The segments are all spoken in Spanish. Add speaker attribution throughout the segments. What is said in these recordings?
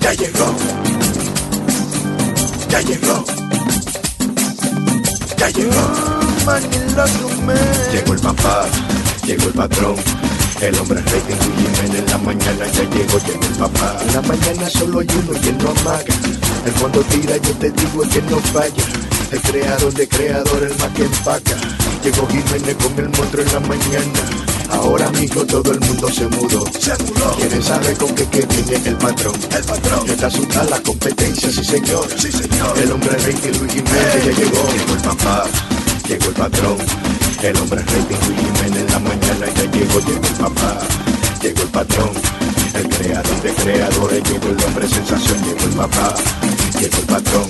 Speaker 1: Ya llegó. Ya llegó. Ya llegó. Llegó el papá, llegó el patrón. El hombre rey de Jiménez en la mañana ya llegó, llegó el papá. En la mañana solo hay uno y él no amaga. El fondo tira, yo te digo el que no falla. El creador de creador, el más que empaca. Llegó Jiménez con el monstruo en la mañana. Ahora mismo todo el mundo se mudó. Se mudó. Quieren saber con qué, que viene el patrón. El patrón. Está asustada la competencia, sí señor. Sí señor. El hombre rey de Luis Jiménez ya llegó. Llegó el papá, llegó el patrón. El hombre rey de Luis Jiménez en la mañana ya llegó, llegó el papá, llegó el patrón, el creador de creadores, llegó el hombre sensación, llegó el papá, llegó el patrón,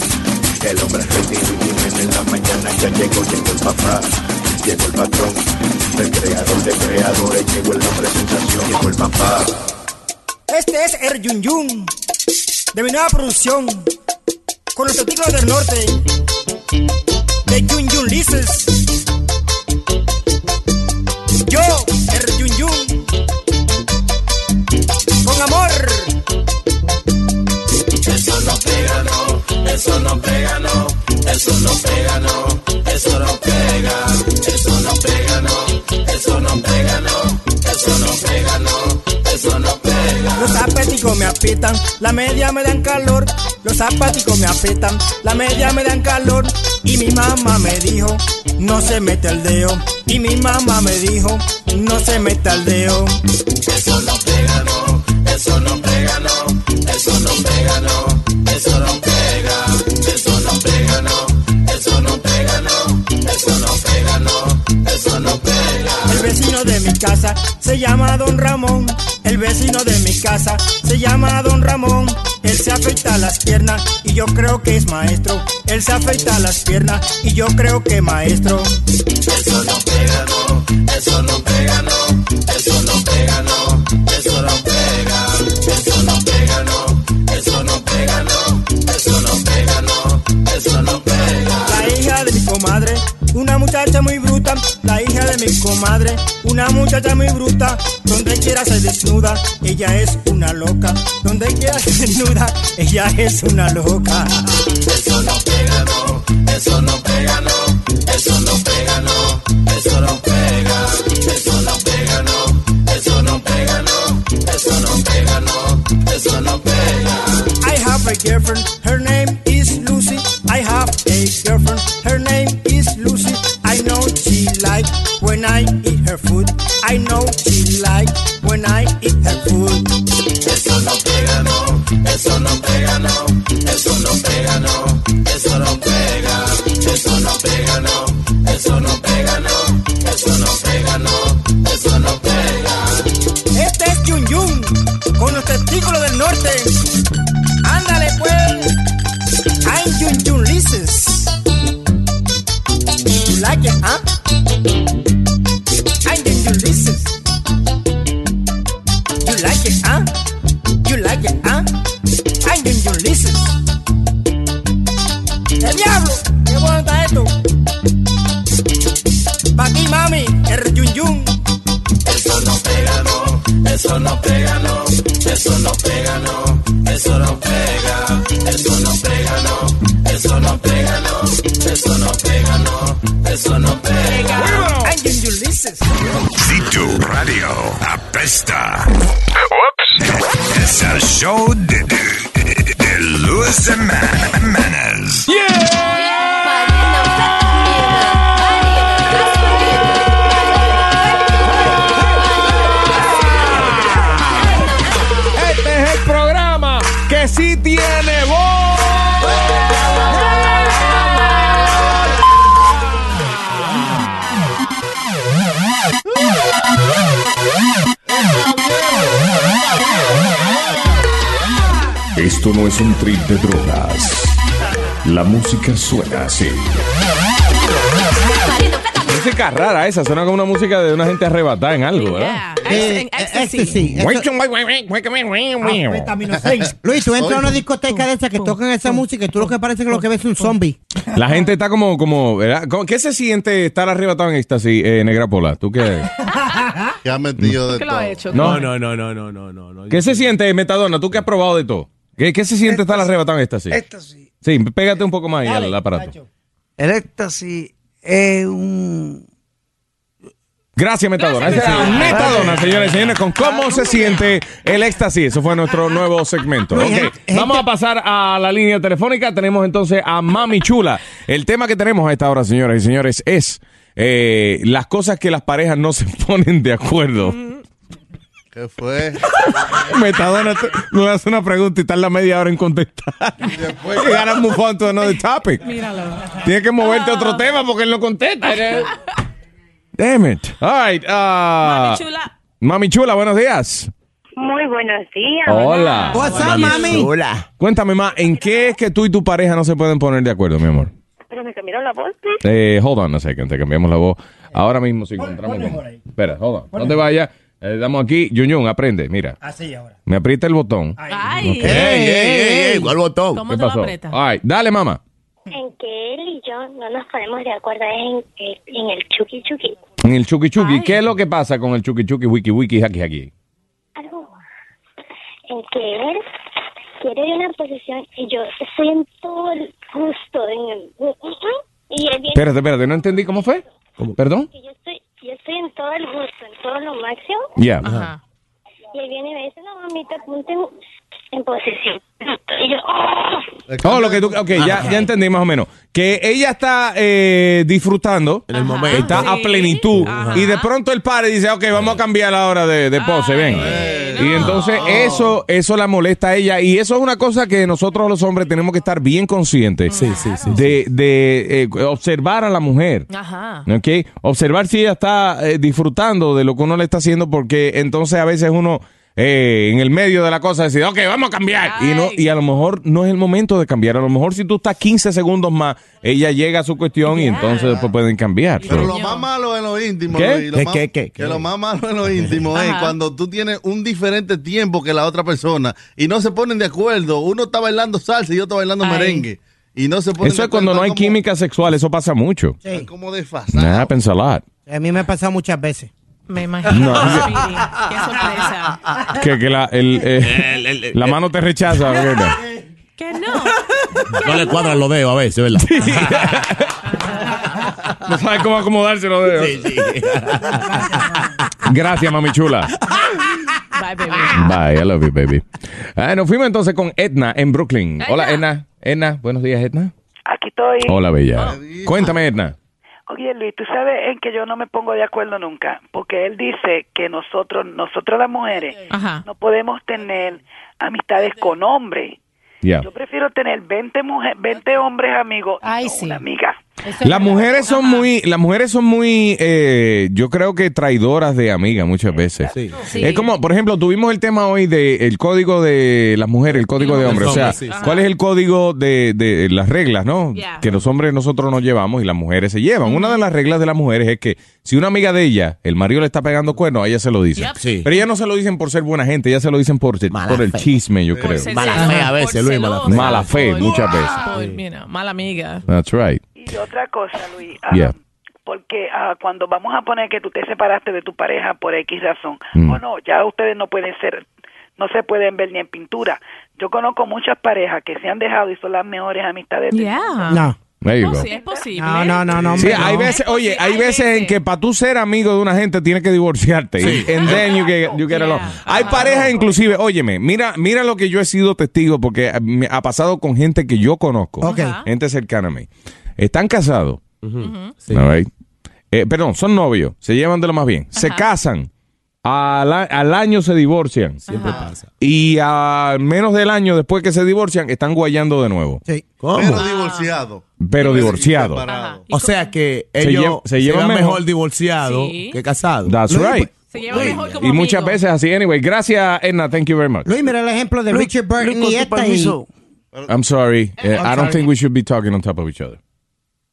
Speaker 1: el hombre rey de Luis Jiménez en la mañana ya llegó, llegó el papá, llegó el patrón, el creador de creadores, llegó el hombre sensación, llegó el papá.
Speaker 2: Este es el Yun Yun de mi nueva producción con los artículos del norte de Yun Yun Lices. Yo, el Yun Yun, con amor.
Speaker 3: Eso no pega, no, eso no pega, no, eso no pega, no, eso no pega, eso no pega, no, eso no pega, no, eso no pega, no, eso no pega.
Speaker 2: Los zapaticos me aprietan, la media me dan calor. Los zapaticos me aprietan, la media me dan calor. Y mi mamá me dijo, no se mete al dedo. Y mi mamá me dijo, no se mete al dedo.
Speaker 3: Eso no pega, no, eso no pega, no, eso no pega, no, eso no pega, eso no pega, no, eso no pega, no, eso no pega, no, eso no pega.
Speaker 2: El vecino de mi casa se llama Don Ramón. El vecino de mi casa se llama Don Ramón. Él se afeita las piernas y yo creo que es maestro. Él se afeita las piernas y yo creo que maestro.
Speaker 3: Eso no pega, no, eso no pega, no, eso no pega, no, eso no pega, eso no pega, no, eso no pega, no, eso no pega, no, eso no pega.
Speaker 2: La hija de mi comadre, una muchacha muy bruta. La hija de mi comadre, una muchacha muy bruta. Donde quiera se desnuda, ella es una loca. Donde quiera se desnuda, ella es una loca.
Speaker 3: Eso no pega, no, eso no pega, no, eso no pega, no, eso no pega, eso no pega, no, eso no pega, no, eso no pega, no, eso no pega.
Speaker 2: I have a girlfriend, her name is Lucy. I have a girlfriend, her name is Lucy. I know she like when I eat her food. I know she like when I eat her food.
Speaker 3: Eso no pega, no, eso no pega, no, eso no pega, no, eso no pega, eso no pega, no, eso no pega, no, eso no pega, no, eso no pega.
Speaker 2: Este es Yun Yun con los testículos del norte. Ándale pues. I'm Yun Yun Lises. You like it, huh? I'm Yun Yun Lises. You like it, huh? You like it, huh? I'm Yun Yun Lises. ¡El diablo! ¡Qué bueno está esto! Pa' ti, mami, el Yun Yun.
Speaker 3: Eso no pega, no, eso no pega, no, eso no pega, no, eso no pega, eso no pega, no, eso no pega, no, eso no pega, no, eso no pega.
Speaker 2: I'm Yun Yun Lises.
Speaker 4: Zitu Radio apesta. Ups. Es el show de, de, de Luis Man Manas.
Speaker 5: Este es el programa que sí tiene
Speaker 3: Pues
Speaker 5: voz. ¡Eh!
Speaker 6: Esto no es un trip de drogas. La música suena así.
Speaker 5: Música rara esa, suena como una música de una gente arrebatada en algo, ¿verdad?
Speaker 7: Eh, eh, ecstasy. Ah, Esto-
Speaker 2: Vitamina 6.
Speaker 7: Luis, tú entras a una discoteca de esas que tocan esa música y tú lo que parece que lo que ves es un zombie.
Speaker 5: La gente está como, como, ¿verdad? ¿Cómo- ¿Qué se siente estar arrebatado en éxtasis, eh, Negra Pola? ¿Tú qué?
Speaker 8: Que ha metido de
Speaker 9: ¿Qué lo
Speaker 8: todo.
Speaker 9: ha hecho?
Speaker 5: No,
Speaker 10: No, no, no, no, no, no, no.
Speaker 5: ¿Qué se siente, Metadona? ¿Tú que has probado de todo? ¿Qué, qué se siente estar arrebatado en éxtasis?
Speaker 8: Éxtasis.
Speaker 5: Sí, pégate un poco más ahí
Speaker 7: Dale,
Speaker 5: al aparato.
Speaker 7: Nacho.
Speaker 8: El éxtasis es un
Speaker 5: Gracias, Metadona. Esa era Metadona, señores y señores, con cómo se siente el éxtasis. Eso fue nuestro nuevo segmento.
Speaker 7: No, y
Speaker 5: Ok,
Speaker 7: pues, gente-
Speaker 5: vamos a pasar a la línea telefónica. Tenemos entonces a Mami Chula. El tema que tenemos a esta hora, señoras y señores, es eh, las cosas que las parejas no se ponen de acuerdo.
Speaker 9: ¿Qué fue?
Speaker 5: Metadona te- nos hace una pregunta y tarda media hora en contestar.
Speaker 9: Después-
Speaker 5: Y ganas move on to another topic.
Speaker 10: Míralo.
Speaker 5: Tienes que moverte a
Speaker 7: Ah.
Speaker 5: otro tema porque él no contesta. Damn it. All right. ah,
Speaker 10: Chula.
Speaker 5: Mami Chula, buenos días.
Speaker 11: Muy buenos días.
Speaker 5: Hola.
Speaker 7: What's up, mami?
Speaker 8: Hola.
Speaker 5: Cuéntame más, ¿en qué es que tú y tu pareja no se pueden poner de acuerdo, mi amor?
Speaker 11: Pero me cambiaron la voz, ¿sí?
Speaker 5: Eh, hold on a second, te cambiamos la voz.
Speaker 2: Eh,
Speaker 5: Ahora mismo si encontramos... con- Espera, hold on. No te vayas. Eh, damos aquí. Yun Yun, aprende. Mira,
Speaker 2: Así ahora.
Speaker 5: me aprieta el botón.
Speaker 10: Ay.
Speaker 9: ¡Ey, ey, ey! ey ¿Cuál botón?
Speaker 10: ¿Cómo
Speaker 5: ¿Qué
Speaker 10: te lo
Speaker 5: pasó?
Speaker 10: aprietas?
Speaker 5: All right, dale, mamá.
Speaker 11: En que él y yo no nos ponemos de acuerdo es en, el- en el chuki chuki.
Speaker 5: En el chuki chuki.
Speaker 10: Ay.
Speaker 5: ¿Qué es lo que pasa con el chuki chuki, wiki wiki, haki haki?
Speaker 11: Algo. En que él quiere ir a una posición y yo estoy en todo el gusto. En el, y él viene.
Speaker 5: Espérate, espérate, no entendí cómo fue. ¿Perdón?
Speaker 11: que yo estoy, yo estoy en todo el gusto, en todo lo máximo.
Speaker 5: Ya.
Speaker 10: Ajá.
Speaker 11: Y él viene y me dice, no, mamita, ponte en, en posición. Y yo, ¡oh!
Speaker 5: Oh, lo que tú, ok, ya, ya entendí más o menos. Que ella está eh, disfrutando.
Speaker 9: En el momento.
Speaker 5: Está a
Speaker 10: Sí.
Speaker 5: plenitud.
Speaker 10: Ajá.
Speaker 5: Y de pronto el padre dice, ok, vamos a cambiar la hora de, de pose, ven. Y entonces eso, eso la molesta a ella. Y eso es una cosa que nosotros los hombres tenemos que estar bien conscientes de, de, eh, observar a la mujer.
Speaker 10: Ajá.
Speaker 5: ¿ok? Observar si ella está eh, disfrutando de lo que uno le está haciendo, porque entonces a veces uno eh, en el medio de la cosa decide, ok, vamos a cambiar. Y, no, y a lo mejor no es el momento de cambiar. A lo mejor si tú estás 15 segundos más, ella llega a su cuestión y entonces después pueden cambiar.
Speaker 9: Pero
Speaker 5: So-
Speaker 9: lo más malo en lo íntimo,
Speaker 5: ¿Qué?
Speaker 9: Luis, lo
Speaker 7: ¿Qué,
Speaker 9: más-
Speaker 7: qué, qué,
Speaker 9: que
Speaker 7: qué?
Speaker 9: lo más malo en lo íntimo es
Speaker 10: Ajá.
Speaker 9: cuando tú tienes un diferente tiempo que la otra persona y no se ponen de acuerdo. Uno está bailando salsa y otro bailando
Speaker 10: Ay.
Speaker 9: merengue. Y no se ponen
Speaker 5: Eso
Speaker 9: de
Speaker 5: es cuando
Speaker 9: acuerdo,
Speaker 5: no hay
Speaker 9: como-
Speaker 5: química sexual, eso pasa mucho.
Speaker 9: están
Speaker 7: Sí.
Speaker 9: como
Speaker 5: That
Speaker 9: desfasado.
Speaker 5: happens a lot.
Speaker 7: A mí me ha pasado muchas veces.
Speaker 10: Me imagino. Speedy. Qué sorpresa.
Speaker 5: Que, que la, el, eh,
Speaker 3: El- el-
Speaker 5: la mano te rechaza. ¿verdad?
Speaker 10: ¿Qué no?
Speaker 3: No le cuadran los dedos a veces, ¿verdad?
Speaker 5: No sabes cómo acomodarse los dedos.
Speaker 3: Sí, sí.
Speaker 5: Gracias, mami chula.
Speaker 10: Bye, baby.
Speaker 5: Bye, I love you, baby. Ah, nos fuimos entonces con Edna en Brooklyn. Hola, Edna. Edna, buenos días, Edna.
Speaker 11: Aquí estoy.
Speaker 5: Hola, bella. Cuéntame, Edna.
Speaker 11: Oye, Luis, tú sabes en que yo no me pongo de acuerdo nunca, porque él dice que nosotros, nosotras las mujeres,
Speaker 10: Ajá.
Speaker 11: no podemos tener amistades con hombres.
Speaker 5: Ya.
Speaker 11: Yo prefiero tener 20 mujer- 20 hombres amigos
Speaker 10: Ay,
Speaker 11: y no
Speaker 10: sí.
Speaker 11: una amiga.
Speaker 5: Las mujeres son muy, las mujeres son muy, eh, yo creo que traidoras de amigas muchas veces.
Speaker 10: Sí.
Speaker 5: Es como, por ejemplo, tuvimos el tema hoy del el código de las mujeres, el código de hombres. O sea,
Speaker 3: Sí, sí.
Speaker 5: ¿cuál es el código de, de las reglas, no?
Speaker 10: Yeah.
Speaker 5: Que los hombres nosotros nos llevamos y las mujeres se llevan. Una de las reglas de las mujeres es que si una amiga de ella, el marido le está pegando cuernos, a ella se lo dice.
Speaker 10: Yep.
Speaker 3: Sí.
Speaker 5: Pero ellas no se lo dicen por ser buena gente, ellas se lo dicen por,
Speaker 3: Mala
Speaker 5: por el
Speaker 3: fe.
Speaker 5: chisme, yo creo.
Speaker 10: ser
Speaker 3: Mala
Speaker 10: celosa,
Speaker 3: fe a veces,
Speaker 10: por
Speaker 3: Luis, mala
Speaker 10: celosa,
Speaker 5: fe. Mala fe,
Speaker 10: por-
Speaker 5: muchas veces.
Speaker 10: por- mira, mala amiga.
Speaker 5: That's right.
Speaker 11: Ah. Y otra cosa, Luis, ah,
Speaker 5: Yeah.
Speaker 11: porque ah, cuando vamos a poner que tú te separaste de tu pareja por X razón,
Speaker 5: Mm.
Speaker 11: o no, ya ustedes no pueden ser, no se pueden ver ni en pintura. Yo conozco muchas parejas que se han dejado y son las mejores amistades. del
Speaker 10: Yeah.
Speaker 7: No.
Speaker 5: There you
Speaker 10: No,
Speaker 5: go.
Speaker 10: Ah. Oh, sí, es posible.
Speaker 7: No, no, no, no.
Speaker 5: Sí,
Speaker 7: hombre,
Speaker 5: hay
Speaker 7: no.
Speaker 5: veces,
Speaker 10: Es
Speaker 5: oye,
Speaker 10: posible,
Speaker 5: hay
Speaker 10: hay
Speaker 5: veces en
Speaker 10: veces.
Speaker 5: que para tú ser amigo de una gente tienes que divorciarte. Y And then you get, you get along.
Speaker 10: Yeah.
Speaker 5: Hay
Speaker 10: Ajá.
Speaker 5: parejas inclusive, óyeme, mira, mira lo que yo he sido testigo porque me ha pasado con gente que yo conozco,
Speaker 7: Ok.
Speaker 10: Ajá.
Speaker 5: gente cercana a mí. Están casados. All right. Eh, perdón, son novios, se llevan de lo más bien. Se casan, al, a- al año se divorcian
Speaker 10: Siempre
Speaker 5: y al menos del año después que se divorcian están guayando de nuevo,
Speaker 7: Sí.
Speaker 9: Pero divorciado.
Speaker 5: pero divorciados.
Speaker 9: Separado.
Speaker 3: O sea que
Speaker 5: Se
Speaker 3: ellos
Speaker 5: lleva-
Speaker 3: se,
Speaker 5: se llevan
Speaker 3: llevan
Speaker 5: mejor.
Speaker 3: mejor divorciados
Speaker 10: Sí.
Speaker 3: que casados.
Speaker 5: That's
Speaker 9: Luis,
Speaker 5: right.
Speaker 10: Se lleva mejor como
Speaker 5: Y muchas
Speaker 10: amigo.
Speaker 5: veces así. Anyway, gracias, Edna. Thank you very much.
Speaker 7: Luis, mira el ejemplo de Richard Burton y esta y-
Speaker 5: I'm sorry. Eh, I don't
Speaker 7: sorry.
Speaker 5: think we should be talking on top of each other.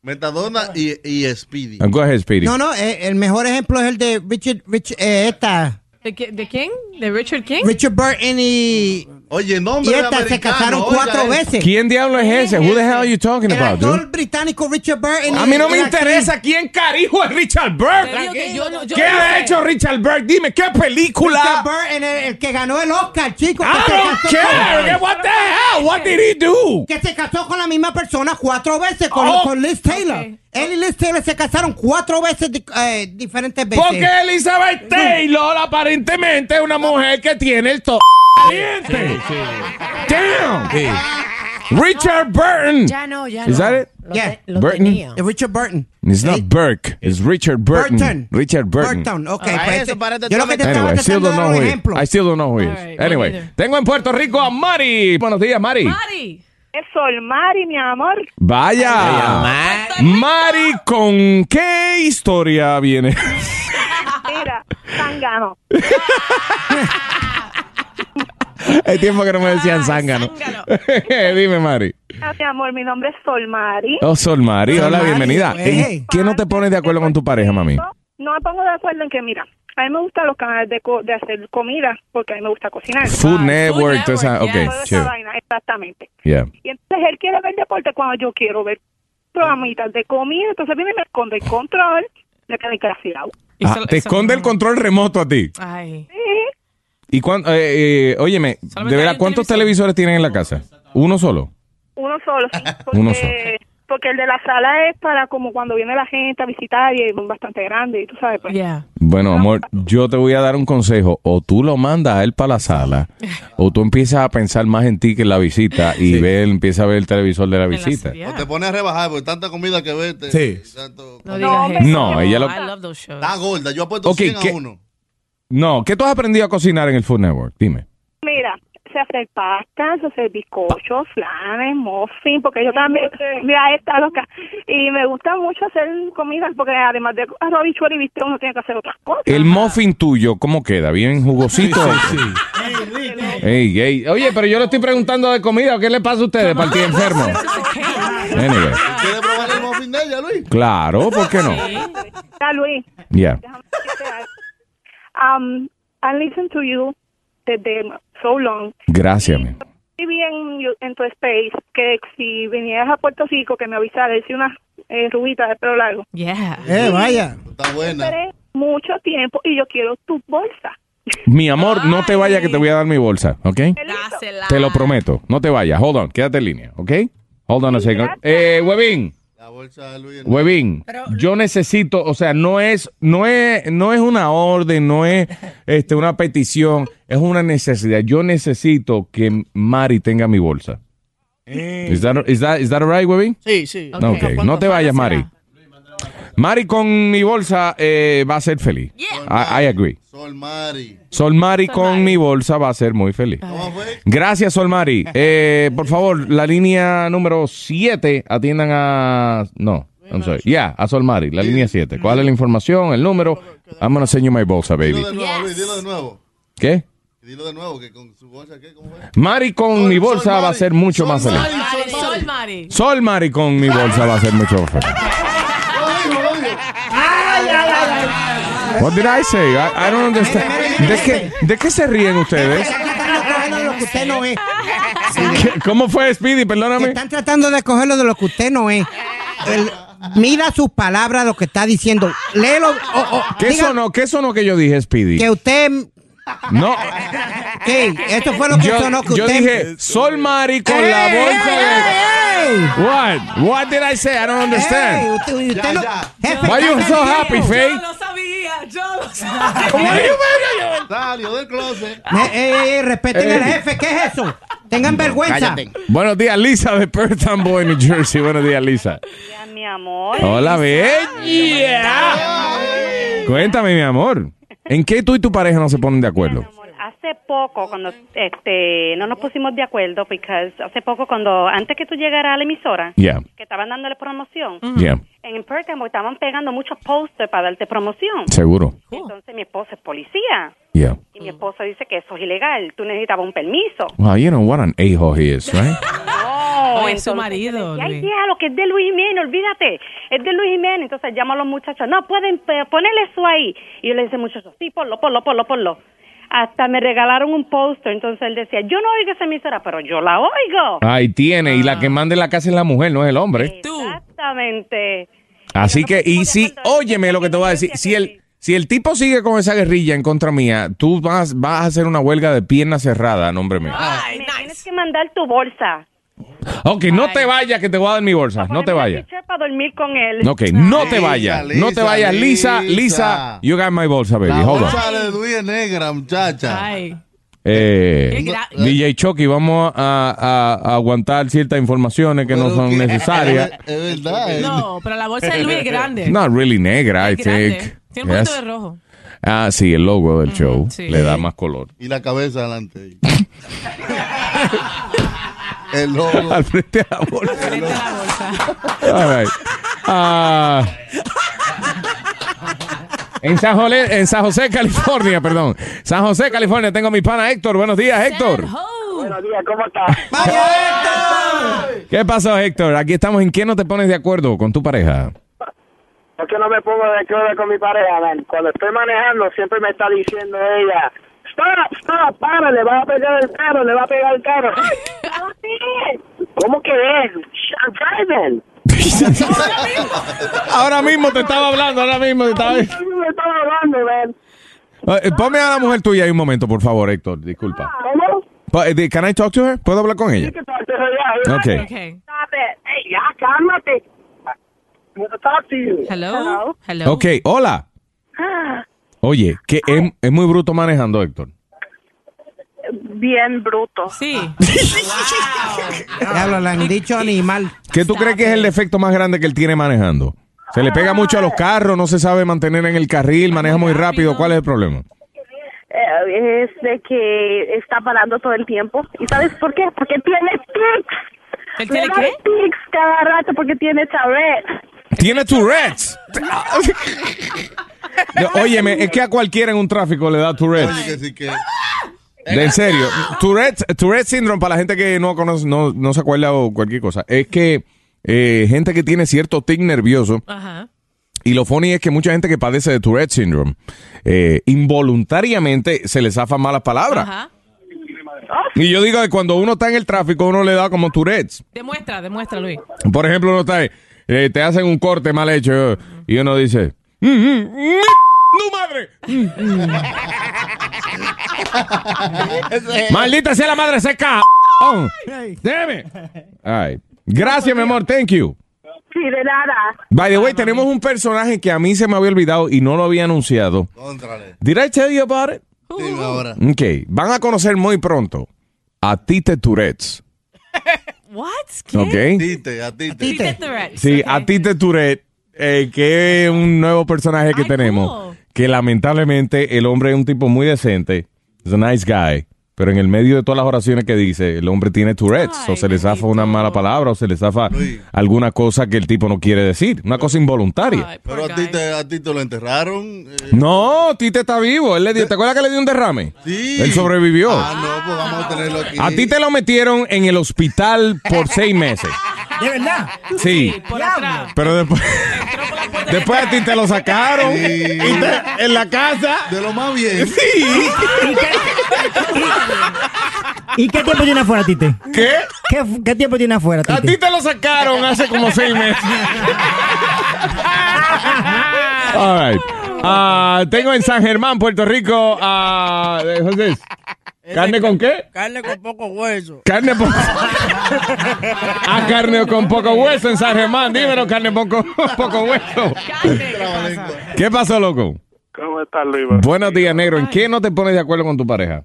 Speaker 9: Metadona y, y Speedy.
Speaker 5: Uh, go ahead, Speedy.
Speaker 7: No, no, eh, el mejor ejemplo es el de Richard, Rich- eh, esta,
Speaker 10: ¿De, qui- de quién? ¿De Richard King?
Speaker 7: Richard Burton y
Speaker 9: Oye,
Speaker 7: Y
Speaker 9: nombre de
Speaker 7: estas se
Speaker 9: americano,
Speaker 7: casaron
Speaker 9: oiga eh.
Speaker 7: cuatro
Speaker 9: eso.
Speaker 7: veces.
Speaker 5: ¿Quién diablo es ese? Who the hell are you talking
Speaker 7: El
Speaker 5: about,
Speaker 7: actor
Speaker 5: dude?
Speaker 7: británico Richard Burton.
Speaker 5: A mí no me interesa quién carijo es
Speaker 7: Te
Speaker 5: Richard
Speaker 7: digo
Speaker 5: Burke.
Speaker 7: que yo no- yo
Speaker 5: ¿Qué
Speaker 7: no
Speaker 5: ha
Speaker 7: sé.
Speaker 5: hecho Richard Burke? Dime, ¿qué
Speaker 7: Richard
Speaker 5: película?
Speaker 7: Burton, el, el que ganó el Oscar, chico.
Speaker 5: I
Speaker 7: que se
Speaker 5: don't
Speaker 7: casó
Speaker 5: care.
Speaker 7: con-
Speaker 5: What the hell? What did he do?
Speaker 7: Que se casó con la misma persona cuatro veces, con,
Speaker 5: Oh.
Speaker 7: con Liz Taylor. Él y Liz Taylor se casaron cuatro veces di- eh, diferentes veces. Mm.
Speaker 5: Porque Elizabeth Taylor aparentemente es una mujer que tiene el to... caliente. Damn. Richard Burton.
Speaker 12: Ya no, ya
Speaker 5: Is
Speaker 12: no.
Speaker 5: that it?
Speaker 12: Lo,
Speaker 7: Yeah.
Speaker 12: te- lo
Speaker 5: Burton.
Speaker 12: tenía.
Speaker 7: Richard Burton.
Speaker 5: It's not Burke. It's Richard Burton.
Speaker 7: Burton.
Speaker 5: Richard Burton.
Speaker 7: Burton, ok.
Speaker 12: Ah,
Speaker 7: pues,
Speaker 12: eso parece
Speaker 7: yo lo que te estaba
Speaker 5: Anyway, I still
Speaker 7: tratando
Speaker 5: don't
Speaker 7: de
Speaker 5: know
Speaker 7: dar
Speaker 5: who
Speaker 7: un
Speaker 5: he is.
Speaker 7: ejemplo.
Speaker 5: I still don't know who he is. Anyway, tengo en Puerto Rico a Mari. Buenos días, Mari.
Speaker 13: Mari. Es Sol Mari, mi amor.
Speaker 5: Vaya. Mari, ¿con qué historia viene?
Speaker 13: Mira, Tangano.
Speaker 5: Hay tiempo que no me decían zángano. Dime, Mari.
Speaker 13: Ah, mi amor, mi nombre es Sol Mari.
Speaker 5: Oh, Sol Mari,
Speaker 13: Sol
Speaker 5: hola,
Speaker 13: Mari,
Speaker 5: bienvenida.
Speaker 13: güey.
Speaker 5: ¿Y ¿Qué no te pones de acuerdo con tu pareja, mami?
Speaker 13: No me pongo de acuerdo en que, mira, a mí me gustan los canales de, co- de hacer comida porque a mí me gusta cocinar.
Speaker 5: Food Network, toda esa-
Speaker 13: Network,
Speaker 5: ok,
Speaker 13: yeah. Toda esa
Speaker 5: chévere.
Speaker 13: vaina, exactamente.
Speaker 5: Yeah.
Speaker 13: Y entonces él quiere ver deporte cuando yo quiero ver programitas de comida. Entonces viene y me esconde el control. Me quedé desgraciado.
Speaker 5: Ah, te esconde el control remoto a ti.
Speaker 13: Ay.
Speaker 5: ¿Y cuánto? Eh, eh, óyeme, de verdad, ¿cuántos televisores tienen en la casa? ¿Uno solo?
Speaker 13: Uno solo, sí, porque,
Speaker 5: Ah, Uno solo.
Speaker 13: porque el de la sala es para como cuando viene la gente a visitar y es bastante grande, y tú sabes, pues.
Speaker 5: Bueno, amor, yo te voy a dar un consejo. O tú lo mandas a él para la sala, o tú empiezas a pensar más en ti que en la visita y ve, empieza a ver el televisor de la visita.
Speaker 9: O te pones a rebajar por tanta comida que ves. te-
Speaker 5: Sí.
Speaker 9: tanto-
Speaker 12: No digas eso.
Speaker 5: No, ella lo-
Speaker 12: I love those shows.
Speaker 9: Está gorda. Yo apuesto
Speaker 5: Ok,
Speaker 9: 100
Speaker 5: ¿qué?
Speaker 9: a 1.
Speaker 5: No, ¿qué tú has aprendido a cocinar en el Food Network? Dime.
Speaker 13: Mira, se hace pastas, se hace bizcochos, flanes, muffins, porque yo también, mira, está loca. Y me gusta mucho hacer comidas, porque además de arroz, bichuelo y bistec, uno tiene que hacer otras cosas.
Speaker 5: El muffin tuyo, ¿cómo queda? ¿Bien jugosito? Ey, ey. Oye, pero yo le estoy preguntando de comida. ¿Qué le pasa a ustedes, para el tío enfermo? Anyway,
Speaker 9: ¿Quieres probar el muffin de ella, Luis?
Speaker 5: claro, ¿por qué no?
Speaker 13: Ya, Ah, Luis,
Speaker 5: Ya.
Speaker 13: um, I listen to you desde so long.
Speaker 5: Gracias, mi.
Speaker 13: Y vi en, you- en tu space que si vinieras a Puerto Rico, que me avisaras, hice unas eh, rubitas de pelo largo.
Speaker 12: Yeah.
Speaker 13: Eh, vaya.
Speaker 9: Está buena.
Speaker 13: Esperé mucho tiempo y yo quiero tu bolsa.
Speaker 5: Mi amor, no te vayas que te voy a dar mi bolsa, ¿ok?
Speaker 12: Dásela.
Speaker 5: Te lo prometo. No te vayas. Hold on. Quédate en línea, ¿ok? Hold on a second. Eh, Webin. Webin, yo necesito, o sea, no es, no es, no es una orden, no es este, una petición, es una necesidad. Yo necesito que Mari tenga mi bolsa. Is that, is that- is that all right, Webin?
Speaker 10: Sí, sí.
Speaker 5: Ok, no te vayas, Mari. Mari con mi bolsa eh, va a ser feliz. I, I agree.
Speaker 9: Sol Mari.
Speaker 5: Sol Mari con mi bolsa va a ser muy feliz. Gracias, Sol Mari. Eh, por favor, la línea número 7, atiendan a... No, I'm sorry. Yeah, a Sol Mari, la línea 7. ¿Cuál es la información, el número? I'm gonna send you my bolsa,
Speaker 9: Dilo
Speaker 5: baby.
Speaker 9: de nuevo, Luis, dilo de nuevo.
Speaker 5: ¿Qué?
Speaker 9: Dilo de nuevo, que con su bolsa, ¿qué? ¿Cómo fue?
Speaker 5: Mari con mi bolsa va a ser mucho más feliz.
Speaker 12: Mari, Sol Mari.
Speaker 5: Sol Mari con mi bolsa va a ser mucho más feliz. What did I say? I, I don't understand. ¿De qué, ¿De qué se ríen ustedes?
Speaker 7: Están cogiendo de lo que usted no es.
Speaker 5: ¿Qué- ¿Cómo fue, Speedy? Perdóname.
Speaker 7: Están tratando de cogerlo de lo que usted no es. El- mira sus palabras, lo que está diciendo. Léelo. o- o-
Speaker 5: ¿Qué
Speaker 7: diga
Speaker 5: sonó, ¿Qué sonó que yo dije, Speedy?
Speaker 7: Que usted
Speaker 5: No.
Speaker 7: ¿Qué? Esto fue lo que
Speaker 5: yo,
Speaker 7: sonó que
Speaker 5: yo
Speaker 7: usted-
Speaker 5: dije, Sol Mari con la
Speaker 7: ¡Ey,
Speaker 5: bolsa
Speaker 7: ey,
Speaker 5: de... What? What did I say? I don't
Speaker 7: Ey,
Speaker 5: understand.
Speaker 7: usted- usted no- Jefe,
Speaker 5: Why you
Speaker 7: está
Speaker 5: so
Speaker 7: tranquilo.
Speaker 5: happy, Faye?
Speaker 12: Yo lo sabía, yo lo
Speaker 5: ¿Cómo
Speaker 12: sabía.
Speaker 5: es?
Speaker 9: Salió del closet.
Speaker 7: Eh, eh, eh, respeten
Speaker 5: Ey.
Speaker 7: al jefe, ¿qué es eso? Tengan vergüenza.
Speaker 5: Cállate. Buenos días, Lisa de Perth Amboy, New Jersey. Buenos días, Lisa.
Speaker 13: Mi amor.
Speaker 5: Hola, bella. Cuéntame, mi amor. ¿En qué tú y tu pareja no se ponen de acuerdo?
Speaker 14: Hace poco, cuando este, no nos pusimos de acuerdo, porque hace poco, cuando antes que tú llegaras a la emisora,
Speaker 5: Yeah.
Speaker 14: que estaban dándole promoción,
Speaker 7: Mm.
Speaker 5: Yeah.
Speaker 14: en Perkamo estaban pegando muchos posters para darte promoción.
Speaker 5: Seguro.
Speaker 14: Entonces mi esposo es policía
Speaker 5: Yeah.
Speaker 14: y mi esposo dice que eso es ilegal, tú necesitabas un permiso.
Speaker 5: Wow, you know what an a-hole he is, right?
Speaker 14: No,
Speaker 12: Oye, su
Speaker 14: entonces,
Speaker 12: marido,
Speaker 14: yo decía, Ay,
Speaker 12: Luis.
Speaker 14: déjalo, que es de Luis Jiménez, olvídate. Es de Luis Jiménez. Entonces llama a los muchachos. No, pueden eh, ponerle eso ahí. Y yo le dice muchachos, sí, ponlo, ponlo, ponlo, ponlo. Hasta me regalaron un póster, entonces él decía, yo no oigo esa emisora, pero yo la oigo.
Speaker 5: Ahí tiene, y la que manda en la casa es la mujer, no es el hombre.
Speaker 14: Exactamente.
Speaker 5: Así que, y si, óyeme lo que te voy a decir, si el, si el tipo sigue con esa guerrilla en contra mía, tú vas, vas a hacer una huelga de pierna cerrada, nombre mío.
Speaker 14: me tienes que mandar tu bolsa.
Speaker 5: Ok, no te vayas, que te voy a dar mi bolsa, no te vayas.
Speaker 14: Teacher, Para dormir con él.
Speaker 5: Ok, no te
Speaker 14: Lisa,
Speaker 5: vayas,
Speaker 9: Lisa,
Speaker 5: no te vayas, Lisa, Lisa,
Speaker 9: Lisa.
Speaker 5: you got my bolsa, baby,
Speaker 9: La
Speaker 5: hold on.
Speaker 9: bolsa de Luis es negra, muchacha.
Speaker 5: Eh,
Speaker 9: Qué gra-
Speaker 5: DJ Chucky, vamos a, a- a aguantar ciertas informaciones que no son
Speaker 9: eh,
Speaker 5: necesarias.
Speaker 9: Es verdad.
Speaker 12: No, pero la bolsa de Luis es grande.
Speaker 5: Not really negra, I
Speaker 12: Es grande.
Speaker 5: think.
Speaker 12: Tiene un punto
Speaker 5: Yes.
Speaker 12: de rojo. Mm,
Speaker 5: Ah, sí, el logo del show
Speaker 12: sí.
Speaker 5: le da más color.
Speaker 9: Y la cabeza adelante. El lobo.
Speaker 5: Al frente de la bolsa. All right. Ah. en, San Jole- en San José, California, perdón. San José, California, tengo a mi pana Héctor. Buenos días, Héctor.
Speaker 15: Oh.
Speaker 16: Buenos días, ¿cómo estás?
Speaker 5: ¿Qué pasó, Héctor? Aquí estamos en qué no te pones de acuerdo con tu pareja.
Speaker 16: Es que no me pongo de acuerdo con mi pareja, man. Cuando estoy manejando, siempre me está diciendo ella, stop, stop, para, le va a pegar el carro, le va a pegar el carro. ¿Cómo que es? I'm driving.
Speaker 5: Ahora mismo te estaba hablando, ahora mismo te estaba...
Speaker 16: Me estaba hablando, man.
Speaker 5: Eh, Ponme a la mujer tuya ahí un momento, por favor, Héctor. Disculpa.
Speaker 16: ¿Cómo?
Speaker 5: Pa- eh, Can I talk to her? ¿Puedo hablar con ella? Ok.
Speaker 16: Stop it. Hey, ya, cálmate. I want to talk to you. Hello. Hello.
Speaker 5: Ok, hola.
Speaker 13: Ah,
Speaker 5: Oye, que es, es muy bruto manejando, Héctor.
Speaker 13: Bien bruto.
Speaker 12: Sí.
Speaker 7: Ya lo le han dicho animal.
Speaker 5: ¿Qué tú crees que es el defecto más grande que él tiene manejando? Se le pega mucho a los carros, no se sabe mantener en el carril, maneja muy rápido. ¿Cuál es el problema?
Speaker 13: Eh, es de que está parando todo el tiempo. ¿Y sabes por qué? Porque tiene tics. ¿Él
Speaker 12: tiene qué?
Speaker 13: tics cada rato porque tiene Tourette.
Speaker 5: Tiene Tourette's. No, Óyeme, es que a cualquiera en un tráfico le da Tourette's.
Speaker 9: Así que
Speaker 5: De en serio. Tourette's, Tourette's Syndrome, para la gente que no conoce, no, no se acuerda o cualquier cosa, es que eh, gente que tiene cierto tic nervioso,
Speaker 12: Ajá.
Speaker 5: y lo funny es que mucha gente que padece de Tourette Syndrome, eh, involuntariamente se le zafan malas palabras.
Speaker 12: Ajá.
Speaker 5: Y yo digo que cuando uno está en el tráfico, uno le da como Tourette's.
Speaker 12: Demuestra, demuestra, Luis.
Speaker 5: Por ejemplo, uno está ahí, eh, te hacen un corte mal hecho y uno dice, ¡No, Mm, madre! Mm, ¡Maldita sea la madre seca! ¡Deme! Ay. Gracias, mi amor, thank you.
Speaker 13: Sí, de nada.
Speaker 5: By the way, tenemos un personaje que a mí se me había olvidado y no lo había anunciado.
Speaker 9: Contrale.
Speaker 5: Did I tell you about it?
Speaker 9: Dilo ahora.
Speaker 5: Ok, van a conocer muy pronto a Tite Tourette's.
Speaker 12: What?
Speaker 5: ¿Ok?
Speaker 9: Tite, a Tite.
Speaker 5: Sí, a Tite Tourette, eh, que es un nuevo personaje que tenemos. Que lamentablemente el hombre es un tipo muy decente. Es a nice guy. Pero en el medio de todas las oraciones que dice, el hombre tiene Tourette's. o se le zafa una mala palabra, o se le zafa alguna cosa que el tipo no quiere decir. Una cosa involuntaria.
Speaker 9: Pero a Tite, a Tite lo enterraron. eh,
Speaker 5: No, Tite está vivo. Él le dio- ¿Te acuerdas que le dio un derrame?
Speaker 9: Sí.
Speaker 5: Él sobrevivió.
Speaker 9: Ah, no, pues vamos a tenerlo aquí.
Speaker 5: A ti te lo metieron en el hospital por seis meses.
Speaker 7: ¿De verdad?
Speaker 5: Sí.
Speaker 12: Por atrás.
Speaker 5: Pero después, después a ti te lo sacaron
Speaker 9: Sí.
Speaker 5: y te- en la casa.
Speaker 9: De lo más bien.
Speaker 5: Sí.
Speaker 17: ¿Y qué tiempo tiene afuera, Tite?
Speaker 5: ¿Qué?
Speaker 17: ¿Qué, qué tiempo tiene afuera, Tite?
Speaker 5: A ti te lo sacaron hace como seis meses. All right. Ah, tengo en San Germán, Puerto Rico, a eh, José. ¿Carne con qué?
Speaker 15: Carne con poco hueso.
Speaker 5: Carne po- a Ah, carne con poco hueso en San Germán. Dímelo, carne poco, poco hueso. ¿Qué pasó, loco?
Speaker 18: ¿Cómo estás, Luis?
Speaker 5: Buenos días, negro. ¿En qué no te pones de acuerdo con tu pareja?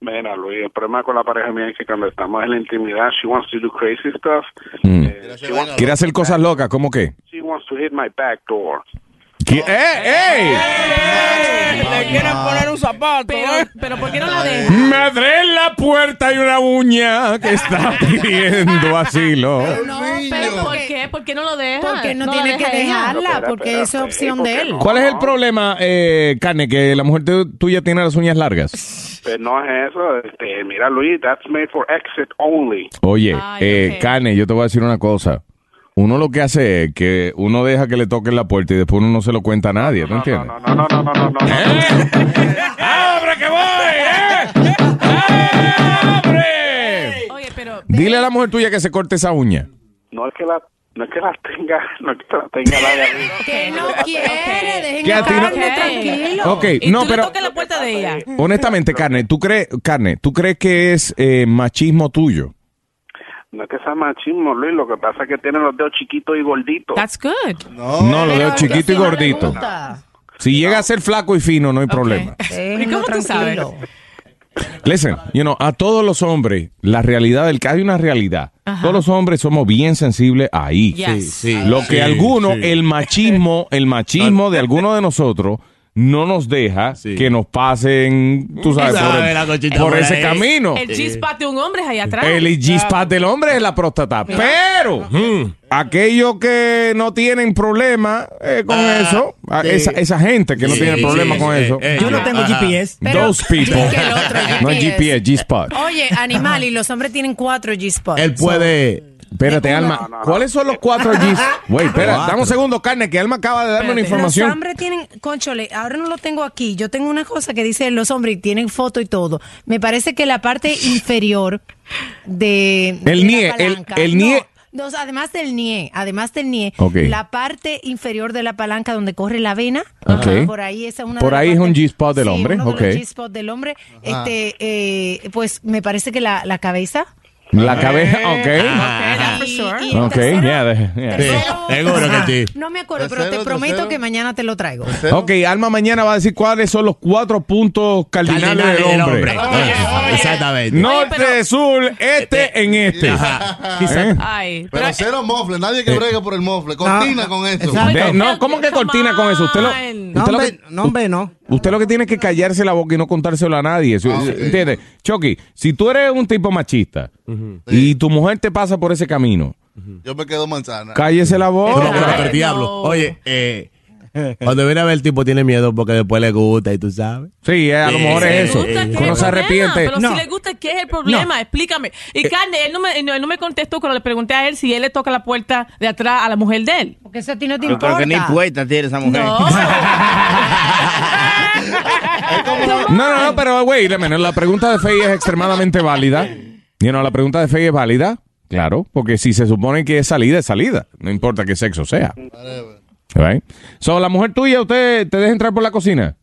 Speaker 18: Mira, Luis, el problema con la pareja mía es que cuando estamos en la intimidad, she wants to do crazy stuff.
Speaker 5: Quiere hacer cosas locas, ¿cómo qué?
Speaker 18: She wants to hit my back door.
Speaker 5: ¿Qui- ¡Eh,
Speaker 15: Le quieren
Speaker 9: Ah.
Speaker 15: poner un zapato. Pero,
Speaker 12: pero ¿por qué no la
Speaker 5: ey!
Speaker 12: dejan?
Speaker 5: Madre en la puerta hay una uña que está pidiendo asilo.
Speaker 12: No, pero ¿por qué? ¿Por qué no lo dejan?
Speaker 10: Porque no tiene
Speaker 12: la
Speaker 10: que
Speaker 12: deja ella.
Speaker 10: dejarla, porque eso es opción de él.
Speaker 5: ¿Cuál es el problema, eh, Carne? Que la mujer tu- tuya tiene las uñas largas.
Speaker 18: Pero no es eso. Este, mira, Luis, that's made for exit only.
Speaker 5: Oye, eh, Carne, yo te voy a decir una cosa. Uno lo que hace es que uno deja que le toquen la puerta y después uno no se lo cuenta a nadie, ¿tú entiendes?
Speaker 18: No, no, no, no, no.
Speaker 5: ¡Abre que voy!
Speaker 12: Oye, pero.
Speaker 5: Dile a la mujer tuya que se corte esa uña.
Speaker 18: No es que la, no es que la tenga, no es que la tenga larga.
Speaker 12: Que no quiere, dejen
Speaker 5: Que a
Speaker 12: a
Speaker 5: ti no-
Speaker 12: Carmen tranquilo.
Speaker 5: Ok,
Speaker 12: y
Speaker 5: no,
Speaker 12: tú
Speaker 5: pero-
Speaker 12: Le toques la puerta de ella.
Speaker 5: Honestamente, carne, ¿tú crees, carne, ¿tú crees que es eh, machismo tuyo?
Speaker 18: No es que sea machismo, Luis, lo que pasa es que tiene los dedos chiquitos y gorditos.
Speaker 12: That's good.
Speaker 5: No, lo veo chiquito y gordito. Si llega a ser flaco y fino, no hay problema.
Speaker 12: ¿Y cómo tú sabes?
Speaker 5: Listen, you know, a todos los hombres, la realidad del caso hay una realidad.
Speaker 12: Ajá.
Speaker 5: Todos los hombres somos bien sensibles ahí.
Speaker 12: Yes. Sí, sí.
Speaker 5: Lo que
Speaker 12: Sí,
Speaker 5: algunos,
Speaker 12: sí.
Speaker 5: el machismo, el machismo de algunos de nosotros no nos deja que nos pasen, tú sabes,
Speaker 3: Sabe
Speaker 5: por, el-
Speaker 3: la cochita
Speaker 5: por
Speaker 3: por
Speaker 5: ese
Speaker 3: ahí.
Speaker 5: camino.
Speaker 12: El G-spot de un hombre es allá atrás.
Speaker 5: El G-spot del hombre es la próstata. Pero mm, aquellos que no tienen problema eh, con eso, a-
Speaker 3: Ah, sí.
Speaker 5: esa, esa gente que no
Speaker 3: Sí,
Speaker 5: tiene
Speaker 3: sí,
Speaker 5: problema con
Speaker 3: eh,
Speaker 5: eso.
Speaker 3: eh, Yo no ajá. tengo GPS.
Speaker 19: Pero-
Speaker 5: Those people.
Speaker 19: que el otro
Speaker 5: No es
Speaker 19: GPS.
Speaker 5: GPS, G-spot.
Speaker 19: Oye, animal, y los hombres tienen cuatro G-spots.
Speaker 5: Espérate, Alma. ¿Cuáles son los cuatro Gs? Güey, espera,
Speaker 19: Cuatro.
Speaker 5: dame un segundo, carne, que Alma acaba de darme una
Speaker 19: Espérate.
Speaker 5: información.
Speaker 19: Los hombres tienen, conchole, ahora no lo tengo aquí. Yo tengo una cosa que dice los hombres y tienen foto y todo. Me parece que la parte inferior de.
Speaker 5: El
Speaker 19: de la
Speaker 5: nie, el-
Speaker 19: palanca-
Speaker 5: el
Speaker 19: No,
Speaker 5: nie-
Speaker 19: no, o sea, además del nie, además del nie,
Speaker 5: Ok.
Speaker 19: la parte inferior de la palanca donde corre la vena,
Speaker 5: Ok.
Speaker 19: ajá, por ahí esa es una de
Speaker 5: Por
Speaker 19: las
Speaker 5: ahí es
Speaker 19: partes-
Speaker 5: un G-spot del
Speaker 19: sí,
Speaker 5: hombre,
Speaker 19: uno de los
Speaker 5: ok.
Speaker 19: G-spot del hombre,
Speaker 5: Ajá.
Speaker 19: este, eh, pues me parece que la, la cabeza.
Speaker 5: La cabeza,
Speaker 3: Ah.
Speaker 5: ok.
Speaker 19: Y- y el
Speaker 5: Ok,
Speaker 19: tercero-
Speaker 5: yeah, de- yeah.
Speaker 3: seguro que
Speaker 19: No me acuerdo, pero te prometo que mañana te lo traigo.
Speaker 5: Ok, Alma mañana va a decir cuáles son los cuatro puntos cardinales,
Speaker 3: Cardinales
Speaker 5: del
Speaker 3: del
Speaker 5: hombre.
Speaker 3: hombre.
Speaker 5: Eh,
Speaker 9: Exactamente.
Speaker 5: Norte, sur, este en este.
Speaker 9: Ajá.
Speaker 5: Eh.
Speaker 12: Ay,
Speaker 9: pero cero mofle, nadie que brega por el mofle. Cortina con eso.
Speaker 5: De- Eh. no, ¿cómo que cortina con eso? Usted lo, usted lo que,
Speaker 7: No, hombre, no. Ah,
Speaker 5: Usted lo que tiene es que callarse la boca y no contárselo a nadie. Si- ¿Entiendes? Chucky, si tú eres un tipo machista y tu mujer te pasa por ese camino,
Speaker 9: Yo me quedo manzana.
Speaker 5: cállese la
Speaker 9: No,
Speaker 5: boca.
Speaker 9: no, no, pero
Speaker 3: diablo. Oye, eh, cuando viene a ver el tipo tiene miedo porque después le gusta y tú sabes.
Speaker 5: Sí, eh, a lo mejor es eso.
Speaker 3: Eh,
Speaker 5: Que no se arrepiente.
Speaker 12: Pero si le gusta, ¿qué es el problema? Explícame. Y Carne, él no, me, no- él no me contestó cuando le pregunté a él si él le toca la puerta de atrás a la mujer de él.
Speaker 19: Porque eso a ti no
Speaker 12: te
Speaker 20: Yo creo que ni puerta tiene esa mujer.
Speaker 5: No, no, no, pero güey, la menor, la pregunta de Fey es extremadamente válida. You know, la pregunta de Fey es válida, claro, porque si se supone que es salida, es salida, no importa qué sexo sea. Right? So, la mujer tuya, ¿usted te deja entrar por la cocina?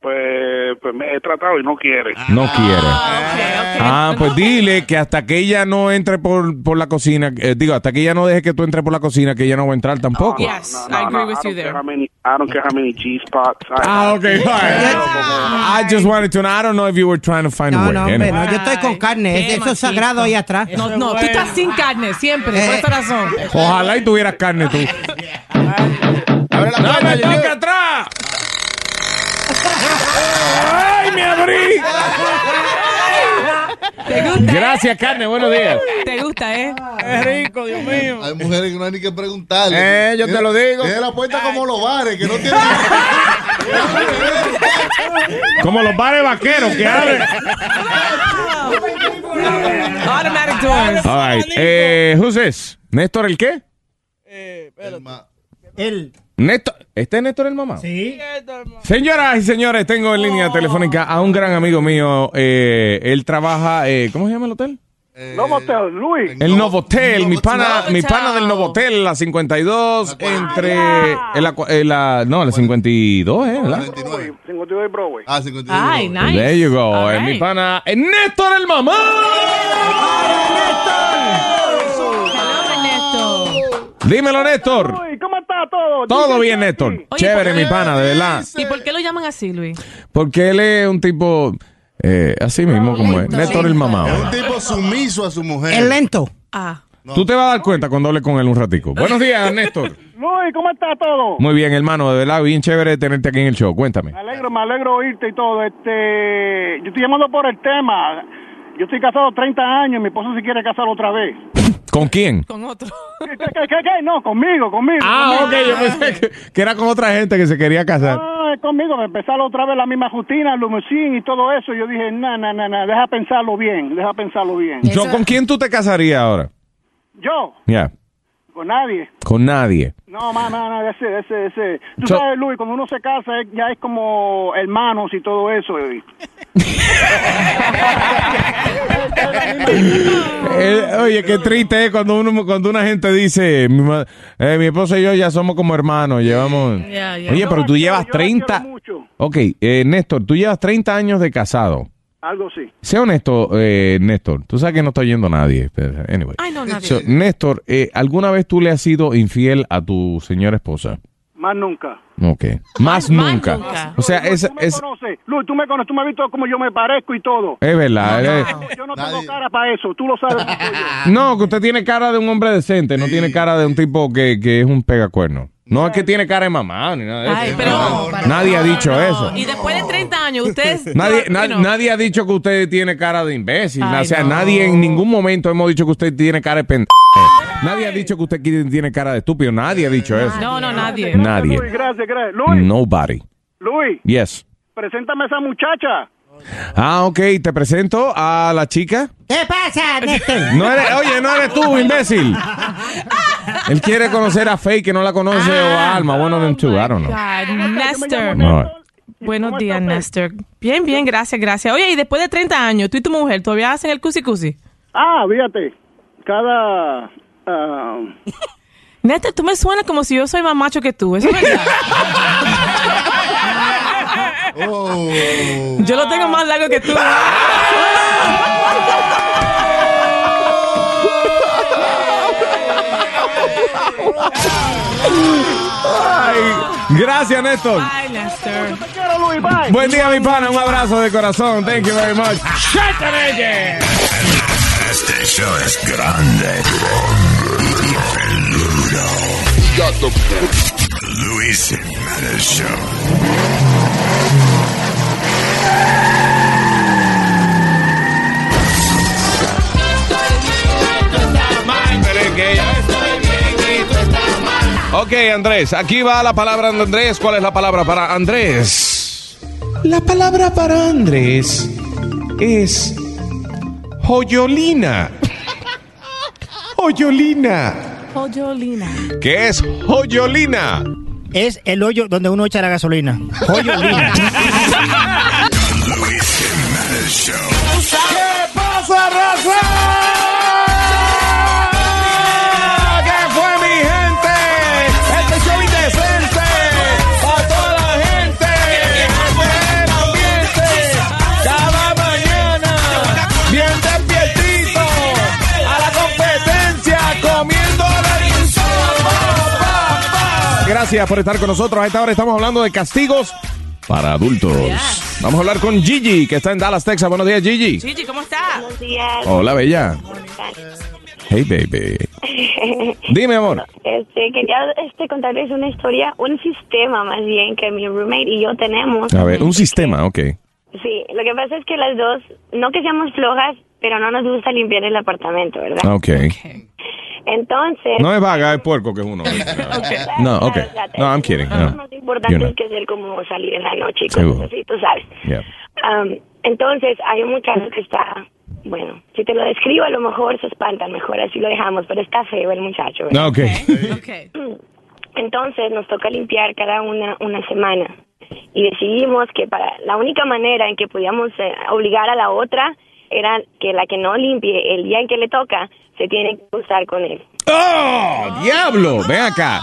Speaker 18: Pues, pues me he tratado y no quiere.
Speaker 5: No quiere. Ah, pues dile que hasta que ella no entre por, por la cocina, eh, digo, hasta que ella no deje que tú entres por la cocina, que ella no va a entrar tampoco.
Speaker 7: Oh,
Speaker 18: No, no, no, I don't care how many- I don't care how many G-spots. I
Speaker 5: Ah,
Speaker 18: have.
Speaker 5: ok, all right. I just wanted to know. I don't know if you were trying to find a
Speaker 7: No,
Speaker 5: way.
Speaker 7: no, hombre,
Speaker 5: anyway.
Speaker 7: no. Yo estoy con carne.
Speaker 12: Qué
Speaker 7: es- Eso es
Speaker 12: machista.
Speaker 7: sagrado ahí atrás.
Speaker 12: No, no, tú estás sin carne siempre, por esa razón.
Speaker 5: Ojalá y tuvieras carne tú. ¡No me toque atrás! ¡Ay, me abrí!
Speaker 12: ¿Te gusta?
Speaker 5: Gracias, carne. Buenos días.
Speaker 12: ¿Te gusta, eh?
Speaker 9: Es rico, Dios mío. Hay mujeres que no hay ni que preguntarle.
Speaker 5: Eh, yo te
Speaker 9: Tiene-
Speaker 5: lo digo.
Speaker 9: Tiene la puerta como los bares, que no tienen.
Speaker 5: Como los bares vaqueros que abren.
Speaker 12: Automatic doors.
Speaker 5: All right. Eh, who's this? ¿Néstor el qué?
Speaker 17: Él.
Speaker 5: Néstor. ¿Este es Néstor el mamá?
Speaker 17: Sí.
Speaker 5: Señoras y señores, tengo en línea telefónica a un gran amigo mío. Eh, él trabaja, eh, ¿cómo se llama el hotel?
Speaker 16: Novotel, Luis.
Speaker 5: El Novotel, mi pana,
Speaker 16: Novotel.
Speaker 5: mi pana del Novotel, la 52 entre en la, cua- en la- no, la 52, eh, ¿verdad?
Speaker 16: 59 Broadway.
Speaker 9: Ah, 59
Speaker 16: Ay,
Speaker 5: There you go, eh, mi
Speaker 16: right.
Speaker 5: pana, eh, Néstor el mamá. Dímelo, Néstor.
Speaker 16: Luis, ¿cómo está todo? Dice
Speaker 5: Todo bien,
Speaker 16: Chucky.
Speaker 5: Néstor.
Speaker 12: Oye,
Speaker 5: Chévere,
Speaker 12: ¿por qué
Speaker 5: mi pana, de verdad.
Speaker 12: ¿Y por qué lo llaman así, Luis?
Speaker 5: Porque él es un tipo eh, así mismo como es. Néstor el mamá.
Speaker 9: Es
Speaker 5: güey.
Speaker 9: un tipo sumiso a su mujer.
Speaker 7: lento.
Speaker 12: Ah.
Speaker 5: Tú te vas a dar cuenta cuando hable con él un ratico. Buenos días, Néstor.
Speaker 16: Luis, ¿cómo está todo?
Speaker 5: Muy bien, hermano, de verdad, bien chévere tenerte aquí en el show. Cuéntame.
Speaker 16: Me alegro, me alegro oírte y todo. Este, yo estoy llamando por el tema. Yo estoy casado 30 años, mi esposo se quiere casar otra vez.
Speaker 5: ¿Con quién?
Speaker 12: Con otro.
Speaker 16: ¿Qué, qué, qué, qué? No, conmigo, conmigo.
Speaker 5: Ah, ok,
Speaker 16: conmigo.
Speaker 5: yo pensé que, que era con otra gente que se quería casar.
Speaker 16: Ah, es conmigo, me empezar otra vez la misma rutina, lumucín y todo eso. Yo dije, no, no, no, no, deja pensarlo bien, deja pensarlo bien.
Speaker 5: Yo, ¿Con quién tú te casarías ahora?
Speaker 16: Yo,
Speaker 5: Ya.
Speaker 21: Con nadie.
Speaker 5: Con nadie.
Speaker 21: No, más, más, más, ese, ese, ese. Tú
Speaker 5: So-
Speaker 21: sabes, Luis, como uno se casa, eh, ya es como hermanos y todo eso. y-
Speaker 5: Eh, oye, qué triste es cuando, uno, cuando una gente dice, mi, ma- eh, mi esposa y yo ya somos como hermanos, llevamos...
Speaker 21: Ya, ya.
Speaker 5: Oye,
Speaker 21: Yo
Speaker 5: pero
Speaker 21: la
Speaker 5: tú
Speaker 21: quiero,
Speaker 5: llevas
Speaker 21: yo la
Speaker 5: 30...
Speaker 21: quiero mucho.
Speaker 5: Ok, eh, Néstor, tú llevas 30 años de casado.
Speaker 21: Algo así.
Speaker 5: Sea honesto, eh, Néstor, tú sabes que no está oyendo nadie. pero, Anyway.
Speaker 21: Ay, no, nadie.
Speaker 5: So, Néstor, eh, ¿alguna vez tú le has sido infiel a tu señora esposa?
Speaker 21: Más nunca.
Speaker 5: Ok.
Speaker 21: más
Speaker 5: Más nunca.
Speaker 21: nunca.
Speaker 5: O sea, es,
Speaker 21: Tú me
Speaker 5: es,
Speaker 21: conoces, Luis, tú me conoces, tú me has visto como yo me parezco y todo.
Speaker 5: es verdad. eh.
Speaker 21: Yo no tengo cara para eso, tú lo sabes.
Speaker 12: Ah,
Speaker 5: No, que usted tiene cara de un hombre decente, no tiene cara de un tipo que, que es un pegacuerno. No es que tiene cara de mamá ni nada de eso.
Speaker 12: Ay, pero-
Speaker 5: No, nadie ha dicho eso.
Speaker 12: Y después de 30 años, ustedes.
Speaker 5: Nadie,
Speaker 12: no,
Speaker 5: na-
Speaker 12: no.
Speaker 5: nadie ha dicho que usted tiene cara de imbécil.
Speaker 12: Ay,
Speaker 5: o sea,
Speaker 12: no.
Speaker 5: nadie en ningún momento hemos dicho que usted tiene cara de pendejo. Nadie ha dicho que usted qui- tiene cara de estúpido. Nadie ha dicho eso.
Speaker 12: No, no, nadie.
Speaker 5: Nadie.
Speaker 21: Luis, gracias, gracias. Luis,
Speaker 5: Nobody.
Speaker 21: Luis,
Speaker 5: Yes.
Speaker 21: preséntame a esa muchacha.
Speaker 5: Ah, ok. Te presento a la chica.
Speaker 7: ¿Qué pasa, Néstor?
Speaker 5: No eres- oye, no eres tú, imbécil. Él quiere conocer a Faye que no la conoce o a Alma. One of them two. I don't know.
Speaker 12: God, Néstor.
Speaker 5: No.
Speaker 12: Buenos días, Néstor. Bien, bien, gracias, gracias. Oye, y después de 30 años, tú y tu mujer todavía hacen el cusi cusi.
Speaker 21: Ah, fíjate. Cada. ah,
Speaker 12: Néstor, tú me suenas como si yo soy más macho que tú. Eso es verdad.
Speaker 5: Oh.
Speaker 12: Yo lo tengo más largo que tú.
Speaker 5: Ay, gracias, Néstor.
Speaker 12: Bye, Néstor.
Speaker 5: Buen día, mi pana. Un abrazo de corazón. Thank you very much.
Speaker 4: Este show es grande. Peludo. Luis Jiménez Show.
Speaker 5: Ok, Andrés. Aquí va la palabra de Andrés. ¿Cuál es la palabra para Andrés?
Speaker 22: La palabra para Andrés es joyolina. Joyolina.
Speaker 12: Joyolina.
Speaker 5: ¿Qué es joyolina?
Speaker 17: Es el hoyo donde uno echa la gasolina. Joyolina.
Speaker 4: Luis Jiménez Show.
Speaker 3: ¿Qué pasa, raza? ¿Qué fue, mi gente? Este show indecente para toda la gente. Buen ambiente cada mañana. Bien despiertito a la competencia comiendo
Speaker 5: Gracias por estar con nosotros. A esta hora estamos hablando de castigos para adultos. Vamos a hablar con Gigi, que está en Dallas, Texas. Buenos días, Gigi.
Speaker 12: Gigi, ¿cómo estás? Buenos días.
Speaker 5: Hola, bella. Hey, baby. Dime, amor.
Speaker 23: Este, quería este, contarles una historia, un sistema más bien que mi roommate y yo tenemos.
Speaker 5: A ver, un sistema, ok.
Speaker 23: Sí, lo que pasa es que las dos, no que seamos flojas, pero no nos gusta limpiar el apartamento, ¿verdad?
Speaker 5: Ah, Ok.
Speaker 23: Entonces,
Speaker 5: No es vaga, es puerco que es uno. No, ok. No, I'm kidding.
Speaker 23: lo
Speaker 5: No.
Speaker 23: más importante
Speaker 5: You're
Speaker 23: es que es el como salir en la noche y
Speaker 5: Seguro.
Speaker 23: cosas así, tú sabes.
Speaker 5: Yeah.
Speaker 23: Am, entonces, hay un muchacho que está, bueno, si te lo describo a lo mejor se espantan, mejor así lo dejamos, pero está feo el muchacho. ¿verdad?
Speaker 5: No, ok.
Speaker 23: Entonces nos toca limpiar cada una una semana y decidimos que para la única manera en que podíamos eh, obligar a la otra era que la que no limpie el día en que le toca se tiene que cruzar con él.
Speaker 5: ¡Oh, diablo! Ven acá.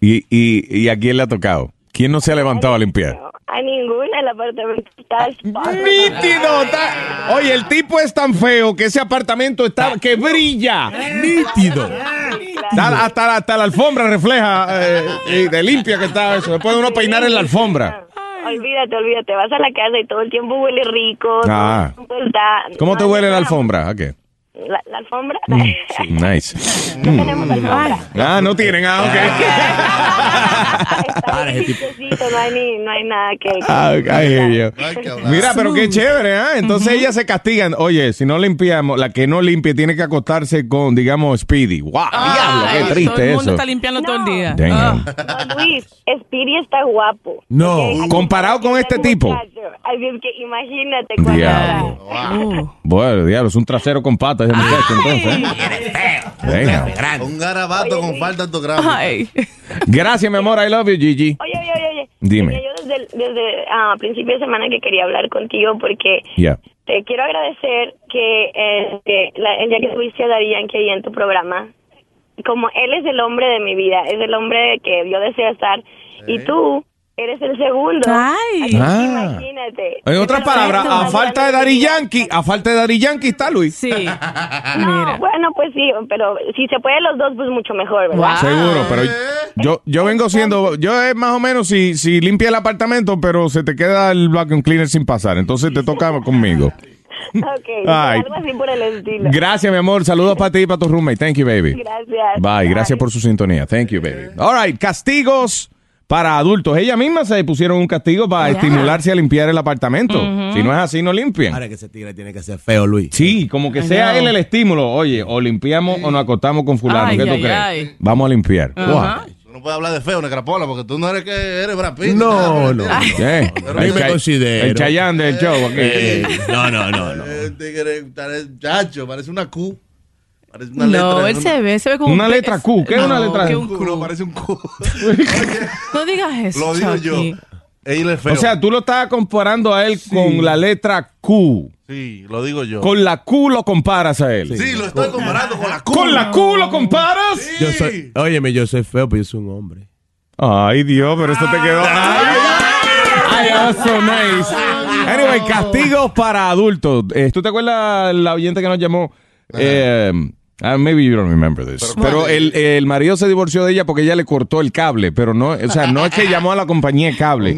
Speaker 5: ¿Y, y, ¿Y a quién le ha tocado? ¿Quién no se ha levantado a limpiar?
Speaker 23: A ninguna el apartamento está
Speaker 5: ¡Nítido! está- Oye, el tipo es tan feo que ese apartamento está que brilla. ¡Nítido! Da- hasta, la- hasta la alfombra refleja eh, y de limpia que está eso. Después de uno peinar en la alfombra.
Speaker 23: Olvídate, olvídate, vas a la casa y todo el tiempo huele rico.
Speaker 5: Ah.
Speaker 23: todo el tiempo está-
Speaker 5: ¿Cómo te huele la alfombra? ¿A qué?
Speaker 23: La, la alfombra.
Speaker 5: Mm, sí, nice. Mm. Ah, no tienen. Ah, ok.
Speaker 23: Necesito, no hay ni- no hay nada que
Speaker 5: Ah, ok, yo. Mira, pero qué chévere, ¿ah? Entonces ellas se castigan. Oye, si no limpiamos, la que no limpie tiene que acostarse con, digamos, Speedy. ¡Wow!
Speaker 12: Ay,
Speaker 5: ¡Diablo! ¡Qué
Speaker 12: Ah, todo
Speaker 5: triste
Speaker 12: el mundo
Speaker 5: eso!
Speaker 12: está Ah. limpiando todo el día.
Speaker 5: Damn.
Speaker 23: No, Luis, Speedy está guapo.
Speaker 5: No, comparado con este tipo.
Speaker 23: Muchacho, Así es que imagínate cuando
Speaker 5: Diablo.
Speaker 23: era.
Speaker 5: Bueno, diablo, es un trasero con patas ese muchacho, entonces. ¿eh? Damn.
Speaker 9: Un garabato con falta de autograma.
Speaker 5: Gracias, mi amor. I love you, Gigi.
Speaker 23: Oye, oye, oye, oye.
Speaker 5: Dime.
Speaker 23: Mira, Yo desde, desde ah, principio de semana que quería hablar contigo porque
Speaker 5: Yeah.
Speaker 23: te quiero agradecer que este, la- el día que fuiste a Daddy Yankee ahí en tu programa, como él es el hombre de mi vida, es el hombre que yo deseo estar y tú eres el segundo. Así que
Speaker 5: Ah.
Speaker 23: Imagínate.
Speaker 5: En otras palabras, a falta de Dari Yankee, a falta de Dari Yankee está Luis.
Speaker 12: Sí.
Speaker 23: No, bueno, pues sí, pero si se puede los dos, pues mucho mejor, ¿verdad?
Speaker 5: Seguro, pero yo, yo vengo siendo, yo es más o menos si, si limpia el apartamento, pero se te queda el vacuum cleaner sin pasar, entonces te toca conmigo.
Speaker 23: Ok,
Speaker 5: Ay.
Speaker 23: algo así por el estilo.
Speaker 5: Gracias, mi amor. Saludos para ti y para tu roommate. Thank you, baby.
Speaker 23: Gracias.
Speaker 5: Bye, gracias por su sintonía. Thank you, baby. All right, castigos para adultos. Ellas mismas se pusieron un castigo para estimularse a limpiar el apartamento.
Speaker 1: Ujú.
Speaker 5: Si no es así, no limpian.
Speaker 1: Ahora que se tira tiene que ser feo, Luis.
Speaker 5: Sí, como que
Speaker 1: Ay,
Speaker 5: sea
Speaker 1: no.
Speaker 5: él el estímulo. Oye, o limpiamos o nos acostamos con fulano.
Speaker 9: Ay,
Speaker 5: ¿Qué tú
Speaker 9: ay,
Speaker 5: crees?
Speaker 9: ay.
Speaker 5: Vamos a limpiar.
Speaker 9: Ajá. Tú no puedes hablar de feo, Necrapola, porque tú no eres que eres Brad Pitt.
Speaker 1: No, no.
Speaker 9: Ay.
Speaker 5: ¿Qué?
Speaker 1: Ah. Pero yo me
Speaker 5: Chay-
Speaker 1: considero.
Speaker 5: El Chayán del show. aquí.
Speaker 1: Eh, no, no, no, no.
Speaker 9: Eh, tigre, parece- Chacho, parece una Q. Parece una letra.
Speaker 12: No, él se ve, se ve como
Speaker 5: Una
Speaker 12: un pez.
Speaker 5: letra Q. ¿Qué es una
Speaker 12: No,
Speaker 5: letra
Speaker 12: que
Speaker 5: Q?
Speaker 12: un
Speaker 9: No, parece un Q.
Speaker 12: No digas eso.
Speaker 9: Lo digo yo.
Speaker 12: Chucky.
Speaker 9: Él es feo.
Speaker 5: O sea, tú lo estabas comparando a él con la letra Q.
Speaker 9: sí, lo digo yo.
Speaker 5: Con la Q lo comparas a él.
Speaker 9: Sí, lo estoy comparando con la Q.
Speaker 5: ¿Con la Q lo comparas?
Speaker 1: Yo soy, óyeme, yo soy feo, pero yo soy un hombre. Ah.
Speaker 5: Ay, Dios, pero esto te quedó. Ay, that was so nice. Anyway, castigos para adultos. Eh, ¿Tú te acuerdas la oyente que nos llamó? Eh, ah, maybe you don't remember this. Pero, el, el marido se divorció de ella porque ella le cortó el cable. Pero no, o sea, no es que llamó a la compañía de cable.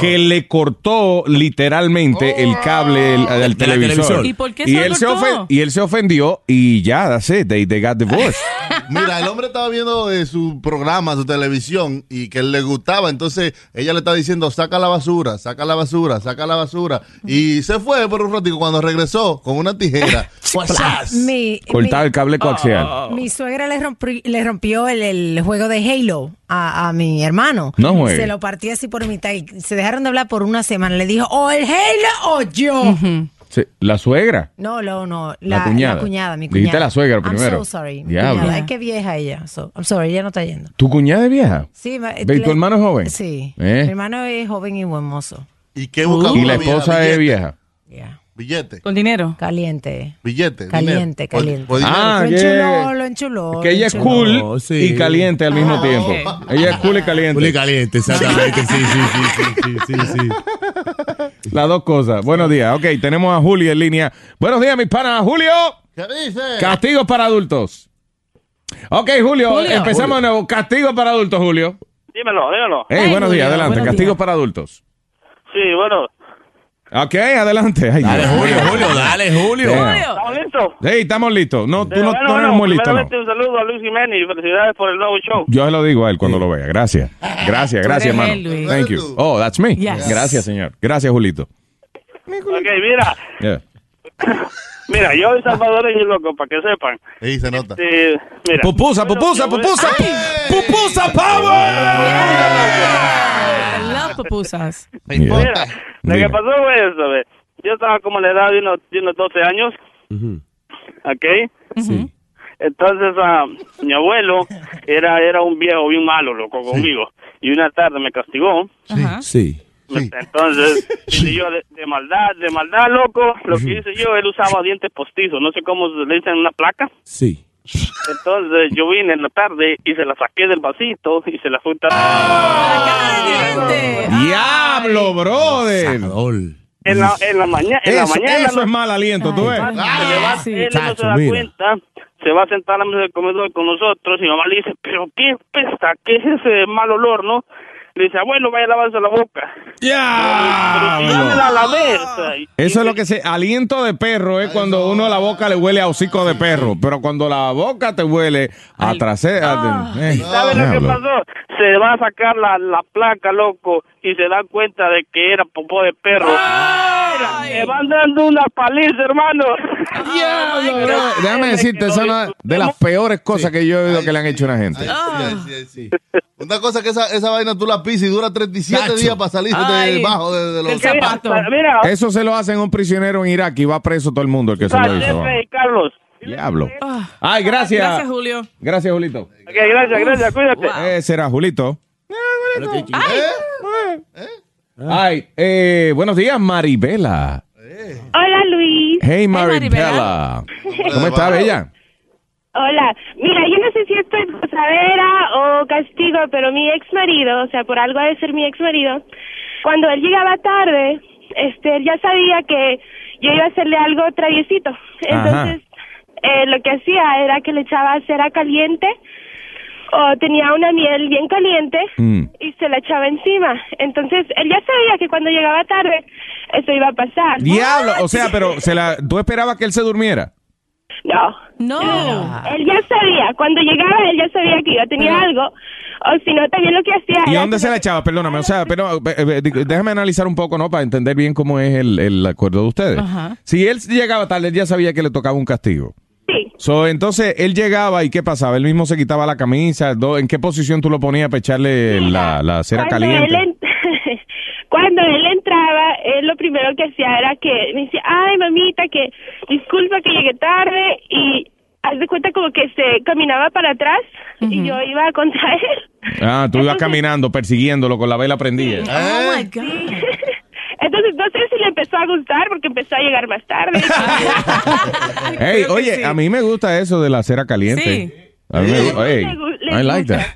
Speaker 5: Que le cortó literalmente el cable el- al
Speaker 1: De la
Speaker 5: televisor.
Speaker 1: televisor. ¿Y por qué
Speaker 5: y
Speaker 1: se lo
Speaker 5: él se
Speaker 1: cortó?
Speaker 5: ofen- y él se ofendió y ya, that's it. They, they got divorced.
Speaker 9: Mira, el hombre estaba viendo eh, su programa, su televisión, y que él le gustaba. Entonces ella le estaba diciendo, saca la basura, saca la basura, saca la basura. Y se fue por un ratito. Cuando regresó con una tijera, ¡guasas!
Speaker 19: Mi, Ah.
Speaker 5: Cortaba el cable coaxial.
Speaker 19: mi- mi suegra le, rompí- le rompió el, el juego de Halo a, a mi hermano.
Speaker 5: No juegue.
Speaker 19: Se lo partí así por mitad y se dejaron de hablar por una semana. Le dijo, o el Halo o yo.
Speaker 5: Se- la suegra.
Speaker 19: No, no, no.
Speaker 5: La
Speaker 19: La,
Speaker 5: cuñada.
Speaker 19: la cuñada, mi
Speaker 5: Dijiste
Speaker 19: cuñada.
Speaker 5: la suegra
Speaker 19: I'm
Speaker 5: primero.
Speaker 19: so sorry. mi
Speaker 5: Diablo.
Speaker 19: cuñada. Es que vieja ella. so- I'm sorry, ella no está yendo.
Speaker 5: ¿Tu cuñada es vieja?
Speaker 19: Sí, ma-
Speaker 5: Ve, ¿Y tu
Speaker 19: le-
Speaker 5: hermano es joven?
Speaker 19: Sí.
Speaker 5: ¿Eh?
Speaker 19: Mi hermano es joven y buen mozo.
Speaker 9: ¿Y qué
Speaker 5: Y la esposa es vieja.
Speaker 9: Billete.
Speaker 12: ¿Con dinero?
Speaker 19: Caliente.
Speaker 9: Billete.
Speaker 19: Caliente,
Speaker 9: dinero.
Speaker 19: caliente.
Speaker 9: O- o dinero.
Speaker 5: Ah,
Speaker 19: lo
Speaker 5: yeah.
Speaker 19: enchuló, lo enchuló.
Speaker 5: Que ella es cool y caliente al mismo tiempo. Ella es cool y caliente. Cool y
Speaker 1: caliente, exactamente. Sí, sí, sí, sí, sí, sí, sí.
Speaker 5: Las dos cosas. Buenos días. Ok, tenemos a Julio en línea. Buenos días, mis panas. Julio,
Speaker 9: ¿Qué dice?
Speaker 5: castigos para adultos. Ok, Julio,
Speaker 6: Julio.
Speaker 5: empezamos de nuevo. Castigos para adultos, Julio.
Speaker 6: Dímelo, dímelo.
Speaker 5: Hey, buenos días, adelante. Castigos para adultos.
Speaker 6: Sí, bueno.
Speaker 5: Ok, adelante. dale, Julio, Julio, dale, Julio.
Speaker 6: ¿Estamos listos?
Speaker 5: Hey, estamos listos. No, tú
Speaker 6: Sí,
Speaker 5: no,
Speaker 6: bueno,
Speaker 5: no
Speaker 6: bueno, este
Speaker 5: eres muy listo, no.
Speaker 6: primeramente un saludo a Luis Jiménez y felicidades por el nuevo show.
Speaker 5: Yo se lo digo a él cuando lo vea. Gracias. Gracias,
Speaker 6: Tú
Speaker 5: gracias,
Speaker 6: eres
Speaker 5: hermano.
Speaker 6: él, Luis.
Speaker 5: Thank
Speaker 6: Eres
Speaker 5: you. Oh, that's me.
Speaker 6: Yes.
Speaker 5: Gracias, señor. Gracias, Julito.
Speaker 6: Ok, mira,
Speaker 5: Yeah.
Speaker 6: mira, yo soy salvadoreño, loco, para que sepan.
Speaker 9: Sí, se nota.
Speaker 6: Este, mira.
Speaker 5: Pupusa, pupusa, pupusa. Pupusa
Speaker 12: I love pupusas.
Speaker 6: Mira, lo que pasó fue eso, ve. Yo estaba como en la edad de unos, de unos 12 años, ¿ok? Entonces, ah, mi abuelo era, era un viejo bien malo, loco, conmigo. Y una tarde me castigó.
Speaker 1: Sí.
Speaker 6: Entonces, y yo de, de maldad, de maldad, loco, lo que hice yo, él usaba dientes postizos, no sé cómo se le dicen una placa.
Speaker 1: Sí.
Speaker 6: Entonces, yo vine en la tarde y se la saqué del vasito y se la fui tar-
Speaker 5: Ah,
Speaker 3: Este,
Speaker 5: Diablo, brother.
Speaker 6: En la, en la, mañana en la
Speaker 5: Eso,
Speaker 6: mañana.
Speaker 5: eso es mal aliento, tú ves.
Speaker 6: Ah, Se va- él no se
Speaker 5: ah, Chacho,
Speaker 6: da
Speaker 5: mira.
Speaker 6: cuenta, se va a sentar a la mesa del comedor con nosotros y mamá le dice, pero qué pesta, qué es ese mal olor, ¿no? Le dice, abuelo, vaya a lavarse la boca.
Speaker 5: Ya.
Speaker 6: Pero si yo me la lavé, o sea,
Speaker 5: Eso es lo que se. Aliento de perro es cuando uno la boca le huele a hocico de perro. Pero cuando la boca te huele a
Speaker 6: Ah.
Speaker 5: trasera. eh,
Speaker 6: ¿Sabes lo que
Speaker 5: diablo.
Speaker 6: pasó? Se va a sacar la, la placa, loco, y se da cuenta de que era popó de perro. Mira, Le van dando una paliza, hermano.
Speaker 5: Pero déjame decirte, esa es una de las peores cosas que yo he oído que le han hecho a una gente.
Speaker 6: Ah.
Speaker 9: Una cosa que esa, esa vaina tú la pisas y dura 37
Speaker 5: Chacho.
Speaker 9: días para salir
Speaker 6: Ay.
Speaker 9: debajo de, de los
Speaker 6: Del zapato. Mira,
Speaker 5: Eso se lo hacen a un prisionero en Irak y va preso todo el mundo el que se lo
Speaker 6: Sal,
Speaker 5: hizo.
Speaker 6: Jeffrey, Carlos,
Speaker 5: Diablo. Ah. Ay, gracias.
Speaker 12: Gracias, Julio.
Speaker 5: Gracias, Julito.
Speaker 24: Ok, gracias, gracias, cuídate.
Speaker 5: Eh, será Julito. Ay, eh, buenos días, Maribela.
Speaker 8: Hola Luis.
Speaker 5: Hey, Maribela. ¿Cómo está, bella?
Speaker 8: Hola. Mira, yo no sé si esto es gozadera o castigo, pero mi ex marido, o sea, por algo ha de ser mi ex marido, cuando él llegaba tarde, este, él ya sabía que yo iba a hacerle algo traviesito. Entonces, eh, lo que hacía era que le echaba cera caliente o tenía una miel bien caliente
Speaker 5: Mm.
Speaker 8: y se la echaba encima. Entonces, él ya sabía que cuando llegaba tarde eso iba a pasar.
Speaker 5: Diablo, o sea, pero se la, tú esperabas que él se durmiera.
Speaker 8: No. No. Él ya sabía, cuando llegaba él ya sabía que yo tenía algo, o si no, también lo que hacía
Speaker 5: ¿Y a
Speaker 8: era...
Speaker 5: dónde se la echaba? Perdóname, o sea, pero eh, eh, digo, déjame analizar un poco, ¿no? Para entender bien cómo es el, el acuerdo de ustedes.
Speaker 8: Ajá.
Speaker 5: Si él llegaba tarde, él ya sabía que le tocaba un castigo.
Speaker 8: Sí.
Speaker 5: So, entonces él llegaba y ¿qué pasaba? Él mismo se quitaba la camisa. do- ¿En qué posición tú lo ponías para echarle la, la cera
Speaker 8: cuando Él
Speaker 5: caliente?
Speaker 8: en- cuando él entraba, él lo primero que hacía era que me decía, ay mamita, que disculpa que llegué tarde y haz de cuenta como que se caminaba para atrás y yo iba contra él.
Speaker 5: Ah, tú ibas caminando, persiguiéndolo con la vela prendida.
Speaker 8: Oh my God. Entonces no sé si le empezó a gustar porque empezó a llegar más tarde.
Speaker 5: Hey, oye, a mí me gusta eso de la cera caliente. A mí me
Speaker 9: Sí.
Speaker 5: gusta. Hey,
Speaker 9: Le gu- le
Speaker 5: I like
Speaker 9: gusta,
Speaker 5: that.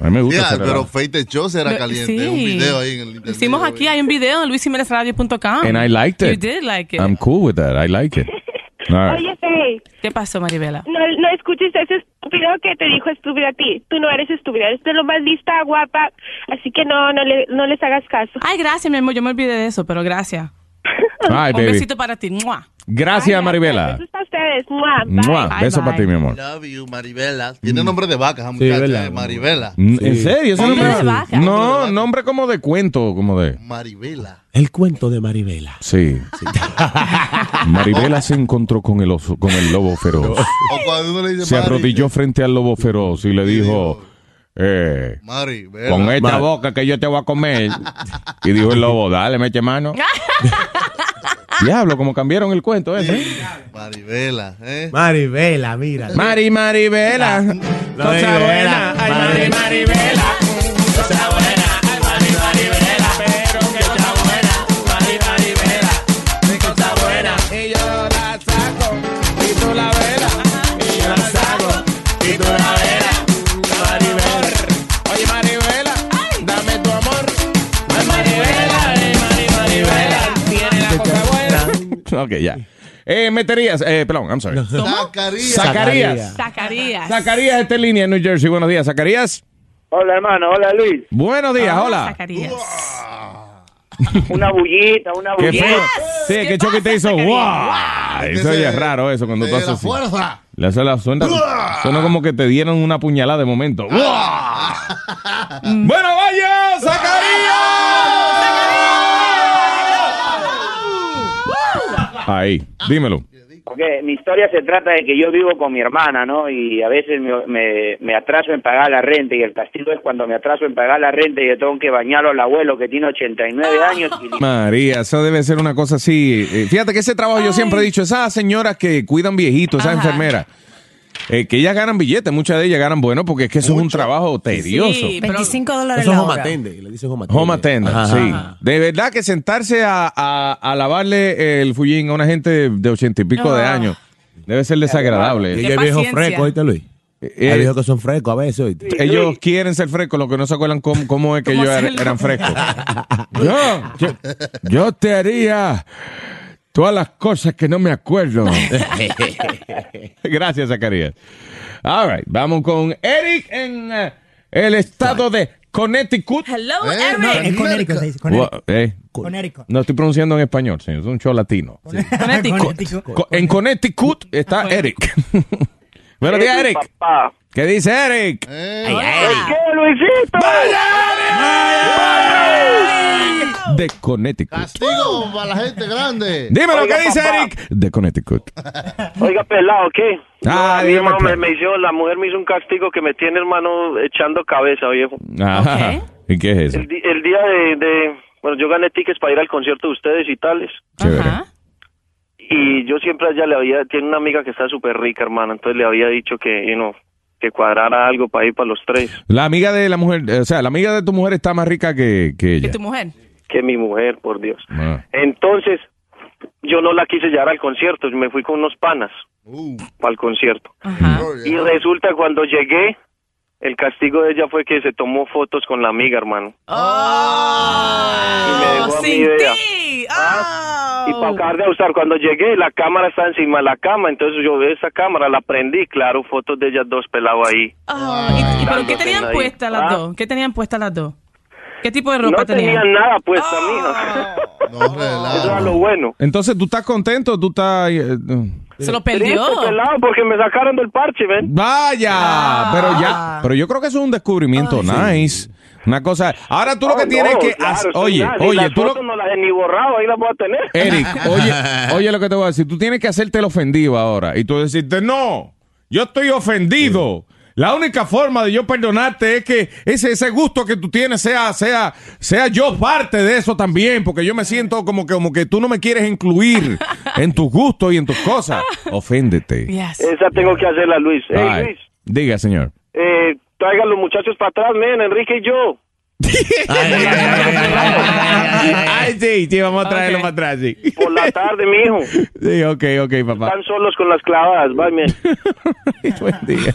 Speaker 5: A mí me gusta.
Speaker 9: Yeah,
Speaker 5: esa
Speaker 9: pero
Speaker 5: verdad.
Speaker 9: Feite Show será caliente.
Speaker 12: Sí.
Speaker 9: Un video ahí en el
Speaker 12: Lo Hicimos aquí, hay un video en luisimenezradio.com.
Speaker 5: And I liked it.
Speaker 12: You did like it.
Speaker 5: I'm cool with that. I like it. All right.
Speaker 8: Oye, Faye,
Speaker 12: ¿Qué pasó, Maribela?
Speaker 8: no, no escuches a ese estúpido que te dijo estúpido a ti. Tú no eres estúpida, eres de lo más lista, guapa, así que no, no, le, no les hagas caso.
Speaker 12: Ay, gracias, mi amor. Yo me olvidé de eso, pero gracias.
Speaker 5: Ay,
Speaker 12: Un
Speaker 5: baby.
Speaker 12: besito para ti. ¡Mua!
Speaker 5: Gracias, Maribela.
Speaker 8: a ustedes. Mua,
Speaker 5: Mua. Beso para ti, mi amor.
Speaker 9: Love you, Maribela. Tiene nombre de vaca, esa muchacha, eh, Maribela.
Speaker 5: Mm, ¿En serio? ¿Ese
Speaker 9: Hombre
Speaker 5: nombre?
Speaker 9: de vaca.
Speaker 5: No, nombre como de cuento, como de...
Speaker 9: Maribela.
Speaker 5: El cuento de Maribela. Sí. Maribela se encontró con el oso, con el lobo feroz.
Speaker 9: O cuando uno le dice
Speaker 5: Se
Speaker 9: Mari,
Speaker 5: arrodilló frente al lobo feroz y le dijo, eh,
Speaker 9: Maribela.
Speaker 5: con esta
Speaker 9: Mar-
Speaker 5: boca que yo te voy a comer. Y dijo el lobo, dale, mete mano. Diablo, como cambiaron el cuento ese.
Speaker 9: Maribela, ¿eh?
Speaker 5: Maribela, mira. Mari, Maribela. Cosa buena. Ay, Mari, Maribela.
Speaker 3: Cosa buena. Ay, Mari, Maribela. Pero que cosa buena. Mari, Maribela. Mi cosa buena. Y yo la saco. Y tú la velas. Y yo la saco. Y tú la velas. Maribela. Oye, Maribela. Dame tu amor. Ay, Maribela. Ay, Mari, Maribela. Tiene la cosa buena.
Speaker 5: Ok, ya. Eh, meterías, eh, perdón, I'm sorry.
Speaker 9: Zacarías.
Speaker 5: Zacarías.
Speaker 12: Zacarías.
Speaker 5: Zacarías está en línea en New Jersey. Buenos días, Zacarías.
Speaker 6: Hola, hermano. Hola, Luis.
Speaker 5: Buenos días,
Speaker 21: Ah,
Speaker 5: hola.
Speaker 12: Zacarías.
Speaker 6: Una bullita, una
Speaker 5: Qué
Speaker 6: bullita.
Speaker 5: feo. Sí, qué choque te hizo. ¡Wow! Eso ya es raro eso cuando tú haces así. Le hace la suena, suena como que te dieron una puñalada de momento.
Speaker 3: Mm.
Speaker 5: Bueno, vaya,
Speaker 6: Zacarías.
Speaker 5: Ahí, dímelo.
Speaker 6: Ok, mi historia se trata de que yo vivo con mi hermana, ¿no? Y a veces me, me- me atraso en pagar la renta y el castigo es cuando me atraso en pagar la renta y yo tengo que bañarlo al abuelo que tiene 89 años y
Speaker 5: María, eso debe ser una cosa así. Eh, Fíjate que ese trabajo yo siempre he dicho, esas señoras que cuidan viejitos, esas enfermeras, eh, que ellas ganan billetes, muchas de ellas ganan bueno porque es que eso es un trabajo tedioso.
Speaker 19: 25 dólares
Speaker 5: Eso es
Speaker 19: la
Speaker 5: home
Speaker 19: hora.
Speaker 5: attendant. Home attendant,
Speaker 20: Ajá.
Speaker 5: sí.
Speaker 20: Ajá.
Speaker 5: De verdad que sentarse a, a- a lavarle el fullín a una gente de ochenta y pico de
Speaker 20: Ah.
Speaker 5: años debe ser desagradable. Eh,
Speaker 20: Y hay viejos frescos, oíste, Luis. Hay viejos que son frescos a veces, oíste.
Speaker 5: Ellos quieren ser frescos, lo que no se acuerdan cómo, cómo es que
Speaker 20: ¿Cómo
Speaker 5: ellos
Speaker 20: hacerlo?
Speaker 5: eran frescos. yo, yo, yo te haría todas las cosas que no me acuerdo. Gracias, Zacarías. All right, vamos con Eric en eh, el estado de Connecticut.
Speaker 12: Hello,
Speaker 10: Eh, no,
Speaker 12: Eric.
Speaker 10: es Connecticut, se dice,
Speaker 5: Gua- eh,
Speaker 10: Connecticut.
Speaker 5: no estoy pronunciando en español, señor. Es un show latino.
Speaker 10: Connecticut.
Speaker 5: Co- en Connecticut
Speaker 12: Ah,
Speaker 5: está Eric. Buenos días, Eric. ¿Qué dice Eric?
Speaker 3: Eh.
Speaker 6: ¡Qué Luisito!
Speaker 5: De Connecticut.
Speaker 9: Castigo para la gente grande.
Speaker 5: Dímelo,
Speaker 6: Oiga,
Speaker 5: ¿qué dice
Speaker 6: papá.
Speaker 5: Eric? De Connecticut.
Speaker 6: Oiga, pelado, ¿qué?
Speaker 5: Ah,
Speaker 6: No, mi
Speaker 5: dime,
Speaker 6: hermano,
Speaker 5: pues.
Speaker 6: me, me hizo, la mujer me hizo un castigo que me tiene, hermano, echando cabeza, viejo.
Speaker 5: Ajá. ¿Y qué es eso?
Speaker 6: El, di- el día de, de- Bueno, yo gané tickets para ir al concierto de ustedes y tales.
Speaker 5: Chévere.
Speaker 6: Y,
Speaker 11: y yo siempre a ella le había, tiene una amiga que está súper rica, hermana, entonces le había dicho que, you know, que cuadrara algo para ir para los tres,
Speaker 5: La amiga de la mujer, eh, o sea, la amiga de tu mujer está más rica que, que ella.
Speaker 11: mujer? Que mi mujer, por Dios.
Speaker 5: Ah.
Speaker 11: Entonces, yo no la quise llevar al concierto, me fui con unos panas para el concierto. Y resulta cuando llegué, el castigo de ella fue que se tomó fotos con la amiga, hermano.
Speaker 12: Oh,
Speaker 11: y me dejó a mí
Speaker 3: sin
Speaker 11: de- Y para acabar de usar, cuando llegué, la cámara está encima de la cama, entonces yo veo esa cámara, la prendí, claro, fotos de ellas dos pelados
Speaker 12: ¿Y,
Speaker 11: ahí.
Speaker 12: y- pero Ah, qué
Speaker 11: Dándose
Speaker 12: tenían
Speaker 11: ahí.
Speaker 12: puestas las
Speaker 11: Ah.
Speaker 12: dos? ¿Qué tenían puestas las dos? ¿Qué tipo de ropa Ah.
Speaker 11: No tenían nada puesta, mija. Eso era lo bueno.
Speaker 5: Entonces, ¿tú estás contento? ¿Tú estás...? eh,
Speaker 12: Se lo
Speaker 11: Triste, pelado, porque me sacaron del parche, ¿ven?
Speaker 5: Vaya,
Speaker 12: Ah.
Speaker 5: pero ya, pero yo creo que eso es un descubrimiento nice. Una cosa, ahora tú lo que
Speaker 11: Oh,
Speaker 5: tienes
Speaker 11: no,
Speaker 5: que
Speaker 11: claro,
Speaker 5: hacer-
Speaker 11: sí,
Speaker 5: oye,
Speaker 11: nada, ni
Speaker 5: oye,
Speaker 11: las
Speaker 5: tú lo,
Speaker 11: fotos no las he ni borrado, ahí las voy a tener.
Speaker 5: Eric, oye, oye lo que te voy a decir. Tú tienes que hacerte el ofendido ahora. Y tú decirte, no, yo estoy ofendido. La única forma de yo perdonarte es que ese, ese gusto que tú tienes sea, sea, sea yo parte de eso también, porque yo me siento como que, como que tú no me quieres incluir en tus gustos y en tus cosas. Oféndete.
Speaker 12: pues?
Speaker 11: Esa tengo que hacerla, Luis. Ey,
Speaker 5: Bye.
Speaker 11: Luis,
Speaker 5: Diga, señor.
Speaker 11: eh, traigan los muchachos para atrás, men, Enrique y yo.
Speaker 5: Ay, sí, sí, vamos a traerlo para atrás, sí.
Speaker 11: Por la tarde, mijo.
Speaker 5: Sí, ok, ok, papá.
Speaker 11: Están solos con las clavadas, bye, men.
Speaker 5: Buen día.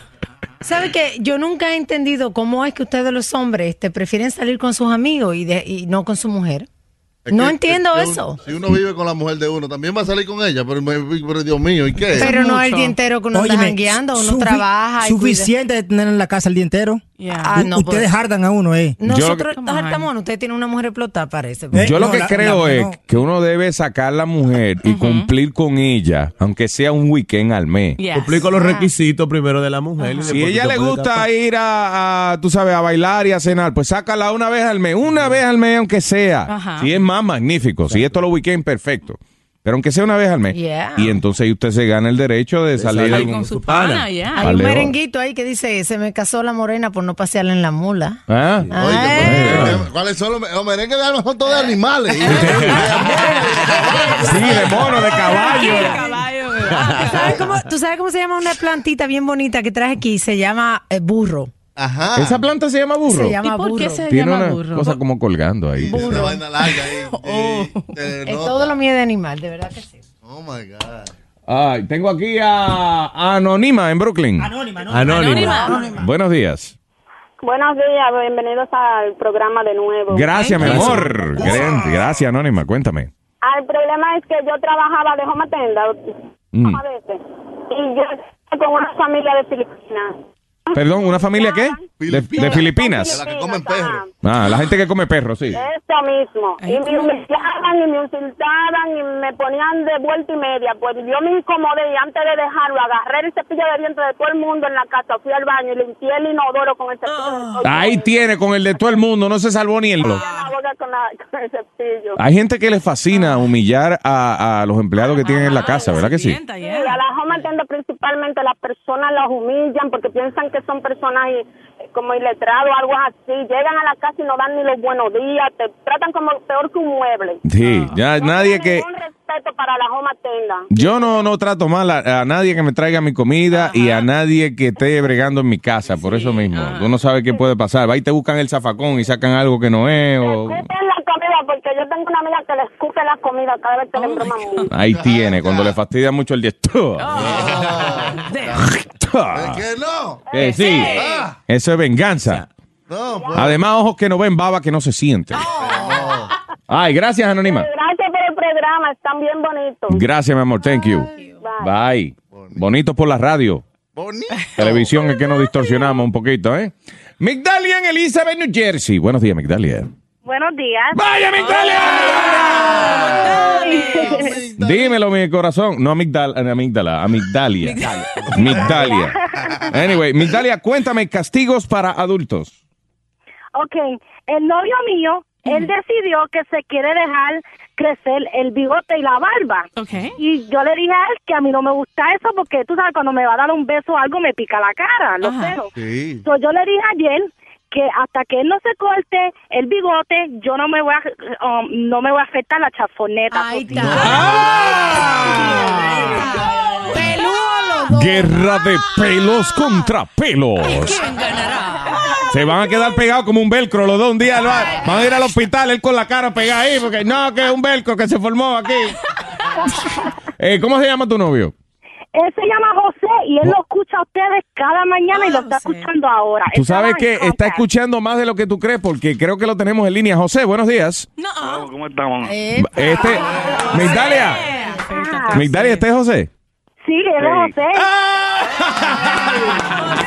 Speaker 19: ¿Sabe que yo nunca he entendido cómo es que ustedes los hombres te prefieren salir con sus amigos y, de- y no con su mujer? no entiendo
Speaker 9: que uno-
Speaker 19: eso.
Speaker 9: si uno vive con la mujer de uno, también va a salir con ella, pero, me- pero Dios mío, ¿y qué?
Speaker 19: Pero no el día entero que uno anda
Speaker 17: Óyeme,
Speaker 19: jangueando, uno
Speaker 17: sufi-
Speaker 19: trabaja. y cuida.
Speaker 17: Suficiente de tener en la casa el día entero.
Speaker 19: Ah, no,
Speaker 17: Ustedes
Speaker 19: pues.
Speaker 17: jardan a uno, eh.
Speaker 19: Nosotros, Artamón, usted tiene una mujer explotada, parece.
Speaker 5: Yo lo
Speaker 19: Eh, No,
Speaker 5: que
Speaker 19: la-
Speaker 5: creo
Speaker 19: la-
Speaker 5: es
Speaker 19: no.
Speaker 5: que uno debe sacar la mujer y cumplir con ella, aunque sea un weekend al mes.
Speaker 1: Yes. Cumplir con los requisitos primero de la mujer. y
Speaker 19: pues,
Speaker 5: Si
Speaker 1: después
Speaker 5: ella
Speaker 1: tú
Speaker 5: le
Speaker 1: te puedes
Speaker 5: gusta
Speaker 1: escapar.
Speaker 5: ir a, a, tú sabes, a bailar y a cenar, pues sácala una vez al mes, una vez al mes aunque sea.
Speaker 1: Ajá.
Speaker 5: Si es más magnífico, si esto los weekend perfecto, pero aunque sea una vez al mes.
Speaker 19: Yeah.
Speaker 5: Y entonces ahí usted se gana el derecho de salir Ah,
Speaker 19: salir con
Speaker 12: su
Speaker 19: pana, yeah. Hay un
Speaker 5: Vale, oh.
Speaker 19: merenguito ahí que dice, se me casó la morena por no pasearla en la mula.
Speaker 5: ¿Ah?
Speaker 9: ¿Cuáles son los, me- los merengues de alma? Son todos de animales.
Speaker 5: Sí, de mono, de caballo.
Speaker 10: Ah.
Speaker 19: ¿Sabes cómo- ¿Tú sabes cómo se llama una plantita bien bonita que traje aquí? Se llama eh, burro.
Speaker 9: Ajá.
Speaker 5: Esa planta se llama burro.
Speaker 19: Se llama ¿Y por qué burro. se
Speaker 5: Tiene
Speaker 19: llama
Speaker 5: una
Speaker 19: burro?
Speaker 5: cosa como colgando ahí.
Speaker 19: Burro. Oh. Es todo lo mío de animal, de verdad que sí.
Speaker 9: Oh my God.
Speaker 5: Ay, tengo aquí a Anónima en Brooklyn. Anónima,
Speaker 3: Anónima.
Speaker 5: Buenos días.
Speaker 13: Buenos días, bienvenidos al programa de nuevo.
Speaker 5: Gracias, mi amor. Gran- Gracias, Anónima. Cuéntame.
Speaker 13: Ah, El problema es que yo trabajaba de home attendant
Speaker 5: Mm.
Speaker 13: a veces y yo estaba con una familia de Filipinas.
Speaker 5: Perdón, ¿una familia qué? De, de Filipinas.
Speaker 13: que comen perros.
Speaker 5: Ah, la gente que come perros, sí.
Speaker 13: Eso mismo. Y me humillaban y me insultaban y me ponían de vuelta y media. Pues yo me incomodé y antes de dejarlo agarré el cepillo de dientes de todo el mundo en la casa, fui al baño y limpié el inodoro con el cepillo. de todo el
Speaker 5: Ahí tiene con el de todo el mundo, no se salvó ni el
Speaker 13: mundo,
Speaker 5: blog.
Speaker 13: la boca con, la- con el cepillo.
Speaker 5: Hay gente que le fascina humillar a, a los empleados que tienen en la casa, ¿verdad que sí?
Speaker 13: Sí, a las home attendant principalmente las personas las humillan porque piensan que son personas eh, como iletrados o algo así. Llegan a la casa y no dan ni los buenos días, te tratan como peor que un mueble.
Speaker 5: Sí, ya nadie que...
Speaker 13: Ningún respeto para las home attendant.
Speaker 5: Yo no, no trato mal a, a nadie que me traiga mi comida y a nadie que esté bregando en mi casa, por eso mismo. Tú no sabes qué puede pasar. Va y te buscan el zafacón y sacan algo que no es. O...
Speaker 13: Escupen la comida porque yo tengo una amiga que le escupe la comida cada vez que le embroman mucho.
Speaker 5: Ahí tiene, cuando le fastidia mucho el diestro.
Speaker 9: ¿Qué no?
Speaker 5: Que Eh, sí, eso es venganza.
Speaker 9: No, pues.
Speaker 5: Además, ojos que no ven, baba que no se siente. Ay, gracias, Anónima.
Speaker 13: Gracias por el programa, están bien bonitos.
Speaker 5: Gracias, mi amor. Thank you. Bye. Bonito por la radio. Televisión es que nos distorsionamos un poquito, ¿eh? Migdalia en Elizabeth, New Jersey. Buenos días, Migdalia.
Speaker 14: Buenos días.
Speaker 5: ¡Vaya,
Speaker 14: Migdalia!
Speaker 5: Dímelo, mi corazón. No amigdal, eh, amígdala, amigdalia. Migdalia. Anyway, Migdalia, cuéntame castigos para adultos.
Speaker 14: Ok, el novio mío, él decidió que se quiere dejar crecer el bigote y la barba. Y yo le dije a él que a mí no me gusta eso porque tú sabes, cuando me va a dar un beso o algo me pica la cara, los pelos.
Speaker 3: Sí.
Speaker 14: So, yo le dije ayer
Speaker 23: que hasta que él no se corte el bigote, yo no me voy a, um, no me voy a afectar la chafoneta. Ahí está.
Speaker 3: ¡Ah!
Speaker 5: Guerra de pelos contra pelos. Se van a quedar pegados como un velcro los dos. Un día lo va- van a ir al hospital, él con la cara pegada ahí, porque no, que es un velcro que se formó aquí. Eh, ¿Cómo se llama tu novio?
Speaker 23: Él se llama José y él lo escucha a ustedes cada mañana y lo está escuchando ahora.
Speaker 5: Tú
Speaker 23: Él
Speaker 5: sabes
Speaker 23: trabaja
Speaker 5: que
Speaker 23: en
Speaker 5: está
Speaker 23: Comcast.
Speaker 5: escuchando más de lo que tú crees, porque creo que lo tenemos en línea. José, buenos días.
Speaker 3: ¿Cómo estamos?
Speaker 5: Este, Migdalia, Migdalia, este es José.
Speaker 23: Sí, él es José.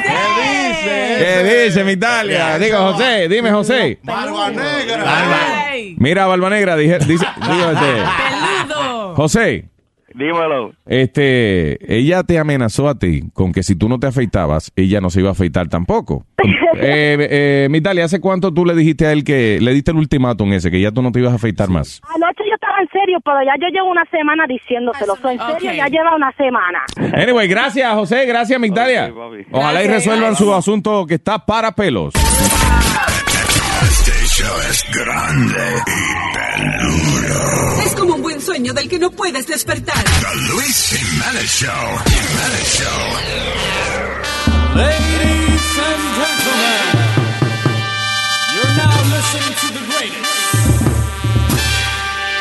Speaker 5: ¿Qué Eh, dice Migdalia? Digo, José, dime, José.
Speaker 9: Barba negra.
Speaker 5: Mira, Barba Negra, dije- dice, digo, este, José,
Speaker 3: Dímelo.
Speaker 5: este, ella te amenazó a ti con que si tú no te afeitabas, ella no se iba a afeitar tampoco. Eh, eh, Migdalia, ¿hace cuánto tú le dijiste a él que le diste el ultimátum ese, que ya tú no te ibas a afeitar más?
Speaker 23: Anoche yo estaba en serio, pero ya yo llevo una semana diciéndoselo. So, en serio, ya lleva una semana.
Speaker 5: Anyway, gracias, José, gracias, Migdalia. Ojalá y resuelvan su asunto que está para pelos.
Speaker 4: Este show es grande y peludo.
Speaker 25: Es como un buen sueño del que no puedes despertar.
Speaker 4: The Luis Jimenez Show. Jimenez Show.
Speaker 10: Ladies and gentlemen, you're now listening to the greatest.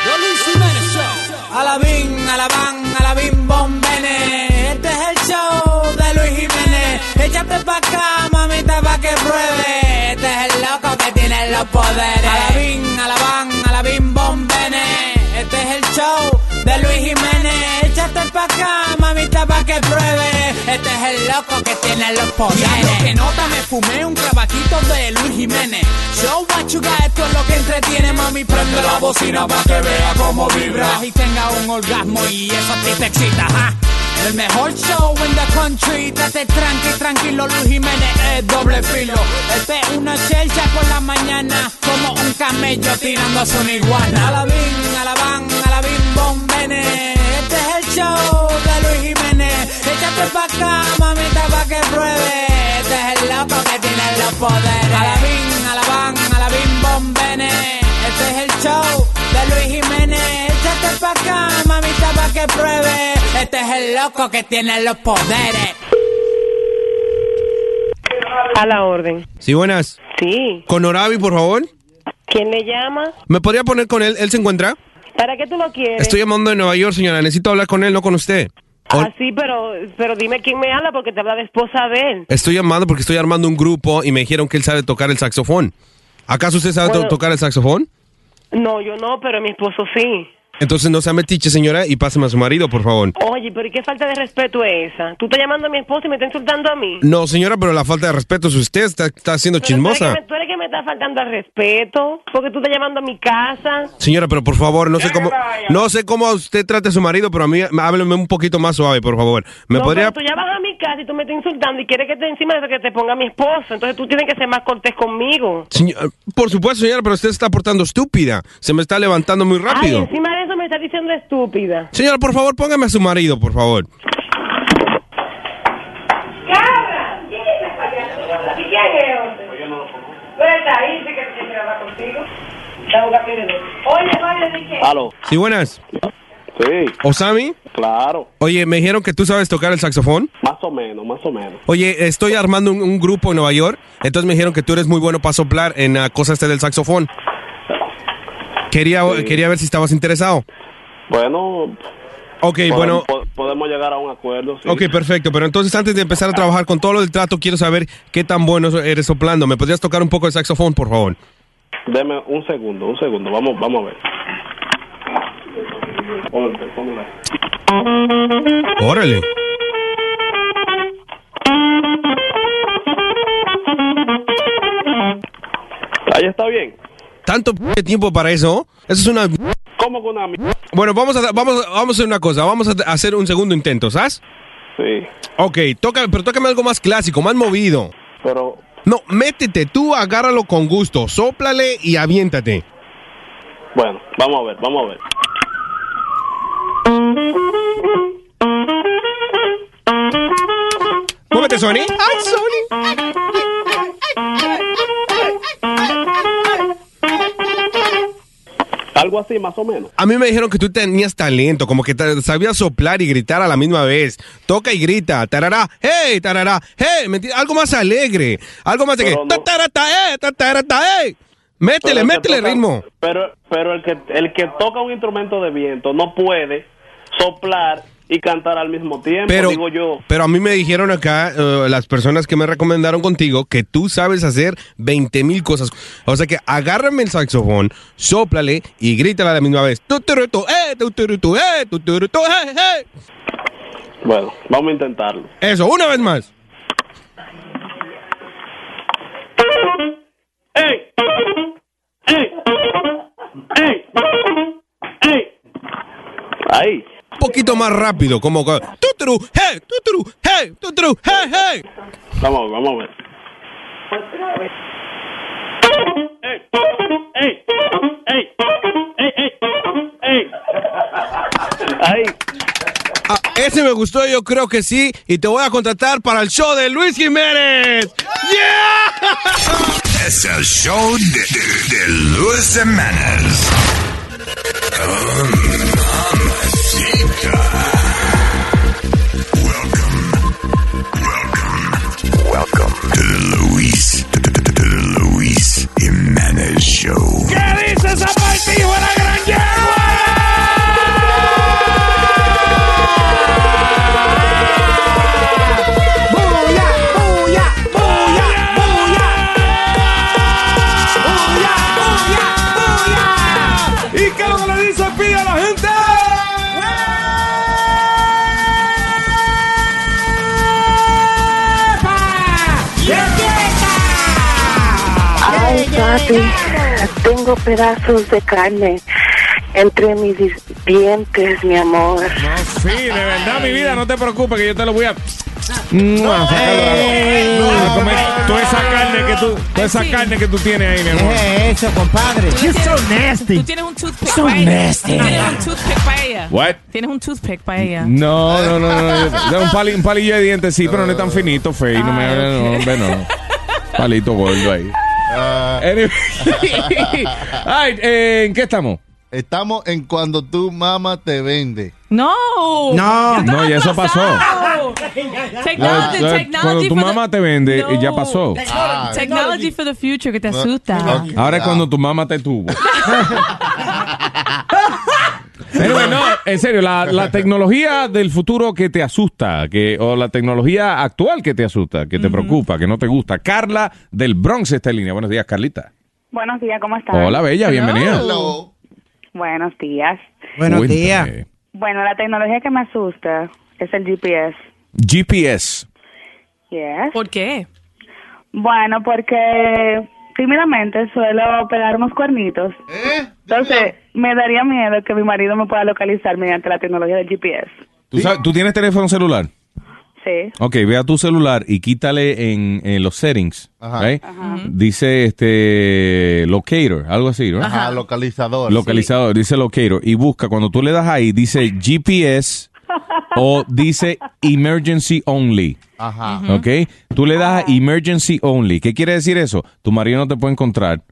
Speaker 10: The Luis Jimenez Show. Alabín, alabán, alabín, bombene. Este es el show de Luis Jiménez. Échate pa' acá, mamita, pa' que pruebe. Este es el loco que tiene los poderes. Alabín, alabán, alabín, bombene. Este es el show de Luis Jiménez. Échate pa' acá, mamita, pa' que pruebe. Este es el loco que tiene los poderes. que nota, me fumé un tabaquito de Luis Jiménez. Show guachuga, esto es lo que entretiene, mami. Prende la bocina pa' que vea cómo vibra. Y tenga un orgasmo y eso a ti te excita, ajá. El mejor show in the country, date tranqui, tranquilo, Luis Jiménez es doble filo. Este es una chelcha por la mañana, como un camello tirando su iguana. Alabín, alabán, alabín, bombene. Este es el show de Luis Jiménez. Échate pa' acá, mamita, pa' que pruebe. Este es el loco que tiene los poderes. Alabín, alabán, alabín, bombene. Este es el show de Luis Jiménez. Échate pa' acá, mamita, pa' que pruebe. Este es el loco que tiene los poderes.
Speaker 15: A la orden.
Speaker 20: Sí, buenas.
Speaker 15: Sí.
Speaker 20: Con Oravi, por favor.
Speaker 15: ¿Quién le llama?
Speaker 20: ¿Me podría poner con él? ¿Él se encuentra?
Speaker 15: ¿Para qué tú lo quieres?
Speaker 20: Estoy llamando de Nueva York, señora. Necesito hablar con él, no con usted. O-
Speaker 15: Ah, sí, pero, pero dime quién me habla porque te habla de esposa de él.
Speaker 20: Estoy llamando porque estoy armando un grupo y me dijeron que él sabe tocar el saxofón. ¿Acaso usted sabe to-
Speaker 15: Bueno.
Speaker 20: tocar el saxofón?
Speaker 15: No, yo no, pero mi esposo sí.
Speaker 20: Entonces no sea metiche, señora, y páseme a su marido, por favor.
Speaker 15: Oye, pero ¿y qué falta de respeto es esa? Tú estás llamando a mi esposo y me estás insultando a mí.
Speaker 20: No, señora, pero la falta de respeto es usted. Está, está siendo
Speaker 15: Pero tú eres que
Speaker 20: chismosa.
Speaker 15: me- Tú eres que me estás faltando al respeto porque tú estás llamando a mi casa.
Speaker 20: Señora, pero por favor, no sé cómo no sé cómo usted trata a su marido, pero a mí hábleme un poquito más suave, por favor. ¿Me
Speaker 15: no,
Speaker 20: podría
Speaker 15: pero tú ya vas a mi casa y tú me estás insultando y quieres que te encima de eso que te ponga mi esposo. Entonces tú tienes que ser más cortés conmigo.
Speaker 20: Señor- por supuesto, señora, pero usted se está portando estúpida. Se me está levantando muy
Speaker 15: Ay,
Speaker 20: rápido.
Speaker 15: encima de eso me estás diciendo estúpida.
Speaker 20: Señora, por favor, póngame a su marido, por favor.
Speaker 15: Aló.
Speaker 20: Sí, buenas.
Speaker 22: Sí.
Speaker 20: ¿Osami?
Speaker 22: Claro,
Speaker 20: Oye, me dijeron que tú sabes tocar el saxofón.
Speaker 22: más o menos, más o menos.
Speaker 20: Oye, estoy armando un, un grupo en Nueva York. Entonces me dijeron que tú eres muy bueno para soplar en la cosa este del saxofón. Quería,
Speaker 22: Sí.
Speaker 20: quería ver si estabas interesado.
Speaker 22: Bueno.
Speaker 20: Ok,
Speaker 22: podemos-
Speaker 20: bueno.
Speaker 22: po- Podemos llegar a un acuerdo, sí.
Speaker 20: Ok, perfecto. Pero entonces antes de empezar a trabajar con todo lo del trato, quiero saber qué tan bueno eres soplando. ¿Me podrías tocar un poco de saxofón, por favor?
Speaker 22: Deme un segundo, un segundo. Vamos, vamos a ver. Órale, póngala ahí.
Speaker 20: Órale.
Speaker 22: Ahí está bien.
Speaker 20: ¿Tanto p- tiempo para eso? Eso es una...
Speaker 22: ¿Cómo con una mierda?
Speaker 20: Bueno, vamos a, vamos, a- vamos a hacer una cosa. Vamos a hacer un segundo intento, ¿sabes?
Speaker 22: Sí.
Speaker 20: Ok, toca, pero tócame algo más clásico, más movido.
Speaker 22: Pero
Speaker 20: No, métete, tú agárralo con gusto, sóplale y aviéntate.
Speaker 22: bueno, vamos a ver, vamos a ver.
Speaker 20: Muévete, Sony. ¡Ay, Sony!
Speaker 26: algo así, más o menos.
Speaker 20: A mí me dijeron que tú tenías talento, como que ta- sabías soplar y gritar a la misma vez. Toca y grita, tarará, hey, tarará, hey, ¿me entiendes? algo más alegre, algo más de que,
Speaker 26: Pero no-
Speaker 20: ta, tarata, eh, ta, tarata, eh. Métele,
Speaker 26: Pero el que
Speaker 20: métele
Speaker 26: toca-
Speaker 20: ritmo.
Speaker 26: Pero, pero el, que, el que toca un instrumento de viento no puede soplar y cantar al mismo tiempo,
Speaker 20: Pero-
Speaker 26: digo yo.
Speaker 20: Pero a mí me dijeron acá eh, las personas que me recomendaron contigo que tú sabes hacer 20 mil cosas. O sea que agárrame el saxofón, sóplale y grítale a la misma vez. Tuturutu, eh, tuturutu, eh, tuturutu, eh, eh.
Speaker 26: Bueno, vamos a intentarlo.
Speaker 20: Eso, una vez más.
Speaker 26: ¡Ey! ¡Ey! ¡Ey! ¡Ey! Ahí.
Speaker 20: Un poquito más rápido, como que- tuturu, hey, tuturu, hey, tuturu, hey, hey.
Speaker 26: Vamos, vamos a ver. ¡Ey! ¡Ey! ¡Ey! ¡Ey! ¡Ey!
Speaker 20: Ah, ese me gustó, yo creo que sí. Y te voy a contratar para el show de Luis Jiménez. ¡Yeah!
Speaker 4: Es el show de, de, de Luis Jiménez. Oh, mamacita. Welcome, welcome, welcome to the Luis, to, to- to- to the Luis Jiménez Show.
Speaker 3: ¿Qué dices a partir de la gran yegua? ¡Buya, buya, buya, buya! ¡Buya, buya, buya!
Speaker 5: ¿Y qué es lo que le dice Pía a la gente?
Speaker 7: Ay, papi, tengo pedazos de carne entre mis dis- dientes, mi amor.
Speaker 5: Sí, de verdad, mi vida, no te preocupes que yo te lo voy a...
Speaker 3: no,
Speaker 5: eh. Toda esa carne que tú, toda esa carne que tú tienes ahí, mi amor.
Speaker 17: Eso, compadre. You're so nasty.
Speaker 12: Tú tienes un toothpick
Speaker 17: So
Speaker 12: para ella.
Speaker 17: nasty.
Speaker 12: Tienes un toothpick para ella.
Speaker 5: What?
Speaker 12: Tienes un toothpick para ella.
Speaker 5: No, no, no, no, no. yo- Un, pali- un palillo de dientes, sí, pero no es tan finito, fey. No me no, hombre, no. Palito gordo ahí. Anyway. Ay, eh, ¿en qué estamos?
Speaker 9: Estamos en cuando tu mamá te vende.
Speaker 12: No.
Speaker 5: No.
Speaker 12: Yo
Speaker 5: No, ya eso pasó.
Speaker 12: pasado. Technology,
Speaker 5: No, no,
Speaker 12: technology
Speaker 5: cuando tu
Speaker 12: for the-
Speaker 5: mamá te vende, eh, ya pasó.
Speaker 9: Ah.
Speaker 12: Technology for the future que te
Speaker 5: No.
Speaker 12: asusta. Ah.
Speaker 5: Ahora es cuando tu mamá te tuvo. Pero no, en serio, la, la tecnología del futuro que te asusta, que, o la tecnología actual que te asusta, que te preocupa, que no te gusta. Carla del Bronx está en línea. Buenos días, Carlita.
Speaker 16: Buenos días, ¿cómo estás?
Speaker 5: Hola, bella, bienvenida.
Speaker 16: Buenos días.
Speaker 5: Buenos
Speaker 16: días. Bueno, la tecnología que me asusta es el GPS.
Speaker 5: GPS.
Speaker 12: ¿Por qué?
Speaker 16: Bueno, porque tímidamente suelo pegar unos cuernitos.
Speaker 12: ¿Eh?
Speaker 16: Entonces, me daría miedo que mi marido me pueda localizar mediante la tecnología del GPS.
Speaker 5: ¿Tú, sabes- tú tienes teléfono celular?
Speaker 16: Sí.
Speaker 5: Ok, ve a tu celular y quítale en, en los settings. right? Dice este locator, algo así, ¿no?
Speaker 9: Ajá, localizador.
Speaker 5: Localizador, dice locator. Y busca, cuando tú le das ahí, dice GPS o dice emergency only.
Speaker 9: Ajá.
Speaker 5: ¿Ok? Tú le das a emergency only. ¿Qué quiere decir eso? Tu marido no te puede encontrar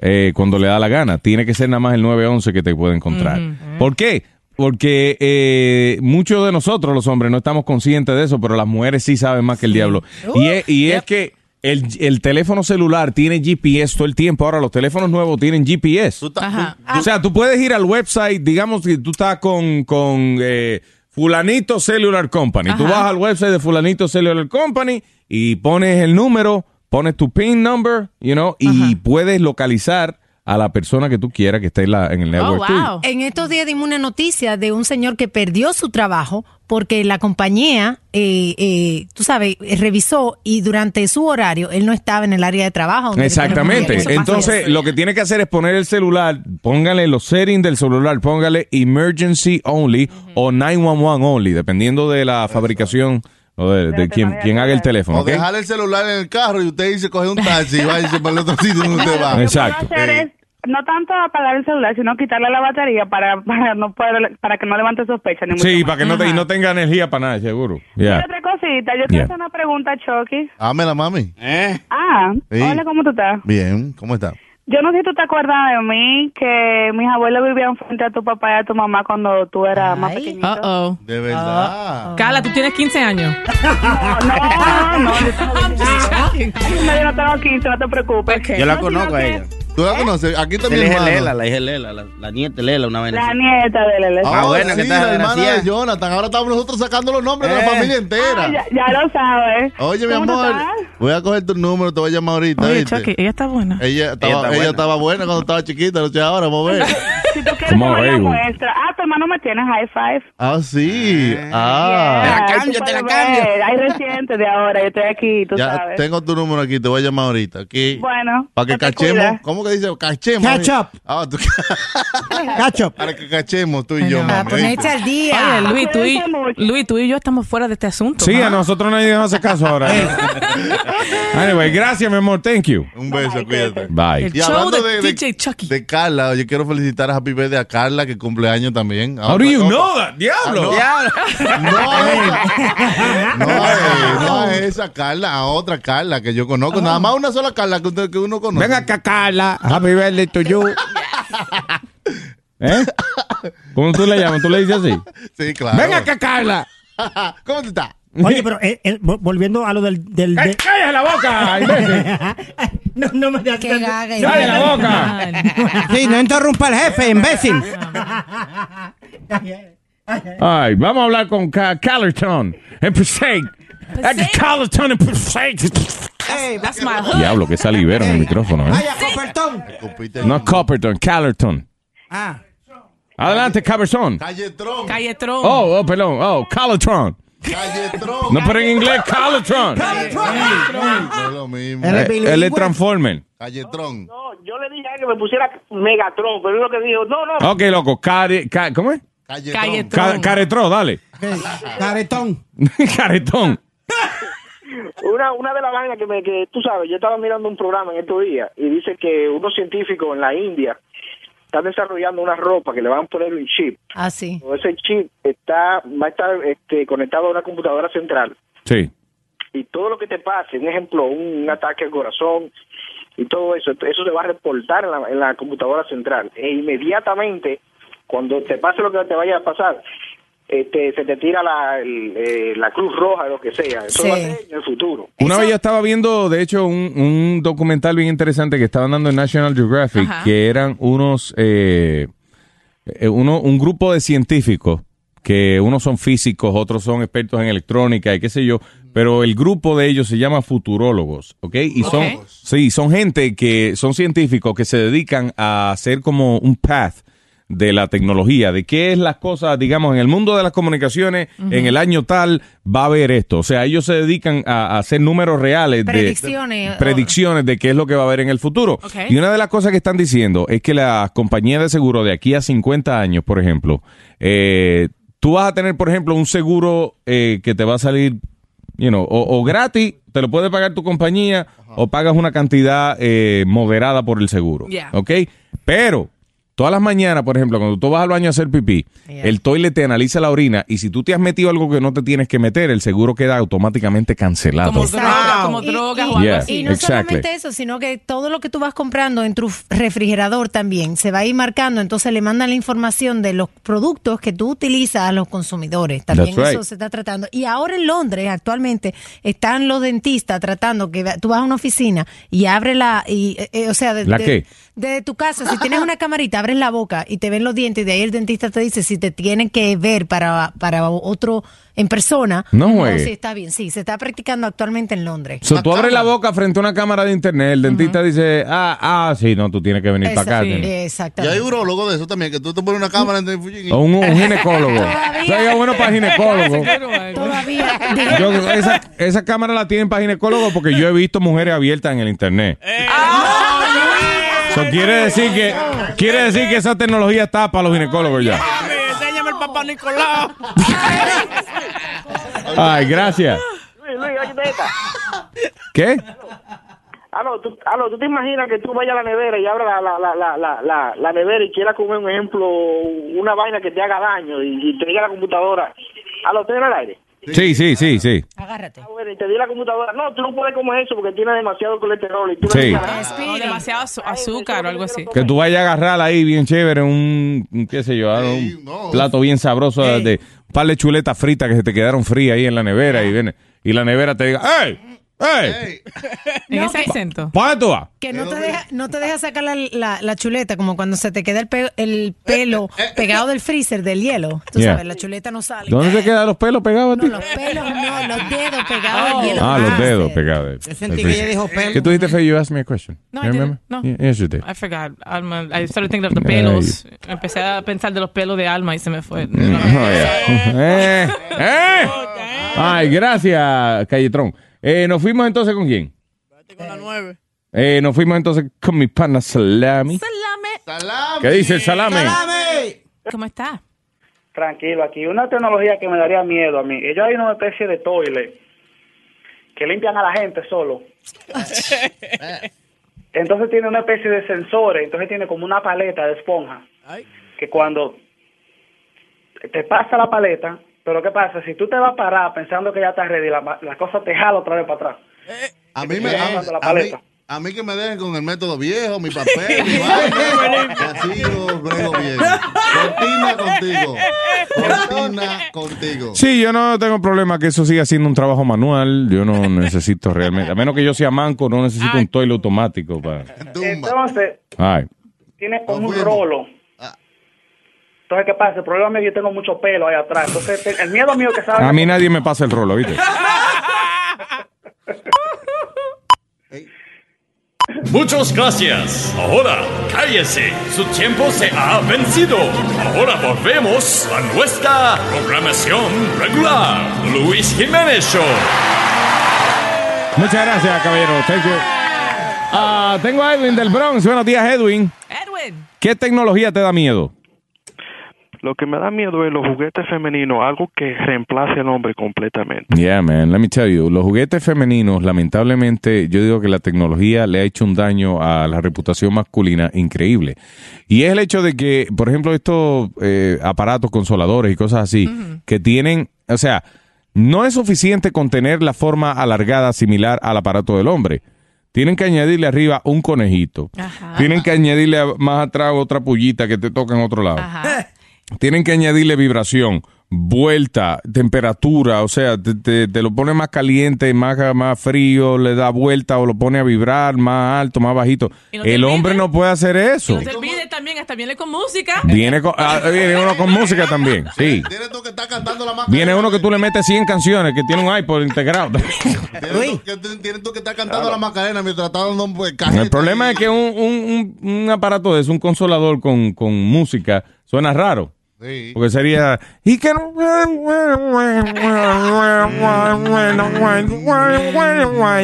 Speaker 5: eh, cuando le da la gana. Tiene que ser nada más el 911 que te puede encontrar. ¿Por qué? Porque eh, muchos de nosotros, los hombres, no estamos conscientes de eso, pero las mujeres sí saben más que el diablo. y es, y es que el, el teléfono celular tiene GPS todo el tiempo. Ahora los teléfonos nuevos tienen GPS.
Speaker 3: Ah.
Speaker 5: O sea, tú puedes ir al website, digamos que tú estás con, con eh, Fulanito Cellular Company. Tú
Speaker 3: Ajá.
Speaker 5: vas al website de Fulanito Cellular Company y pones el número, pones tu PIN number, you know, y puedes localizar a la persona que tú quieras que esté en, la, en el
Speaker 19: Oh,
Speaker 5: network tuyo.
Speaker 19: En estos días dimos una noticia de un señor que perdió su trabajo porque la compañía, eh, eh, tú sabes, eh, revisó y durante su horario él no estaba en el área de trabajo. donde le correspondía.
Speaker 5: Exactamente.
Speaker 19: Eso pasó.
Speaker 5: Entonces, lo que tiene que hacer es poner el celular, póngale los settings del celular, póngale emergency only o 911 only, dependiendo de la fabricación o de, de quien, quien haga el teléfono.
Speaker 9: O
Speaker 5: ¿ok?
Speaker 9: dejar el celular en el carro y usted dice, coge un taxi y va y se para el otro sitio donde usted va.
Speaker 5: Exacto.
Speaker 16: Hacer es no tanto apagar el celular, sino quitarle la batería para para no poder- para que no levante sospecha ni mucho
Speaker 5: Sí,
Speaker 16: más.
Speaker 5: para que no, te- y no tenga energía para nada, seguro.
Speaker 16: Y
Speaker 5: Ya.
Speaker 16: otra cosita, yo te
Speaker 5: Yeah.
Speaker 16: hacer una pregunta, Chucky.
Speaker 9: Ámela, mami.
Speaker 6: ¿Eh?
Speaker 16: Ah,
Speaker 9: Sí.
Speaker 16: hola, ¿cómo tú estás?
Speaker 9: Bien, ¿cómo está?
Speaker 16: Yo no sé si tú te acuerdas de mí, que mis abuelos vivían frente a tu papá y a tu mamá cuando tú eras más pequeñito.
Speaker 12: Uh-oh.
Speaker 9: De verdad.
Speaker 12: Carla, tú tienes 15 años.
Speaker 16: Ah, No, no, yo tengo 15. No, yo no tengo 15, no te preocupes.
Speaker 6: Yo la conozco a ella.
Speaker 9: ¿Tú la conoces? Aquí
Speaker 6: La
Speaker 9: también.
Speaker 6: hija Lela, la hija Lela, la, la nieta de Lela, una vez.
Speaker 16: La nieta de Lele.
Speaker 6: Ah, bueno, que
Speaker 9: sí,
Speaker 6: está
Speaker 9: la hermana
Speaker 6: desgraciada.
Speaker 9: de Jonathan. Ahora estamos nosotros sacando los nombres de
Speaker 6: Eh.
Speaker 9: la familia entera.
Speaker 16: Ah, ya, ya lo sabes.
Speaker 9: Oye, mi
Speaker 16: ¿Cómo tú
Speaker 9: amor,
Speaker 16: estás?
Speaker 9: voy a coger tu número, te voy a llamar ahorita.
Speaker 12: Oye,
Speaker 9: ¿viste?
Speaker 12: Chucky, ella está buena.
Speaker 9: Ella estaba,
Speaker 6: está
Speaker 9: ella
Speaker 6: buena.
Speaker 9: estaba buena cuando estaba chiquita, no sé ahora, vamos a ver.
Speaker 16: Si tú quieres
Speaker 9: Come on,
Speaker 16: tomar la
Speaker 9: baby.
Speaker 16: muestra. Ah, tu hermano me tiene high five.
Speaker 9: Ah, sí.
Speaker 6: Eh.
Speaker 9: Ah.
Speaker 16: Ah, tú puedes ver. Ay, reciente de ahora, yo estoy aquí, tú
Speaker 9: Ya
Speaker 16: sabes.
Speaker 9: tengo tu número aquí, te voy a llamar ahorita, ¿ok?
Speaker 16: Bueno.
Speaker 9: Para que
Speaker 16: no te
Speaker 9: cachemos.
Speaker 16: cuidas.
Speaker 9: ¿Cómo que dice? Cachemos.
Speaker 16: Catch
Speaker 9: mami. Ah, tú... Catch up. Para que cachemos tú y yo, mami.
Speaker 12: este
Speaker 9: ¿viste?
Speaker 12: Oye, Luis, tú y, Luis, tú y yo estamos fuera de este asunto.
Speaker 5: Sí,
Speaker 12: ¿no?
Speaker 5: a nosotros nadie nos hace caso ahora. ¿eh? anyway, gracias, mi amor. Thank you.
Speaker 9: Un beso, cuídate.
Speaker 5: Bye.
Speaker 12: El show de DJ Chucky.
Speaker 9: de Carla, yo quiero felicitar a Happy Birthday a Carla, que cumple años también.
Speaker 5: How do you know that? Diablo.
Speaker 9: Ah, no, no, es- no es esa Carla, a otra Carla que yo conozco. Nada más una sola Carla que, usted- que uno conoce.
Speaker 5: Venga acá, Carla. Happy birthday to you. ¿Eh? ¿Cómo tú le llamas? ¿Tú le dices así?
Speaker 9: Sí, claro.
Speaker 5: Venga acá, Carla.
Speaker 9: ¿Cómo te está?
Speaker 17: Oye, pero eh, eh, vol- volviendo a lo del... del de-
Speaker 5: ¡Cállate la boca, imbécil!
Speaker 17: no, no me das
Speaker 19: Qué gaga,
Speaker 5: ¡Cállate la
Speaker 19: imbécil.
Speaker 5: boca!
Speaker 17: Sí, no interrumpa al jefe, imbécil.
Speaker 5: Ay, vamos a hablar con Ca- Callerton. En Perseg. Callerton en Perseg.
Speaker 12: That's my hood.
Speaker 5: Diablo, que salivero en el micrófono, ¿eh?
Speaker 17: Vaya, Copertón.
Speaker 5: No Copperton, Callerton.
Speaker 17: Ah.
Speaker 5: Adelante, Callerton.
Speaker 9: Calletrón.
Speaker 12: Calletrón.
Speaker 5: Oh, oh, perdón. Oh, Callerton.
Speaker 9: Calletrón.
Speaker 5: No, pero en inglés, Callerton.
Speaker 9: No es lo mismo.
Speaker 5: Eh, Él es Transformer.
Speaker 9: Calletrón.
Speaker 15: Yo le dije a él que me pusiera Megatron, pero es lo que dijo, no, no.
Speaker 5: Ok, loco. Care, ca- ¿Cómo es? Oh, Ca- Caretró, dale.
Speaker 17: Caretón.
Speaker 5: Caretón.
Speaker 21: Una, una de las vainas que, me, que tú sabes, yo estaba mirando un programa en estos días y dice que unos científicos en la India están desarrollando una ropa que le van a poner un chip.
Speaker 19: Ah, sí.
Speaker 21: O Ese chip está va a estar este, conectado a una computadora central
Speaker 5: Sí.
Speaker 21: y todo lo que te pase, un ejemplo, un ataque al corazón y todo eso, eso se va a reportar en la, en la computadora central e inmediatamente cuando te pase lo que te vaya a pasar. Este, se te tira la, el, eh, la Cruz Roja, lo que sea. Eso
Speaker 5: Sí.
Speaker 21: va a ser en el futuro.
Speaker 5: Una vez yo estaba viendo, de hecho, un, un documental bien interesante que estaban dando en National Geographic,
Speaker 21: Ajá.
Speaker 5: que eran unos, eh, eh, uno, un grupo de científicos, que unos son físicos, otros son expertos en electrónica y qué sé yo, pero el grupo de ellos se llama futurólogos, ¿ok? Y son,
Speaker 3: Ok.
Speaker 5: sí, son gente que son científicos que se dedican a hacer como un path de la tecnología, de qué es las cosas, digamos, en el mundo de las comunicaciones, en el año tal va a haber esto. O sea, ellos se dedican a, a hacer números reales de
Speaker 19: Predicciones, o-
Speaker 5: predicciones de qué es lo que va a haber en el futuro.
Speaker 19: Ok.
Speaker 5: Y una de las cosas que están diciendo es que las compañías de seguro de aquí a 50 años, por ejemplo, eh, tú vas a tener, por ejemplo, un seguro eh, que te va a salir, you know, o, o gratis, te lo puede pagar tu compañía, o pagas una cantidad eh, moderada por el seguro.
Speaker 3: Yeah.
Speaker 5: ¿Ok? Pero todas las mañanas, por ejemplo, cuando tú vas al baño a hacer pipí, el toilet te analiza la orina y si tú te has metido algo que no te tienes que meter, el seguro queda automáticamente cancelado.
Speaker 19: Exacto.
Speaker 12: como
Speaker 19: Y-
Speaker 12: drogas
Speaker 19: y,
Speaker 5: o algo
Speaker 19: y
Speaker 5: así.
Speaker 19: no
Speaker 5: Exactly.
Speaker 19: solamente eso, sino que todo lo que tú vas comprando en tu f- refrigerador también se va a ir marcando, entonces le mandan la información de los productos que tú utilizas a los consumidores. También
Speaker 22: That's
Speaker 19: eso
Speaker 22: right.
Speaker 19: se está tratando. Y ahora en Londres, actualmente, están los dentistas tratando que va- tú vas a una oficina y abre la, y, eh, eh, o sea, de,
Speaker 5: ¿La
Speaker 19: de-
Speaker 5: qué?
Speaker 19: de tu casa, si tienes una camarita, abres la boca y te ven los dientes y de ahí el dentista te dice si te tienen que ver para, para otro en persona.
Speaker 5: No
Speaker 19: o
Speaker 5: juegue.
Speaker 19: si está bien, sí, se está practicando actualmente en Londres.
Speaker 5: So, tú abres la boca frente a una cámara de internet, el dentista dice, ah, ah, sí, no, tú tienes que venir para acá. tienes-
Speaker 9: Y hay
Speaker 19: Exactamente.
Speaker 9: urólogos de eso también, que tú te pones una cámara en el
Speaker 5: O un, un ginecólogo. Sería bueno para ginecólogo.
Speaker 19: Todavía.
Speaker 5: Yo- esa, esa cámara la tienen para ginecólogo porque yo he visto mujeres abiertas en el internet. Ah.
Speaker 10: eh,
Speaker 5: Eso quiere decir que quiere decir que esa tecnología está para los ginecólogos ya.
Speaker 3: Enséñame el papá Nicolau.
Speaker 5: Ay, gracias.
Speaker 21: Luis, Luis, oye esta.
Speaker 5: ¿Qué?
Speaker 21: Aló, tú, aló, ¿tú te imaginas que tú vayas a la nevera y abras la, la, la, la, la, la, la nevera y quieras comer, un ejemplo, una vaina que te haga daño y, y te diga la computadora? Aló, ¿estoy en el aire?
Speaker 5: Sí, sí, sí, sí.
Speaker 21: Agárrate. bueno, y te dio la computadora, no, tú no puedes comer eso porque tiene demasiado colesterol. Y tú no
Speaker 5: Sí.
Speaker 21: sabes.
Speaker 12: O demasiado azu- azúcar o algo así.
Speaker 5: Que tú vayas a agarrar ahí bien chévere, un, un qué sé yo, ah, un plato bien sabroso de un par de chuletas fritas que se te quedaron frías ahí en la nevera y viene y la nevera te diga, ¡Ey! ¡Ey!
Speaker 19: No, que-
Speaker 5: ¿Para dónde tú vas?
Speaker 19: Que no te deja, no te deja sacar la, la- la chuleta, como cuando se te queda el, pe-
Speaker 5: Eh,
Speaker 19: el pelo pegado del freezer, del hielo. Tú
Speaker 5: Yeah.
Speaker 19: sabes, la chuleta no sale.
Speaker 5: ¿Dónde Eh. te quedan los pelos pegados a ti?
Speaker 19: Los pelos no, los dedos pegados al hielo.
Speaker 5: ah, los dedos pegados.
Speaker 19: Yo sentí que ella dijo pelo.
Speaker 5: ¿Qué tú dijiste, Fey? You asked me a question.
Speaker 12: No,
Speaker 5: You
Speaker 12: I
Speaker 5: remember?
Speaker 12: didn't. No.
Speaker 5: Yeah, yes, you did.
Speaker 12: I forgot. Alma, I started thinking of the pelos. Empecé a pensar de los pelos de Alma y se me fue.
Speaker 5: Oh, yeah. eh, eh. Ay, gracias, Calletrón. Eh, ¿Nos fuimos entonces con quién? Eh, nos fuimos entonces con mi pana Salami.
Speaker 12: Salame.
Speaker 5: ¿Qué dice el salame?
Speaker 12: ¿Cómo está?
Speaker 6: Tranquilo, aquí una tecnología que me daría miedo a mí. Ellos hay una especie de toilet que limpian a la gente solo. Entonces tiene una especie de sensores, entonces tiene como una paleta de esponja que cuando te pasa la paleta, pero ¿qué pasa? Si tú te vas a parar pensando que ya estás ready, la, la cosa te jala otra vez para atrás.
Speaker 9: A
Speaker 6: Que
Speaker 9: mí
Speaker 6: te
Speaker 9: me
Speaker 6: siga
Speaker 9: a-
Speaker 6: jalando la
Speaker 9: a mí-
Speaker 6: paleta.
Speaker 9: a mí que me dejen con el método viejo, mi papel, mi vaina. Que Así yo brego bien. Cortina contigo.
Speaker 3: Este
Speaker 9: Cortina contigo.
Speaker 5: Sí, yo no tengo problema que eso siga siendo un trabajo manual. Yo no necesito realmente. A menos que yo sea manco, no necesito un toile automático para.
Speaker 6: Entonces,
Speaker 5: Ay.
Speaker 6: tiene como un rolo. Entonces, ¿qué pasa? El problema es que yo tengo mucho pelo ahí atrás. Entonces, te- el miedo mío que sabe.
Speaker 5: A mí nadie me pasa el rolo, ¿viste?
Speaker 26: Muchas gracias. Ahora, cállese. Su tiempo se ha vencido. Ahora volvemos a nuestra programación regular. Luis Jiménez Show.
Speaker 5: Muchas gracias, caballero. Thank you. Ah, tengo a Edwin del Bronx. Buenos días, Edwin.
Speaker 12: Edwin.
Speaker 5: ¿Qué tecnología te da miedo?
Speaker 22: Lo que me da miedo es los juguetes femeninos, algo que reemplace al hombre completamente.
Speaker 5: Yeah, man. Let me tell you. Los juguetes femeninos, lamentablemente, yo digo que la tecnología le ha hecho un daño a la reputación masculina increíble. Y es el hecho de que, por ejemplo, estos eh, aparatos consoladores y cosas así, que tienen, o sea, no es suficiente con tener la forma alargada similar al aparato del hombre. Tienen que añadirle arriba un conejito. Tienen que añadirle a- más atrás otra pullita que te toca en otro lado. Tienen que añadirle vibración, vuelta, temperatura, o sea, te, te- te lo pone más caliente, más, más frío, le da vuelta o lo pone a vibrar más alto, más bajito.
Speaker 12: Y no te
Speaker 5: El hombre no puede hacer eso.
Speaker 12: No se olvide también, hasta viene con música.
Speaker 5: Viene, con- ah, viene uno con música también, sí. Viene uno que tú le metes 100 canciones, que tiene un iPod integrado.
Speaker 9: Tienes tú que estar cantando la macarena mientras estás dando un pues,
Speaker 5: El problema es que un, un- un- un aparato de eso, un consolador con, con música, suena raro.
Speaker 9: Sí.
Speaker 5: Porque sería... Y que no...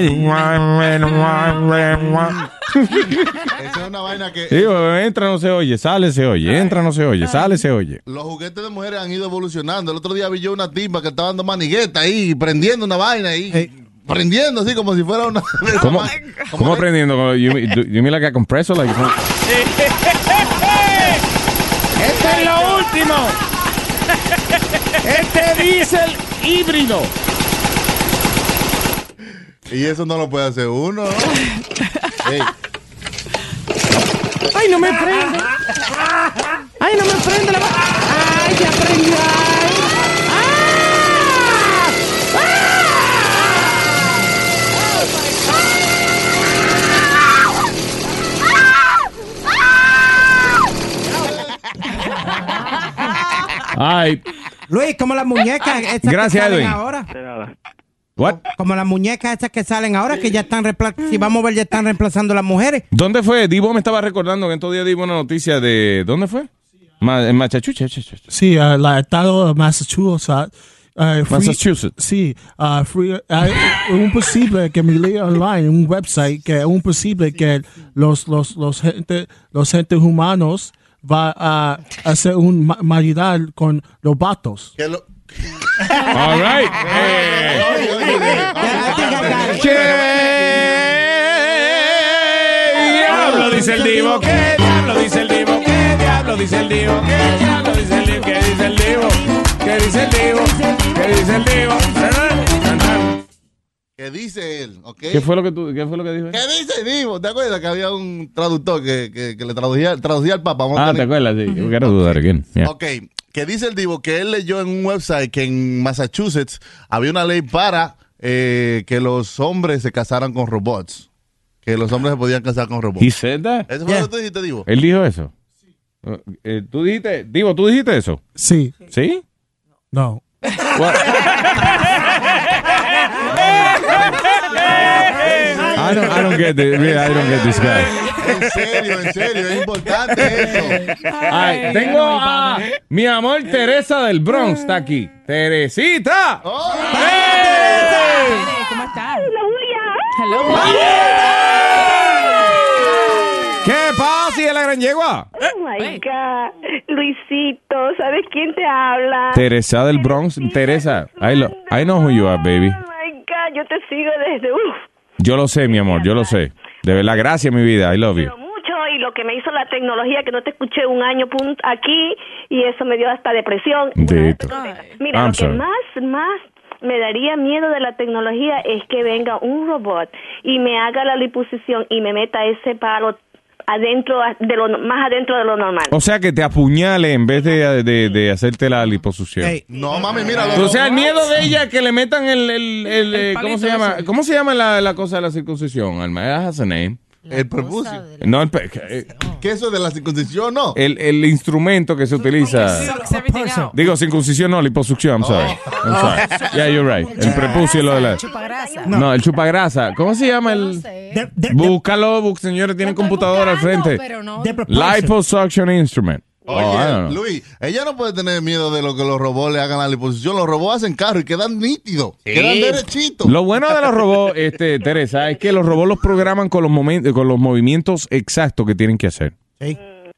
Speaker 9: Esa es una vaina que
Speaker 5: Sí, entra, no se oye, sale, se oye, entra, no se oye, sale, se oye.
Speaker 9: los juguetes de mujeres han ido evolucionando. El otro día vi yo una tipa que estaba dando manigueta ahí, prendiendo una vaina ahí. Prendiendo así como si fuera una.
Speaker 5: ¿Cómo, ¿cómo aprendiendo? You, mean- do- you mean like a compressor? Like-
Speaker 3: ¡Este es lo último! ¡Este diésel híbrido!
Speaker 9: Y eso no lo puede hacer uno. ¿no? Ey,
Speaker 3: ¡Ay, no me prende! ¡Ay, no me prende la ma- ¡Ay, ya prendió! ¡Ay! ¡Ah!
Speaker 5: Ay,
Speaker 7: Luis, como las muñecas esas
Speaker 5: Gracias,
Speaker 7: que salen
Speaker 5: Edwin.
Speaker 7: ahora.
Speaker 5: What?
Speaker 7: Como las muñecas esas que salen ahora, que ya están reemplazando, si vamos a ver, ya están reemplazando a las mujeres.
Speaker 5: ¿Dónde fue? Divo me estaba recordando que en estos días Divo una noticia de... ¿Dónde fue? Ma- en Machachucha. chachucha.
Speaker 27: Sí, ah, la estado de Massachusetts. ah, fui-
Speaker 5: Massachusetts.
Speaker 27: Sí, ah, fui- ah, es un posible que me leí online, un website, que es un posible que los, los, los, gente, los gentes humanos va a hacer un ma- maridal con los vatos.
Speaker 9: que lo-
Speaker 5: All right.
Speaker 3: diablo dice el divo? ¿Qué diablo dice el divo? ¿Qué diablo dice el divo? ¿Qué diablo dice el divo? ¿Qué dice el divo? ¿Qué dice el divo? ¿Qué dice el divo?
Speaker 9: que dice él, ¿ok?
Speaker 5: ¿Qué fue lo que tú, qué fue lo que dijo? él?
Speaker 9: ¿Qué dice Divo? ¿Te acuerdas que había un traductor que, que- que le traducía, traducía al Papa? Vamos a
Speaker 5: Ah, ¿te
Speaker 9: tener-
Speaker 5: acuerdas? Sí, yo quiero dudar again. Yeah.
Speaker 9: Ok, que dice el Divo que él leyó en un website que en Massachusetts había una ley para eh, que los hombres se casaran con robots. Que los hombres se podían casar con robots.
Speaker 5: He said that?
Speaker 9: Eso fue lo que tú dijiste, Divo.
Speaker 5: Él dijo eso. Eh, eh, ¿Tú dijiste, Divo, tú dijiste eso?
Speaker 28: Sí.
Speaker 5: ¿Sí?
Speaker 28: No.
Speaker 5: I don't, I don't get this. really, I don't get this guy.
Speaker 9: En serio, en serio, es importante eso.
Speaker 5: Ay, tengo a mi amor Teresa del Bronx, está aquí. Teresita.
Speaker 9: Oh.
Speaker 12: ¿Cómo estás?
Speaker 5: ¿Qué pasa, hija de la gran yegua?
Speaker 23: Oh my God. Luisito, ¿sabes quién te habla?
Speaker 5: Teresa del Bronx, Teresa. I, lo- I know who you are, baby.
Speaker 23: Oh my God, yo te sigo desde uf,
Speaker 5: Yo lo sé, mi amor, yo lo sé. De verdad, gracias, mi vida. I love you.
Speaker 23: mucho y lo que me hizo la tecnología que no te escuché un año pun- aquí y eso me dio hasta depresión.
Speaker 5: Dito.
Speaker 23: Mira,
Speaker 5: I'm
Speaker 23: lo
Speaker 5: sorry.
Speaker 23: que más, más me daría miedo de la tecnología es que venga un robot y me haga la liposucción y me meta ese palo adentro de lo más adentro de lo normal.
Speaker 5: O sea que te apuñale en vez de, de- de hacerte la liposucción.
Speaker 9: No, mami, mira.
Speaker 5: O sea, el miedo de ella que le metan el, el, el, eh, ¿cómo se llama? ¿Cómo se llama la, la cosa de la circuncisión, Alma? It has a name.
Speaker 9: El prepucio.
Speaker 5: No, el, pe- eh,
Speaker 9: ¿Qué eso de la circuncisión? No.
Speaker 5: el, el instrumento que se utiliza.
Speaker 12: Sucks everything out.
Speaker 5: Digo, circuncisión no, liposucción, I'm sorry. I'm sorry. Yeah, you're right. El prepucio y lo de la...
Speaker 29: Chupagrasa.
Speaker 5: No, el chupagrasa. ¿Cómo se llama el...? Búscalo, bu- señores, tienen computadora al frente. Liposuction instrument.
Speaker 9: Oye,
Speaker 5: Oh, I don't know.
Speaker 9: Luis, ella no puede tener miedo de lo que los robots le hagan a la liposucción. Los robots hacen carro y quedan nítidos. Quedan derechitos.
Speaker 5: Lo bueno de los robots, este, Teresa, es que los robots los programan con los, momen- con los movimientos exactos que tienen que hacer.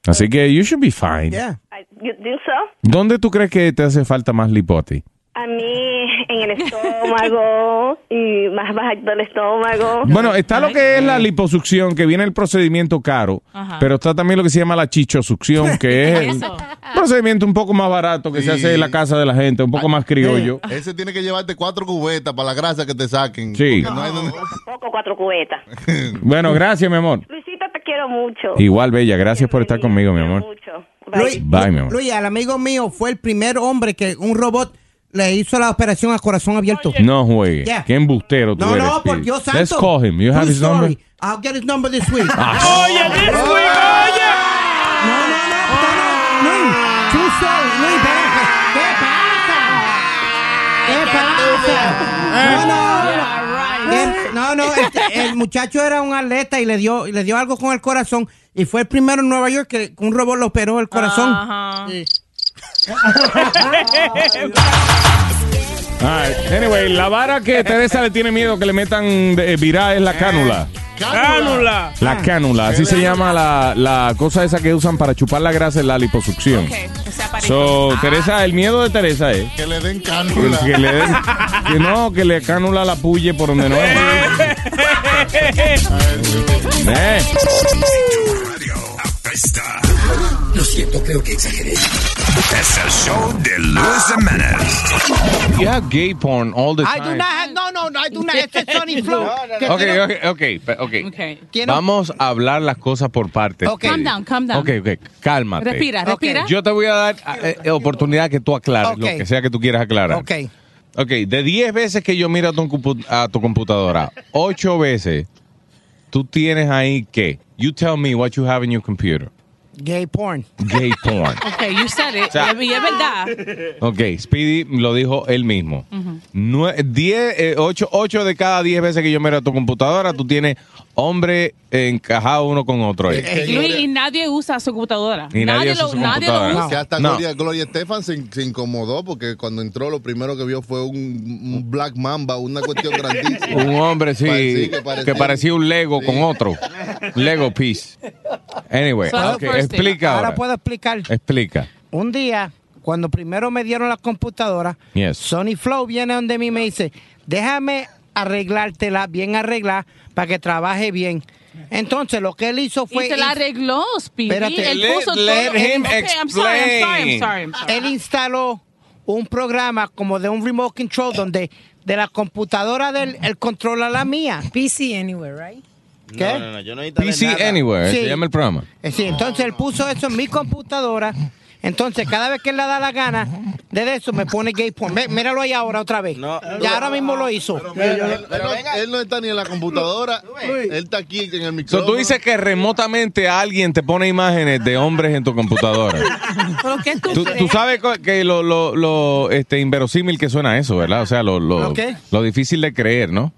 Speaker 5: Así que you should be fine.
Speaker 23: I- you think so?
Speaker 5: ¿Dónde tú crees que te hace falta más lipo a ti?
Speaker 23: A mí en el estómago y más bajito del estómago.
Speaker 5: Bueno, está lo que es la liposucción, que viene el procedimiento caro,
Speaker 23: Ajá.
Speaker 5: pero está también lo que se llama la chichosucción, que es el procedimiento un poco más barato que se hace en la casa de la gente, un poco más criollo.
Speaker 9: Ese tiene que llevarte cuatro cubetas para la grasa que te saquen.
Speaker 5: Sí.
Speaker 9: Porque no hay donde-
Speaker 23: Poco cuatro cubetas.
Speaker 5: Bueno, gracias, mi amor.
Speaker 23: Luisito, te quiero mucho.
Speaker 5: Igual, bella, gracias por estar conmigo, mi amor.
Speaker 7: Luis,
Speaker 5: Bye, mi amor.
Speaker 7: Luis, el amigo mío fue el primer hombre que un robot le hizo la operación a corazón abierto.
Speaker 5: No juegue.
Speaker 7: Yeah.
Speaker 5: Qué embustero tú
Speaker 7: No,
Speaker 5: eres.
Speaker 7: no, por
Speaker 5: Pete.
Speaker 7: Dios santo.
Speaker 5: Let's call him. You have
Speaker 7: True
Speaker 5: his number.
Speaker 7: story. I'll get his number this week.
Speaker 5: Ah.
Speaker 7: this week, oye. No, no, no, no, no. Luis, true story. Luis, ven acá. ¿qué pasa? ¿Qué
Speaker 5: Ah.
Speaker 7: pasa? No, no. Bien, No, no, este, el muchacho era un atleta y le dio, y le dio algo con el corazón y fue el primero en Nueva York que un robot lo operó el corazón.
Speaker 10: Ah.
Speaker 5: All right. Anyway, la vara que Teresa le tiene miedo que le metan de- eh, virá es la cánula.
Speaker 3: Cánula.
Speaker 5: La
Speaker 10: Ah.
Speaker 5: cánula, así se llama la, la cosa esa que usan para chupar la grasa en la liposucción. So, Teresa, el miedo de Teresa es
Speaker 9: Que le den
Speaker 5: que,
Speaker 9: cánula.
Speaker 5: que le den- que no, que le cánula la puye por donde no es. Eh.
Speaker 3: Lo siento, creo que exageré.
Speaker 4: Es el show de Luis Jiménez.
Speaker 5: You have gay porn all the
Speaker 10: I do
Speaker 5: time.
Speaker 10: not have, no, no, no, I do not. Este es Sony Flow. Que
Speaker 5: Ok,
Speaker 10: tiene-
Speaker 5: ok, ok, pe- ok.
Speaker 10: Quiero-
Speaker 5: Vamos a hablar las cosas por partes.
Speaker 10: Ok. Calm down, calm down.
Speaker 5: Ok, ok, cálmate.
Speaker 10: Respira,
Speaker 5: Ok.
Speaker 10: respira.
Speaker 5: Yo te voy a dar eh, eh, oportunidad que tú aclares
Speaker 10: Ok.
Speaker 5: lo que sea que tú quieras aclarar.
Speaker 10: Ok.
Speaker 5: Ok, de 10 veces que yo miro a tu, compu- a tu computadora, 8 veces tú tienes ahí que, you tell me what you have in your computer.
Speaker 10: Gay porn.
Speaker 5: Gay porn.
Speaker 10: Okay, you said
Speaker 5: O sea-
Speaker 10: y es verdad.
Speaker 5: Ok, Speedy lo dijo él mismo.
Speaker 10: Ujú.
Speaker 5: 8 de cada 10 veces que yo miro a tu computadora, tú tienes hombre encajado uno con otro. ahí.
Speaker 10: Eh,
Speaker 12: Luis, y nadie usa su computadora.
Speaker 5: Ni nadie usa su
Speaker 12: nadie lo
Speaker 5: computadora.
Speaker 12: usa.
Speaker 9: Que hasta
Speaker 5: No.
Speaker 9: Gloria, Gloria Estefan se, se incomodó porque cuando entró lo primero que vio fue un, un Black Mamba, una cuestión grandísima.
Speaker 5: Un hombre, sí,
Speaker 9: Parecía
Speaker 5: que,
Speaker 9: que
Speaker 5: parecía,
Speaker 9: parecía-
Speaker 5: un Lego con otro. Lego piece. Anyway,
Speaker 7: So,
Speaker 5: ok,
Speaker 7: first thing.
Speaker 5: explica ahora. Eh.
Speaker 7: Ahora puedo explicar.
Speaker 5: Explica.
Speaker 7: Un día, cuando primero me dieron la computadora,
Speaker 5: Yes.
Speaker 7: Sony Flow viene donde mí y me dice, déjame arreglártela bien arreglada para que trabaje bien. Entonces, lo que él hizo fue...
Speaker 12: Y te la arregló, Speedy.
Speaker 7: Espérate.
Speaker 12: Él puso todo. Ok, I'm sorry, I'm sorry, I'm sorry, I'm sorry.
Speaker 7: Él instaló un programa como de un remote control donde de la computadora del el controla la mía.
Speaker 19: PC Anywhere, right?
Speaker 7: ¿Qué?
Speaker 30: No, no, no, yo no necesito
Speaker 5: PC
Speaker 30: nada.
Speaker 5: Anywhere,
Speaker 7: Sí.
Speaker 5: se llama el programa.
Speaker 7: Eh, Sí, entonces él puso eso en mi computadora. Entonces, cada vez que él le da la gana de eso, me pone gay porn. Ve, míralo ahí ahora otra vez. y ahora mismo lo hizo.
Speaker 9: él, no, él no está ni en la computadora, él está aquí en el
Speaker 5: So,
Speaker 9: micrófono.
Speaker 5: tú dices que remotamente alguien te pone imágenes de hombres en tu computadora.
Speaker 12: ¿Pero qué tú,
Speaker 5: Tú, tú
Speaker 12: crees?
Speaker 5: sabes co- que lo, lo, lo, este, inverosímil que suena eso, ¿verdad? O sea, lo, lo,
Speaker 7: ¿Lo qué?
Speaker 5: lo difícil de creer, ¿no?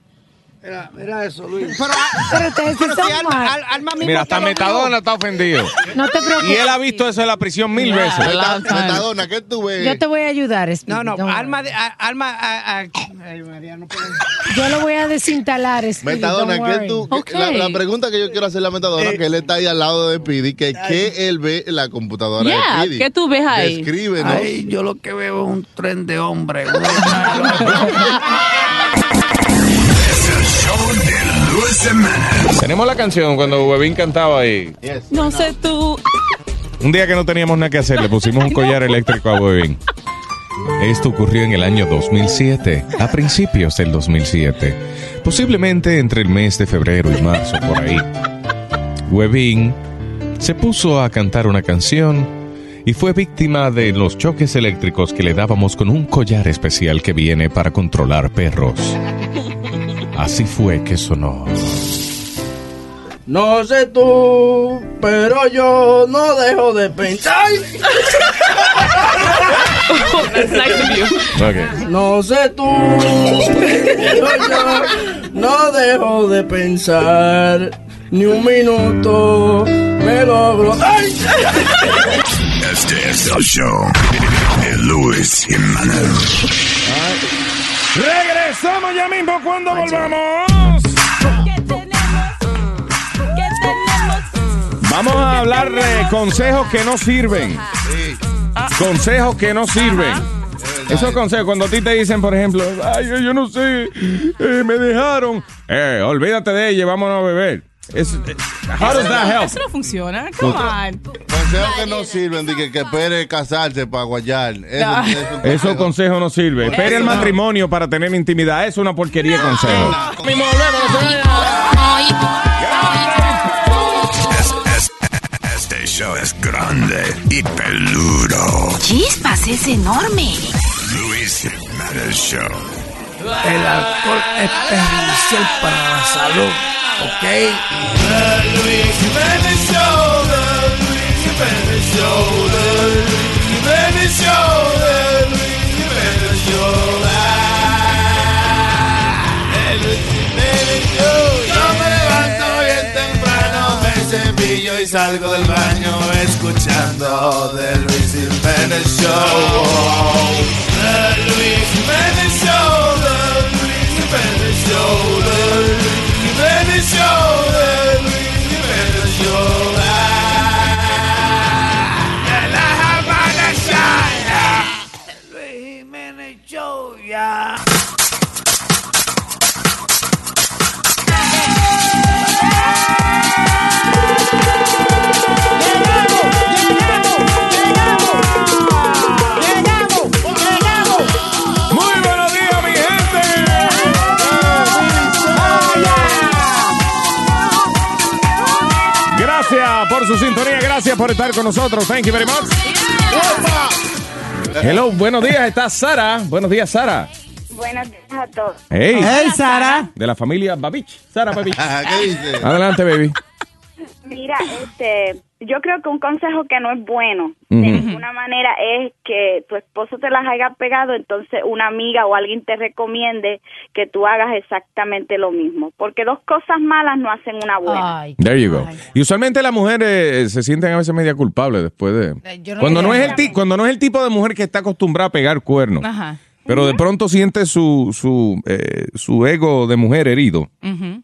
Speaker 7: Mira, eso, Luis. Pero, ah, pero, si Alma, Al- Alma mismo
Speaker 5: Mira, hasta
Speaker 7: que lo
Speaker 5: Metadona está ofendido.
Speaker 19: No te preocupes.
Speaker 5: Y él ha visto eso en la prisión mil
Speaker 7: Yeah,
Speaker 5: veces.
Speaker 7: a long time.
Speaker 9: Metadona, ¿qué tú ves?
Speaker 19: Yo te voy a ayudar, Speedy.
Speaker 7: No, no,
Speaker 19: don't worry.
Speaker 7: Alma, de- a- Alma, a- a- Ay, María, no puedo.
Speaker 19: Yo lo voy a desinstalar, Speedy.
Speaker 9: Metadona,
Speaker 19: don't
Speaker 9: ¿qué
Speaker 19: worry.
Speaker 9: tú, que- la, la pregunta que yo quiero hacerle a Metadona, que él está ahí al lado de Pidi, que ¿qué él ve en la computadora
Speaker 12: Yeah,
Speaker 9: de Pidi?
Speaker 12: ¿qué tú ves ahí?
Speaker 9: Describe, ¿no?
Speaker 12: Ay,
Speaker 9: yo lo que veo es un tren de hombre.
Speaker 5: Tenemos la canción cuando Webin cantaba ahí.
Speaker 12: No sé tú.
Speaker 5: Un día que no teníamos nada que hacer, le pusimos un collar eléctrico a Webin. Esto ocurrió en el año 2007, a principios del 2007, posiblemente entre el mes de febrero y marzo, por ahí. Webin se puso a cantar una canción y fue víctima de los choques eléctricos que le dábamos con un collar especial que viene para controlar perros. Así fue que sonó.
Speaker 10: No sé tú, pero yo no dejo de pensar. No sé tú, pero yo no dejo de pensar. Ni un minuto me logro. ¡Ay!
Speaker 4: Este es el show de Luis Jiménez.
Speaker 5: Regresamos ya mismo cuando volvamos. Vamos a hablar de consejos que no sirven. Consejos que no sirven. Esos consejos, cuando a ti te dicen, por ejemplo, ay, yo, yo no sé, eh, me dejaron. Eh, olvídate de ella, vámonos a beber. Es, eh, how does
Speaker 12: Eso
Speaker 5: that
Speaker 12: no-
Speaker 5: help?
Speaker 12: Eso no funciona. Come on.
Speaker 9: Consejos que no sirven, de que, que espere casarse para guayar. Eso,
Speaker 12: Ah.
Speaker 9: eso es un
Speaker 5: Esos consejos no sirven. Espera el matrimonio para tener intimidad. Es una porquería de consejo.
Speaker 3: Mismo volvemos, no se
Speaker 5: eh.
Speaker 4: Es- es- este show es grande y peludo.
Speaker 3: Chispas, es enorme.
Speaker 4: Luis Jiménez Show.
Speaker 10: El alcohol es perjudicial para la salud. ¿Ok?
Speaker 3: Luis Jiménez Show, The Luis Jiménez Show, The Luis Jiménez Show, The Luis Jiménez Show. Ah, The Luis Jiménez Show. Yo me levanto bien temprano, me cepillo y salgo del baño escuchando The Luis Jiménez Show. The Luis Jiménez Show, The Luis Jiménez Show, The Luis Jiménez Show, The Luis Jiménez Show. Ah, de la Habana Shine, ah.
Speaker 5: Muy buenos días, mi gente. Gracias por su sintonía, gracias por estar con nosotros. Thank you very much. Hello, buenos días, está Sara. Buenos días, Sara.
Speaker 31: Buenos días a todos.
Speaker 5: Hey.
Speaker 31: Hey,
Speaker 5: Sara. De la familia Babich. Sara Babich.
Speaker 9: Ah, ¿Qué dice?
Speaker 5: Adelante, baby.
Speaker 31: Mira, este, yo creo que un consejo que no es bueno
Speaker 5: Ujú.
Speaker 31: de ninguna manera es que tu esposo te las haya pegado, entonces una amiga o alguien te recomiende que tú hagas exactamente lo mismo, porque dos cosas malas no hacen una buena.
Speaker 5: There you go. Y usualmente las mujeres eh, se sienten a veces media culpables después
Speaker 31: Eh,
Speaker 5: de.
Speaker 31: yo no
Speaker 5: cuando, no
Speaker 31: diría
Speaker 5: es el ti- cuando no es el tipo de mujer que está acostumbrada a pegar cuernos.
Speaker 12: Ajá.
Speaker 5: Pero de pronto siente su, su, eh, su ego de mujer herido
Speaker 12: Ujú.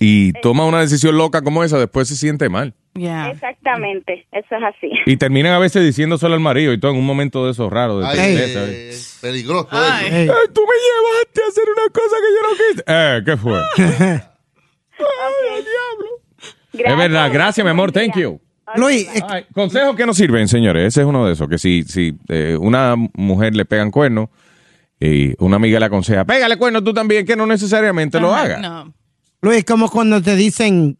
Speaker 5: y toma una decisión loca como esa, después se siente mal.
Speaker 31: Exactamente, eso es así.
Speaker 5: Y terminan a veces diciendo solo al marido y todo en un momento de esos raros. De
Speaker 9: Ay,
Speaker 5: tristeza,
Speaker 9: eh,
Speaker 5: ¿eh?
Speaker 9: es peligroso. eso.
Speaker 5: Ay, tú me llevaste a hacer una cosa que yo no quise. Eh, ¿qué fue? Es verdad, gracias, mi amor, thank you.
Speaker 7: Luis,
Speaker 5: Ay, consejos que no sirven, señores. Ese es uno de esos, que si, si eh, una mujer le pegan cuernos eh, una amiga le aconseja, pégale cuerno tú también, que no necesariamente lo haga.
Speaker 23: Luis, como cuando te dicen,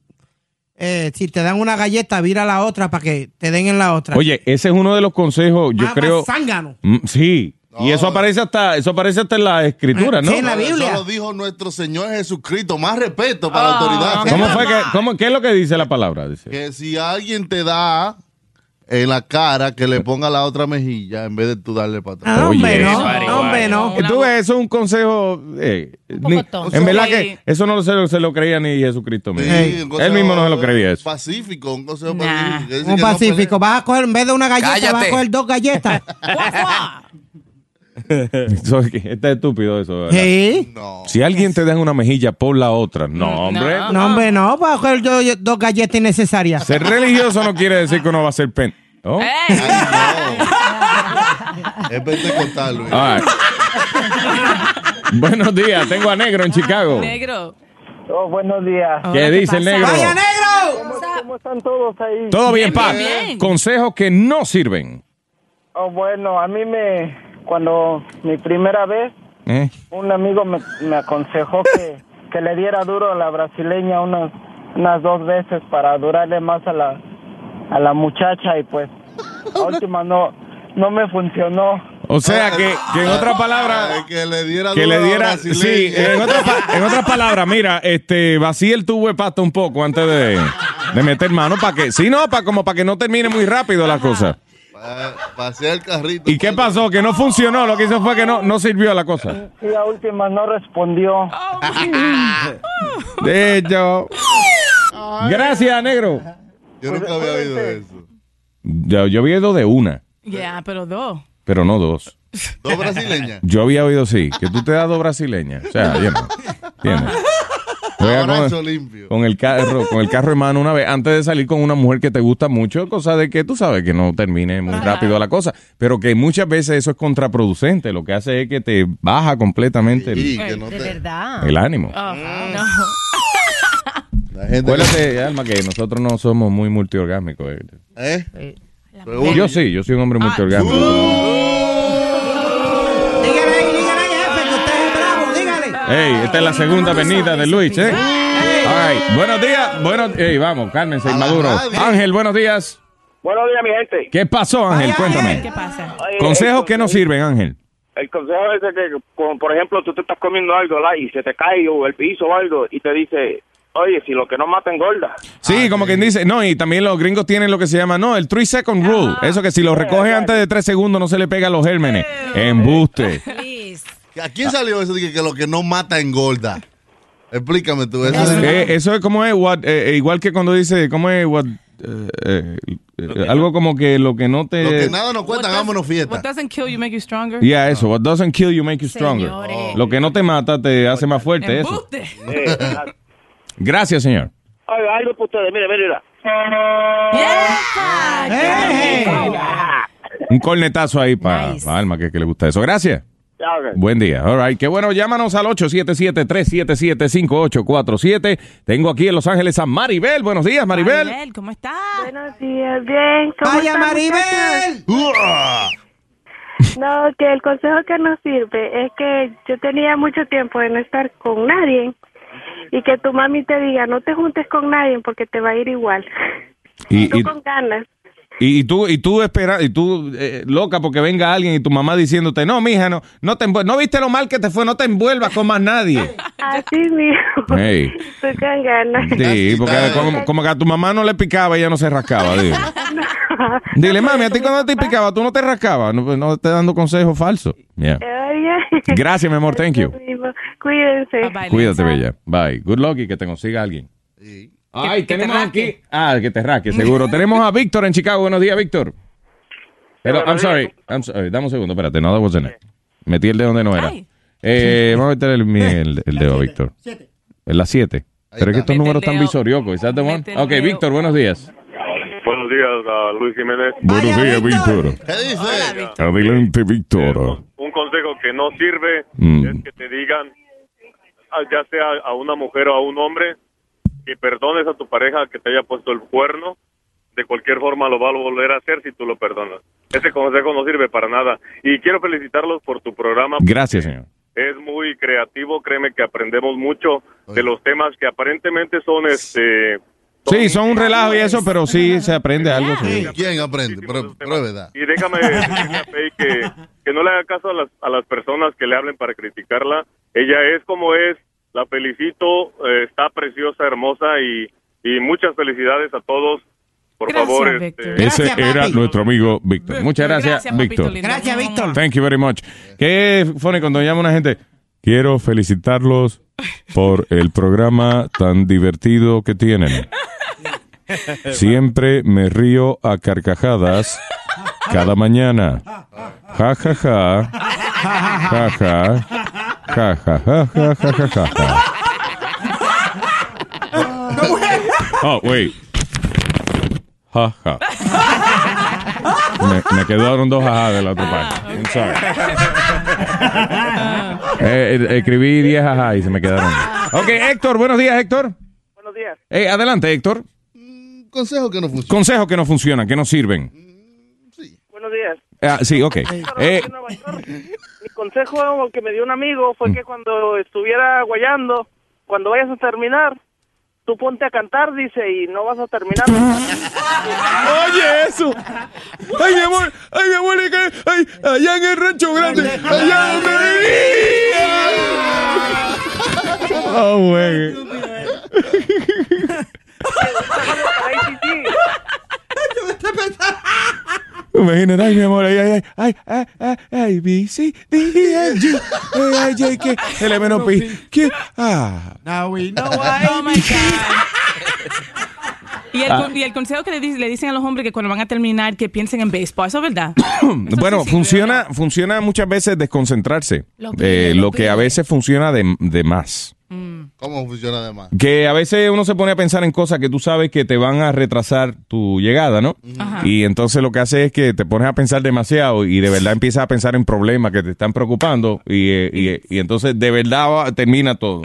Speaker 23: eh, si te dan una galleta, vira la otra para que te den en la otra.
Speaker 5: Oye, ese es uno de los consejos, yo
Speaker 23: Más- más
Speaker 5: creo.
Speaker 23: zángano.
Speaker 5: Mm, Sí. Y eso aparece hasta, eso aparece hasta en la escritura, ¿no?
Speaker 9: Eso lo dijo nuestro Señor Jesucristo. Más respeto para
Speaker 23: Ah.
Speaker 9: la autoridad.
Speaker 5: ¿Cómo fue que, cómo- qué es lo que dice la palabra? Dice,
Speaker 9: Que si alguien te da en la cara, que le ponga la otra mejilla en vez de tú darle para atrás.
Speaker 5: Oye,
Speaker 23: hombre, Ah, no.
Speaker 5: Tú ves, eso es un consejo. eh, ni-
Speaker 9: tonto.
Speaker 5: en verdad
Speaker 9: Sí.
Speaker 5: que eso no se, lo- se lo creía ni Jesucristo mismo.
Speaker 9: Sí, un
Speaker 5: Él
Speaker 9: consejo
Speaker 5: mismo no se lo creía eso.
Speaker 9: Pacífico, un consejo pacífico. que dice
Speaker 23: Un
Speaker 9: que no pues,
Speaker 23: pacífico, vas a coger, en vez de una galleta, vas a
Speaker 9: Cállate.
Speaker 23: coger dos galletas.
Speaker 5: Eso es que- Está estúpido eso. ¿verdad?
Speaker 23: Sí.
Speaker 5: Si alguien te da en una mejilla por la otra, no, hombre.
Speaker 23: No, hombre, no, vas a coger dos, dos galletas innecesarias.
Speaker 5: Ser religioso no quiere decir que uno va a ser pen. ¿Oh? ¿no? Eh.
Speaker 9: pele- Es pentecostal, Luis.
Speaker 5: All right. Buenos días, tengo a Negro en Chicago.
Speaker 12: Negro.
Speaker 7: Oh, buenos días.
Speaker 5: ¿Qué dice el negro? ¡Vaya,
Speaker 7: negro! ¿Cómo, cómo están todos ahí?
Speaker 5: Todo bien, pa. Consejos que no sirven.
Speaker 7: Oh, bueno, a mí me... Cuando mi primera vez,
Speaker 5: ¿eh?
Speaker 7: un amigo me, me aconsejó que, que le diera duro a la brasileña unas, unas dos veces para durarle más a la, a la muchacha y pues la última no, no me funcionó.
Speaker 5: O sea
Speaker 9: Ah,
Speaker 5: que, que en otras palabras,
Speaker 9: Ay, que le diera
Speaker 5: que
Speaker 9: duro a
Speaker 5: le
Speaker 9: la
Speaker 5: diera,
Speaker 9: brasileña.
Speaker 5: sí, en otras pa- en otras palabras, mira, este, vacía el tubo de pasta un poco antes de, de meter mano para que, si no, para como para que no termine muy rápido la cosa.
Speaker 9: Pa- Eh, Pasea el carrito.
Speaker 5: ¿Y qué pasó? Que no funcionó, lo que hizo fue que no, no sirvió la cosa.
Speaker 7: Y la última no respondió.
Speaker 5: De hecho, gracias, negro.
Speaker 9: Yo nunca había oído eso.
Speaker 5: Yo, yo había oído de una,
Speaker 12: Ya,
Speaker 5: Eh,
Speaker 12: pero dos.
Speaker 5: pero no dos.
Speaker 9: Dos brasileñas.
Speaker 5: Yo había oído, sí, que tú te das dos brasileñas. O sea, bien, bien. Juega
Speaker 9: Abrazo
Speaker 5: con, con el carro, con el carro en mano una vez, antes de salir con una mujer que te gusta mucho, cosa de que tú sabes que no termine muy rápido la cosa, pero que muchas veces eso es contraproducente, lo que hace es que te baja completamente el,
Speaker 19: de verdad.
Speaker 5: el ánimo.
Speaker 3: Ah,
Speaker 19: Ajá.
Speaker 5: Acuérdate, Alma, que nosotros no somos muy multiorgásmicos. eh.
Speaker 9: ¿Eh?
Speaker 5: Yo sí, yo soy un hombre multiorgásmico. Uh. Ey, esta es la segunda venida de Luis, ¿eh? All right. Buenos días. Buenos, ey, vamos, cálmense, Maduro. Ángel, buenos días.
Speaker 7: Buenos días, mi gente.
Speaker 5: ¿Qué pasó, Ángel? Cuéntame.
Speaker 7: pasa?
Speaker 5: Consejos que no sirven, Ángel.
Speaker 7: El consejo es de que, como, por ejemplo, tú te estás comiendo algo ¿verdad? y se te cae o el piso o algo y te dice, oye, si lo que no mata engorda.
Speaker 5: Sí, como quien dice, no, y también los gringos tienen lo que se llama, no, el 3 second rule. Eso que si lo recoge antes de 3 segundos no se le pega a los gérmenes. Embuste.
Speaker 9: ¿A quién salió eso de que, que lo que no mata engorda? Explícame tú eso.
Speaker 5: Eh, eso es como es, what- eh, eh, igual que cuando dice, ¿cómo es? what- eh, eh, eh, algo como que lo que no te...
Speaker 9: Lo que nada nos cuenta,
Speaker 12: What does-
Speaker 9: hagámonos
Speaker 12: What
Speaker 9: fiesta.
Speaker 12: doesn't kill you make you stronger.
Speaker 5: Ya, eso. What doesn't kill you make you stronger.
Speaker 12: Señores.
Speaker 5: Lo que no te mata te hace más fuerte. Eso.
Speaker 12: Embuste.
Speaker 21: Eh,
Speaker 5: Gracias, señor.
Speaker 7: Ay, algo para ustedes, mire, mire, mira.
Speaker 5: Eh. Un cornetazo ahí para Alma, que, que le gusta eso. Gracias. Buen día. All right. Qué bueno, llámanos al 877-377-5847. Tengo aquí en Los Ángeles a Maribel. Buenos días, Maribel.
Speaker 12: Maribel, ¿cómo estás?
Speaker 14: Buenos días, bien. ¿Cómo
Speaker 23: Vaya,
Speaker 14: están,
Speaker 23: Maribel.
Speaker 14: muchachos? No, que el consejo que nos sirve es que yo tenía mucho tiempo de no estar con nadie y que tu mami te diga, no te juntes con nadie porque te va a ir igual.
Speaker 5: Y,
Speaker 14: Tú
Speaker 5: y,
Speaker 14: con ganas.
Speaker 5: y- y tú, y tú, espera, y tú eh, loca porque venga alguien y tu mamá diciéndote, no, mija, no, no, te envuel- no viste lo mal que te fue, no te envuelvas con más nadie.
Speaker 14: Así mismo.
Speaker 5: Hey.
Speaker 14: Tú con ganas.
Speaker 5: Sí, porque como, como que a tu mamá no le picaba, ella no se rascaba. Digo. Dile, mami, a ti cuando te picaba, tú no te rascabas. No, pues, no te dando consejos falsos. Yeah.
Speaker 14: Oye.
Speaker 5: Gracias, mi amor. Thank you.
Speaker 14: mismo. Cuídense.
Speaker 16: Eh,
Speaker 5: Cuídate, bella. Bye. Good luck y que te consiga alguien. Ay, tenemos aquí. Ah, que te rasque, seguro. tenemos a Víctor en Chicago. Buenos días, Víctor. Pero, I'm sorry. I'm sorry. Dame un segundo, espérate. No, that wasn't it. Metí el dedo donde no era. Eh, vamos a meter el, mi- el, el dedo, Víctor. Es la 7. Pero es que estos números están visoriocos. ¿Is that the one? Ok, Víctor, buenos días.
Speaker 18: Buenos días, a Luis Jiménez.
Speaker 5: Buenos días, Víctor. Adelante, Víctor.
Speaker 18: Un consejo que no sirve
Speaker 5: Mm.
Speaker 18: es que te digan, ah, ya sea a una mujer o a un hombre, que perdones a tu pareja que te haya puesto el cuerno. De cualquier forma lo va a volver a hacer si tú lo perdonas. Ese consejo no sirve para nada. Y quiero felicitarlos por tu programa.
Speaker 5: Gracias, señor.
Speaker 18: Es muy creativo, créeme que aprendemos mucho de los temas que aparentemente son este
Speaker 5: Sí, son un relajo y eso, pero sí se aprende algo. sí.
Speaker 9: ¿Quién aprende? Pero, pero es verdad.
Speaker 18: Y déjame decirle a Faye que, que no le haga caso a las, a las personas que le hablen para criticarla. Ella es como es, la felicito, eh, está preciosa, hermosa y, y muchas felicidades a todos. Por favor, este,
Speaker 5: Ese era nuestro amigo Víctor. Muchas gracias,
Speaker 18: Gracias, papito
Speaker 5: Víctor.
Speaker 18: lindo. Gracias, Víctor.
Speaker 5: Thank you very much. Qué funny cuando llama una gente. Quiero felicitarlos por el programa tan divertido que tienen. Siempre me río a carcajadas cada mañana. Ja ja ja. Ja ja. Ja ja ja ja ja ja, ja, ja. Oh, wait. Ja ja. Me, me quedaron dos jajas de la otra parte. I'm sorry. Eh, eh, escribí 10 jajas y se me quedaron.
Speaker 12: Ah.
Speaker 5: Ok, Héctor, buenos días, Héctor.
Speaker 9: Buenos días.
Speaker 5: Eh, adelante, Héctor.
Speaker 9: Consejo que no funciona.
Speaker 5: Consejos que no funcionan, que no sirven.
Speaker 16: Buenos días.
Speaker 5: Ah, sí, ok. Eh,
Speaker 16: Mi consejo que me dio un amigo fue
Speaker 7: Mm.
Speaker 16: que cuando estuviera guayando, cuando vayas a terminar, tú ponte a cantar, dice, y no vas a terminar.
Speaker 3: Oye, eso. Ay, mi amor, ay, mi amor, ay, allá en el rancho grande, allá donde vivía.
Speaker 5: oh, güey. Imagínate, ay, mi amor, ay, ay, ay, ay, ay, ay, B, C, D, E, F, G, A, I, J, K, L, M, N, O, P, Q, ah.
Speaker 23: Now we know
Speaker 12: Oh my God. Y el,
Speaker 5: Ah.
Speaker 12: y el consejo que le, di- le dicen a los hombres que cuando van a terminar que piensen en béisbol, eso es verdad.
Speaker 5: Bueno, funciona, funciona muchas veces desconcentrarse.
Speaker 12: Lo
Speaker 5: Eh,
Speaker 12: pide, lo
Speaker 5: lo que a veces funciona de, de más.
Speaker 9: ¿Cómo funciona además?
Speaker 5: Que a veces uno se pone a pensar en cosas que tú sabes que te van a retrasar tu llegada, ¿no?
Speaker 9: Ajá.
Speaker 5: Y entonces lo que hace es que te pones a pensar demasiado y de verdad empiezas a pensar en problemas que te están preocupando y, eh, y, eh, y entonces de verdad va- termina
Speaker 12: Ah,
Speaker 5: todo.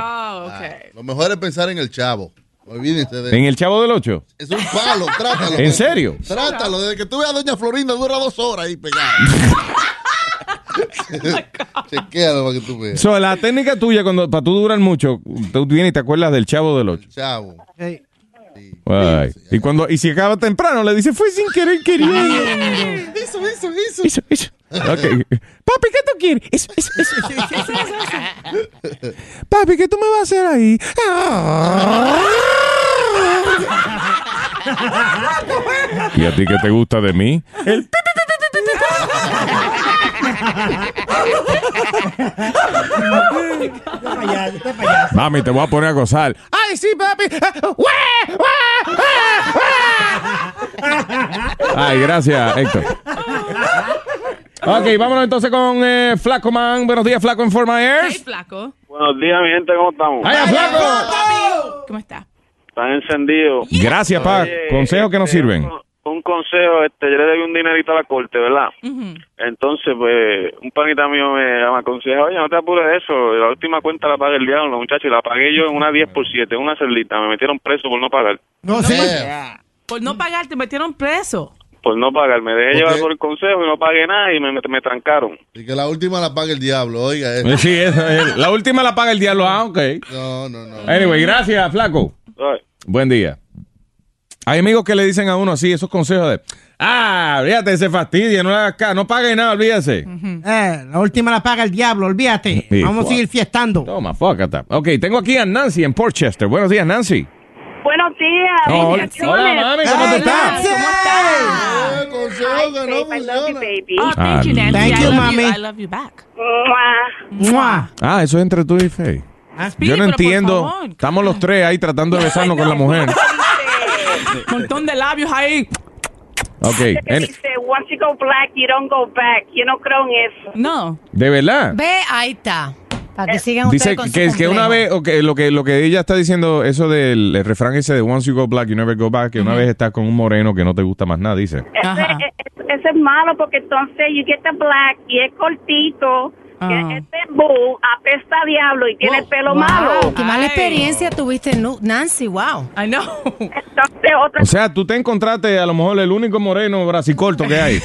Speaker 9: Lo mejor es pensar en el chavo. Olvídense de
Speaker 5: En el Chavo del Ocho.
Speaker 9: Es un palo, trátalo.
Speaker 5: ¿En serio?
Speaker 9: Trátalo. Desde que tú veas a Doña Florinda dura dos horas ahí pegada. Chequéalo para que tú veas.
Speaker 5: So, la técnica tuya, cuando para tú durar mucho, tú vienes y te acuerdas del Chavo del Ocho.
Speaker 9: Chavo.
Speaker 5: Ay. Y cuando y si acaba temprano, le dice fue sin querer queriendo.
Speaker 3: Eso, eso, eso.
Speaker 5: Eso, eso. Ok. Papi, ¿qué tú quieres? Eso, eso, eso. Papi, ¿qué tú me vas a hacer ahí? ¿Y a ti qué te gusta de mí? El Mami, te voy a poner a gozar.
Speaker 3: Ay, sí, papi. Ah, ¡Ué! ¡Ué! ¡Ué!
Speaker 5: Ay, gracias, Héctor. Ok, vámonos entonces con eh, Flaco Man. Buenos días, Flaco en Forma Air.
Speaker 12: Hey, flaco.
Speaker 17: Buenos días, mi gente, ¿cómo estamos?
Speaker 5: ¡Ay, flaco!
Speaker 12: ¿Cómo está?
Speaker 17: Están encendidos.
Speaker 5: Gracias, pa.
Speaker 17: Oye, este,
Speaker 5: Consejos que no sirven.
Speaker 17: Un consejo, este, yo le doy un dinerito a la corte, ¿verdad? Entonces, pues, un panita mío me, me aconseja, oye, no te apures de eso, la última cuenta la paga el diablo, muchacho, y la pagué yo en una 10 por 7, en una celita, me metieron preso por no pagar.
Speaker 23: No,
Speaker 17: sí.
Speaker 12: Por no pagar, te metieron preso.
Speaker 17: Por Pues no pagar, me dejé llevar por el consejo y no pagué nada y me, me trancaron.
Speaker 9: Y que la última la pague el diablo, oiga. eh.
Speaker 5: Sí, esa es. La última la paga el diablo. Ah, ok.
Speaker 9: No, no, no.
Speaker 5: Anyway, gracias, Flaco. Buen día. Hay amigos que le dicen a uno así esos consejos de, ah, olvídate, se fastidia, no le hagas caso, no pague nada, olvídese.
Speaker 23: Eh, la última la paga el diablo, olvídate.
Speaker 5: Sí,
Speaker 23: Vamos
Speaker 5: fuck.
Speaker 23: a seguir fiestando.
Speaker 5: Toma, fócata. Ok, tengo aquí a Nancy en Portchester. Buenos días, Nancy.
Speaker 16: Buenos días.
Speaker 5: No, hola, hola, mami, ¿cómo te estás? Eh,
Speaker 16: ¿Cómo estás? no baby.
Speaker 12: Oh, thank you, Nancy.
Speaker 5: Ah, thank
Speaker 12: I
Speaker 5: you,
Speaker 12: love
Speaker 5: mami.
Speaker 12: you. I love you back.
Speaker 5: Ah, eso es entre tú y Faye.
Speaker 23: Ah,
Speaker 12: Speedy,
Speaker 5: Yo no
Speaker 12: pero por
Speaker 5: entiendo.
Speaker 12: favor.
Speaker 5: Estamos los tres ahí tratando de besarnos con la mujer.
Speaker 12: Montón de labios ahí.
Speaker 5: Ok. en-
Speaker 16: Dice, once you go black, you don't go back. Yo no creo en eso. Ah.
Speaker 12: No.
Speaker 5: de verdad.
Speaker 19: Ve, ahí está.
Speaker 13: Eh,
Speaker 19: Para que sigan
Speaker 5: Dice
Speaker 19: ustedes con su
Speaker 5: que, que una
Speaker 19: complejo.
Speaker 5: vez, o que lo que lo que ella está diciendo, eso del el refrán ese de once you go black, you never go back, que una vez estás con un moreno que no te gusta más nada, dice.
Speaker 16: Eso es malo porque entonces you get the black y es cortito.
Speaker 5: Ah.
Speaker 16: Que este bull apesta a diablo y tiene el pelo
Speaker 19: Wow,
Speaker 16: malo.
Speaker 19: Qué mala experiencia tuviste, Nu- Nancy, wow.
Speaker 12: I know.
Speaker 16: Entonces, otra
Speaker 5: O sea, tú te encontraste a lo mejor el único moreno brasicorto que hay.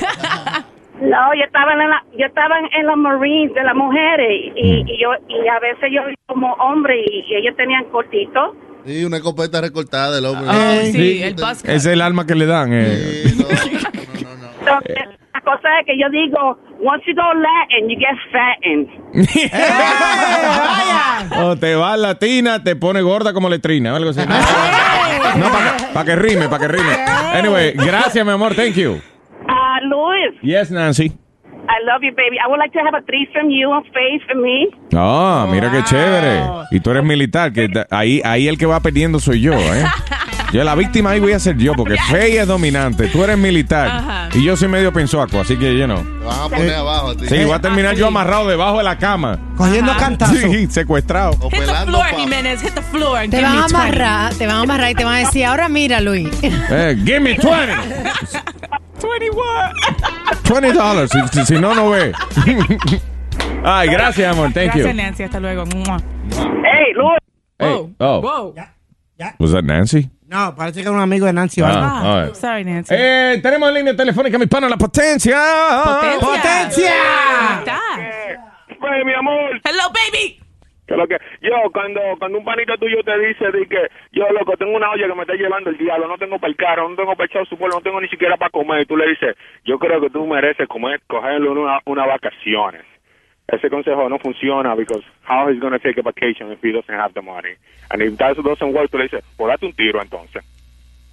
Speaker 13: No, yo estaba en la, yo estaba en los Marines de las mujeres
Speaker 5: Mm.
Speaker 13: y, y yo y a veces yo como hombre y, y ellos tenían cortito.
Speaker 9: Sí, una escopeta recortada del hombre.
Speaker 5: Ah, Ese es el alma que le dan. eh.
Speaker 13: Entonces, la cosa es que yo digo, once you go Latin, you get fattened.
Speaker 19: ¡Eh!
Speaker 5: O te vas latina, te pone gorda como letrina o algo así.
Speaker 19: ¡Eh!
Speaker 5: No, para que rime, para que rime.
Speaker 19: ¡Eh!
Speaker 5: Anyway, gracias, mi amor. Thank you.
Speaker 13: Uh, Luis,
Speaker 5: Yes, Nancy.
Speaker 13: I love you, baby. I would like to have a threesome, you and Faith and me.
Speaker 5: Ah, mira qué chévere. Y tú eres militar, que da- ahí, ahí el que va perdiendo soy yo, ¿eh? Yo la víctima ahí voy a ser yo, porque Fey es dominante, tú eres militar
Speaker 9: Ajá.
Speaker 5: y yo soy medio pensoaco, así que yo no.
Speaker 9: Te van a poner abajo a ti.
Speaker 5: Sí, voy a terminar yo amarrado debajo de la cama.
Speaker 7: Cogiendo
Speaker 5: cantazos. Sí, secuestrado.
Speaker 12: Hit the floor, Jiménez. Hit the floor. and
Speaker 19: Te
Speaker 12: give
Speaker 19: van a
Speaker 12: me 20.
Speaker 19: amarrar, te van a amarrar y te van a decir, ahora mira, Luis.
Speaker 5: Eh, give me 20.
Speaker 12: 21.
Speaker 5: 20 dólares, si, si- si no, no ve. Ay, gracias, amor. Thank
Speaker 12: Gracias,
Speaker 5: you.
Speaker 12: Nancy. Hasta luego.
Speaker 13: Hey, Luis.
Speaker 5: Hey, oh, was that Nancy?
Speaker 7: No, parece que era un amigo de Nancy.
Speaker 5: Ah,
Speaker 7: ¿vale?
Speaker 5: all right.
Speaker 12: Sorry, Nancy.
Speaker 5: Eh, tenemos en línea telefónica, mi pana, la potencia.
Speaker 12: Potencia.
Speaker 22: Pues, mi amor.
Speaker 12: Hello, baby.
Speaker 22: Que lo que, yo, cuando, cuando un panito tuyo te dice de que yo, loco, tengo una olla que me está llevando el diablo, no tengo para el carro, no tengo para echar su pueblo, no tengo ni siquiera para comer, y tú le dices, yo creo que tú mereces comer, cogerlo en una, una vacaciones. Ese consejo no funciona because how he's going to take a vacation if he doesn't have the money. And if that doesn't work, tú le dices, pues date un tiro entonces.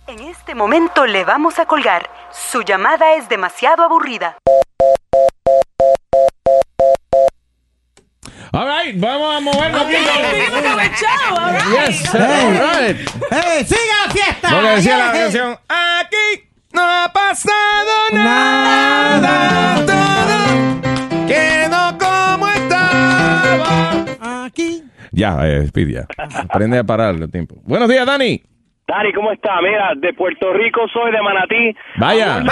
Speaker 25: En este momento le vamos a colgar. Su llamada es demasiado aburrida.
Speaker 5: All right, vamos a movernos aquí. Yes,
Speaker 7: Hey.
Speaker 5: all right.
Speaker 7: ¡Hey, sigue la fiesta!
Speaker 5: Lo que decía la
Speaker 7: Sigue.
Speaker 5: canción, aquí no ha pasado nada, todo quedó como estaba.
Speaker 7: Aquí.
Speaker 5: Ya, eh, Speed, ya. Aprende a parar el tiempo. Buenos días, Dani.
Speaker 6: Dari, ¿cómo está? Mira, de Puerto Rico soy, de Manatí.
Speaker 5: Vaya.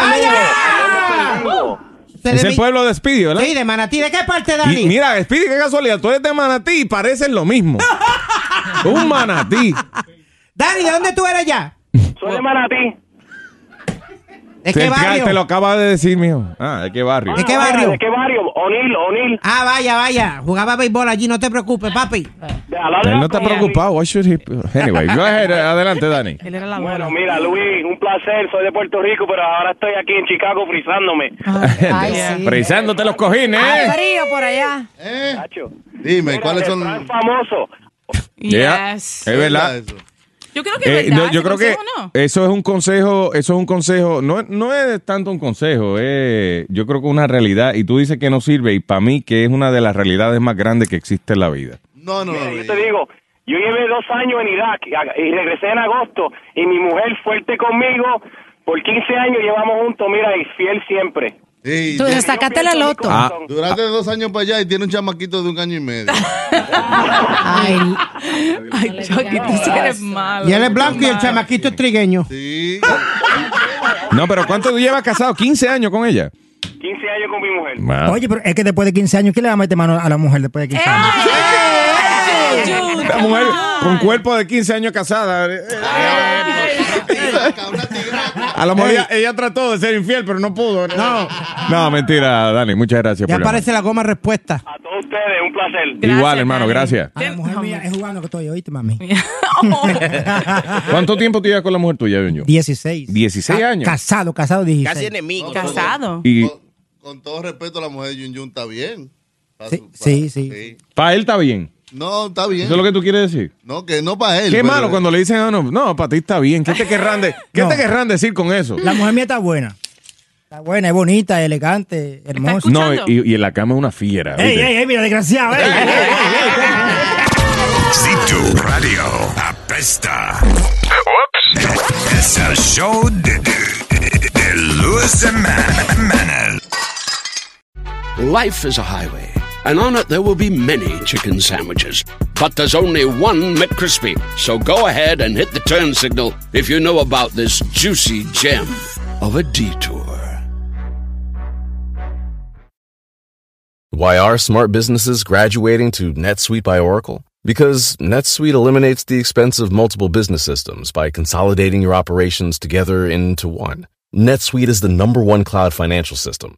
Speaker 5: Es el pueblo de Speedy, ¿verdad?
Speaker 7: Sí, de Manatí. ¿De qué parte, Dani?
Speaker 5: Y mira, Speedy, qué casualidad. Tú eres de Manatí y parecen lo mismo. Un manatí.
Speaker 7: Dani, ¿de dónde tú eres ya?
Speaker 6: Soy de Manatí.
Speaker 5: ¿De este
Speaker 7: qué barrio?
Speaker 5: Te lo acaba de decir, mijo. Ah, ¿de qué barrio?
Speaker 7: ¿De qué barrio?
Speaker 6: Ah, ¿De qué barrio? O'Nil, O'Nil.
Speaker 7: Ah, vaya, vaya. Jugaba béisbol allí, no te preocupes, papi.
Speaker 5: Él no está preocupado. Why should he... Anyway, go ahead. eh, Adelante, Dani.
Speaker 6: Bueno, mira, Luis, un placer. Soy de Puerto Rico, pero ahora estoy aquí en Chicago frizándome.
Speaker 5: Frizándote los cojines.
Speaker 19: Hay
Speaker 5: ¿eh?
Speaker 7: Ah,
Speaker 19: frío por allá.
Speaker 6: Nacho.
Speaker 9: Dime, ¿cuáles son?
Speaker 6: famoso.
Speaker 5: Yeah. Es verdad.
Speaker 12: Yo creo
Speaker 7: pues,
Speaker 5: Eh,
Speaker 12: que es verdad.
Speaker 5: no, yo
Speaker 12: ese
Speaker 5: creo que
Speaker 12: consejo no.
Speaker 5: eso es un consejo, eso es un consejo, no, no es tanto un consejo, eh, yo creo que una realidad, y tú dices que no sirve, y para mí que es una de las realidades más grandes que existe en la vida.
Speaker 6: No, no, Yo te digo, yo llevé dos años en Irak y a- y regresé en agosto y mi mujer fuerte conmigo. Por 15 años llevamos juntos, mira, y fiel siempre.
Speaker 9: Sí,
Speaker 6: Tú
Speaker 9: sí.
Speaker 6: sacaste la loto.
Speaker 9: Ah.
Speaker 6: Corazón.
Speaker 9: Duraste dos años para allá y tiene un chamaquito de un año y medio.
Speaker 12: Ay, Chucky, tú sí eres malo.
Speaker 7: Y él es blanco y el
Speaker 12: Malo.
Speaker 7: chamaquito es trigueño.
Speaker 5: No, pero ¿cuánto tú llevas casado? 15 años con ella.
Speaker 6: 15 años con mi mujer.
Speaker 2: Oye, pero es que después de 15 años, ¿qué le va a meter mano a la mujer después de 15 años?
Speaker 11: ¡Eh!
Speaker 5: Una mujer con cuerpo de 15 años casada. eh, A lo mejor ella, ella trató de ser infiel, pero no pudo. No, no mentira, Dani, muchas gracias.
Speaker 7: Ya
Speaker 5: por llamar.
Speaker 7: aparece la goma respuesta.
Speaker 6: A todos ustedes, un placer.
Speaker 5: Igual, hermano, Oh, gracias.
Speaker 2: A la mujer mía es jugando que estoy, ¿oíste, mami?
Speaker 5: ¿Cuánto tiempo tú llevas con la mujer tuya, Beño?
Speaker 2: 16.
Speaker 5: 16
Speaker 2: Ca-
Speaker 5: años.
Speaker 2: Casado, casado, 16.
Speaker 9: enemigo.
Speaker 12: Casado.
Speaker 5: Y
Speaker 9: Con todo respeto, la mujer de Yun Yun está bien. Pa' su- pa-
Speaker 2: Sí, sí.
Speaker 5: para él está bien.
Speaker 9: No, está bien.
Speaker 5: ¿Eso es lo que tú quieres decir?
Speaker 9: No, que no para él.
Speaker 5: Qué
Speaker 9: pero-
Speaker 5: malo cuando le dicen, "Ah, no, no, para ti está bien. ¿Qué te querrán, de- ¿qué te querrán decir con eso?
Speaker 2: La mujer mía está buena. Está buena, es bonita, elegante, hermosa.
Speaker 5: No, y, y en la cama es una fiera.
Speaker 2: ¡Ey,
Speaker 5: eh, ¿oíste?
Speaker 2: ey, ey, mira, desgraciado! ey, ey, ey.
Speaker 4: Si tu radio apesta. Ups. Es el show de, de, de Luis Jiménez.
Speaker 3: Life is a highway, and on it there will be many chicken sandwiches. But there's only one McCrispy. So go ahead and hit the turn signal if you know about this juicy gem of a detour.
Speaker 26: Why are smart businesses graduating to NetSuite by Oracle? Because NetSuite eliminates the expense of multiple business systems by consolidating your operations together into one. NetSuite is the number one cloud financial system,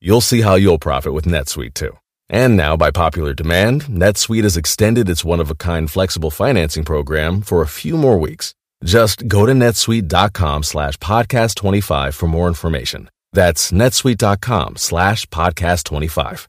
Speaker 26: You'll see how you'll profit with NetSuite too. And now, by popular demand, NetSuite has extended its one of a kind flexible financing program for a few more weeks. Just go to netsuite.com slash podcast 25 for more information. That's netsuite.com slash podcast 25.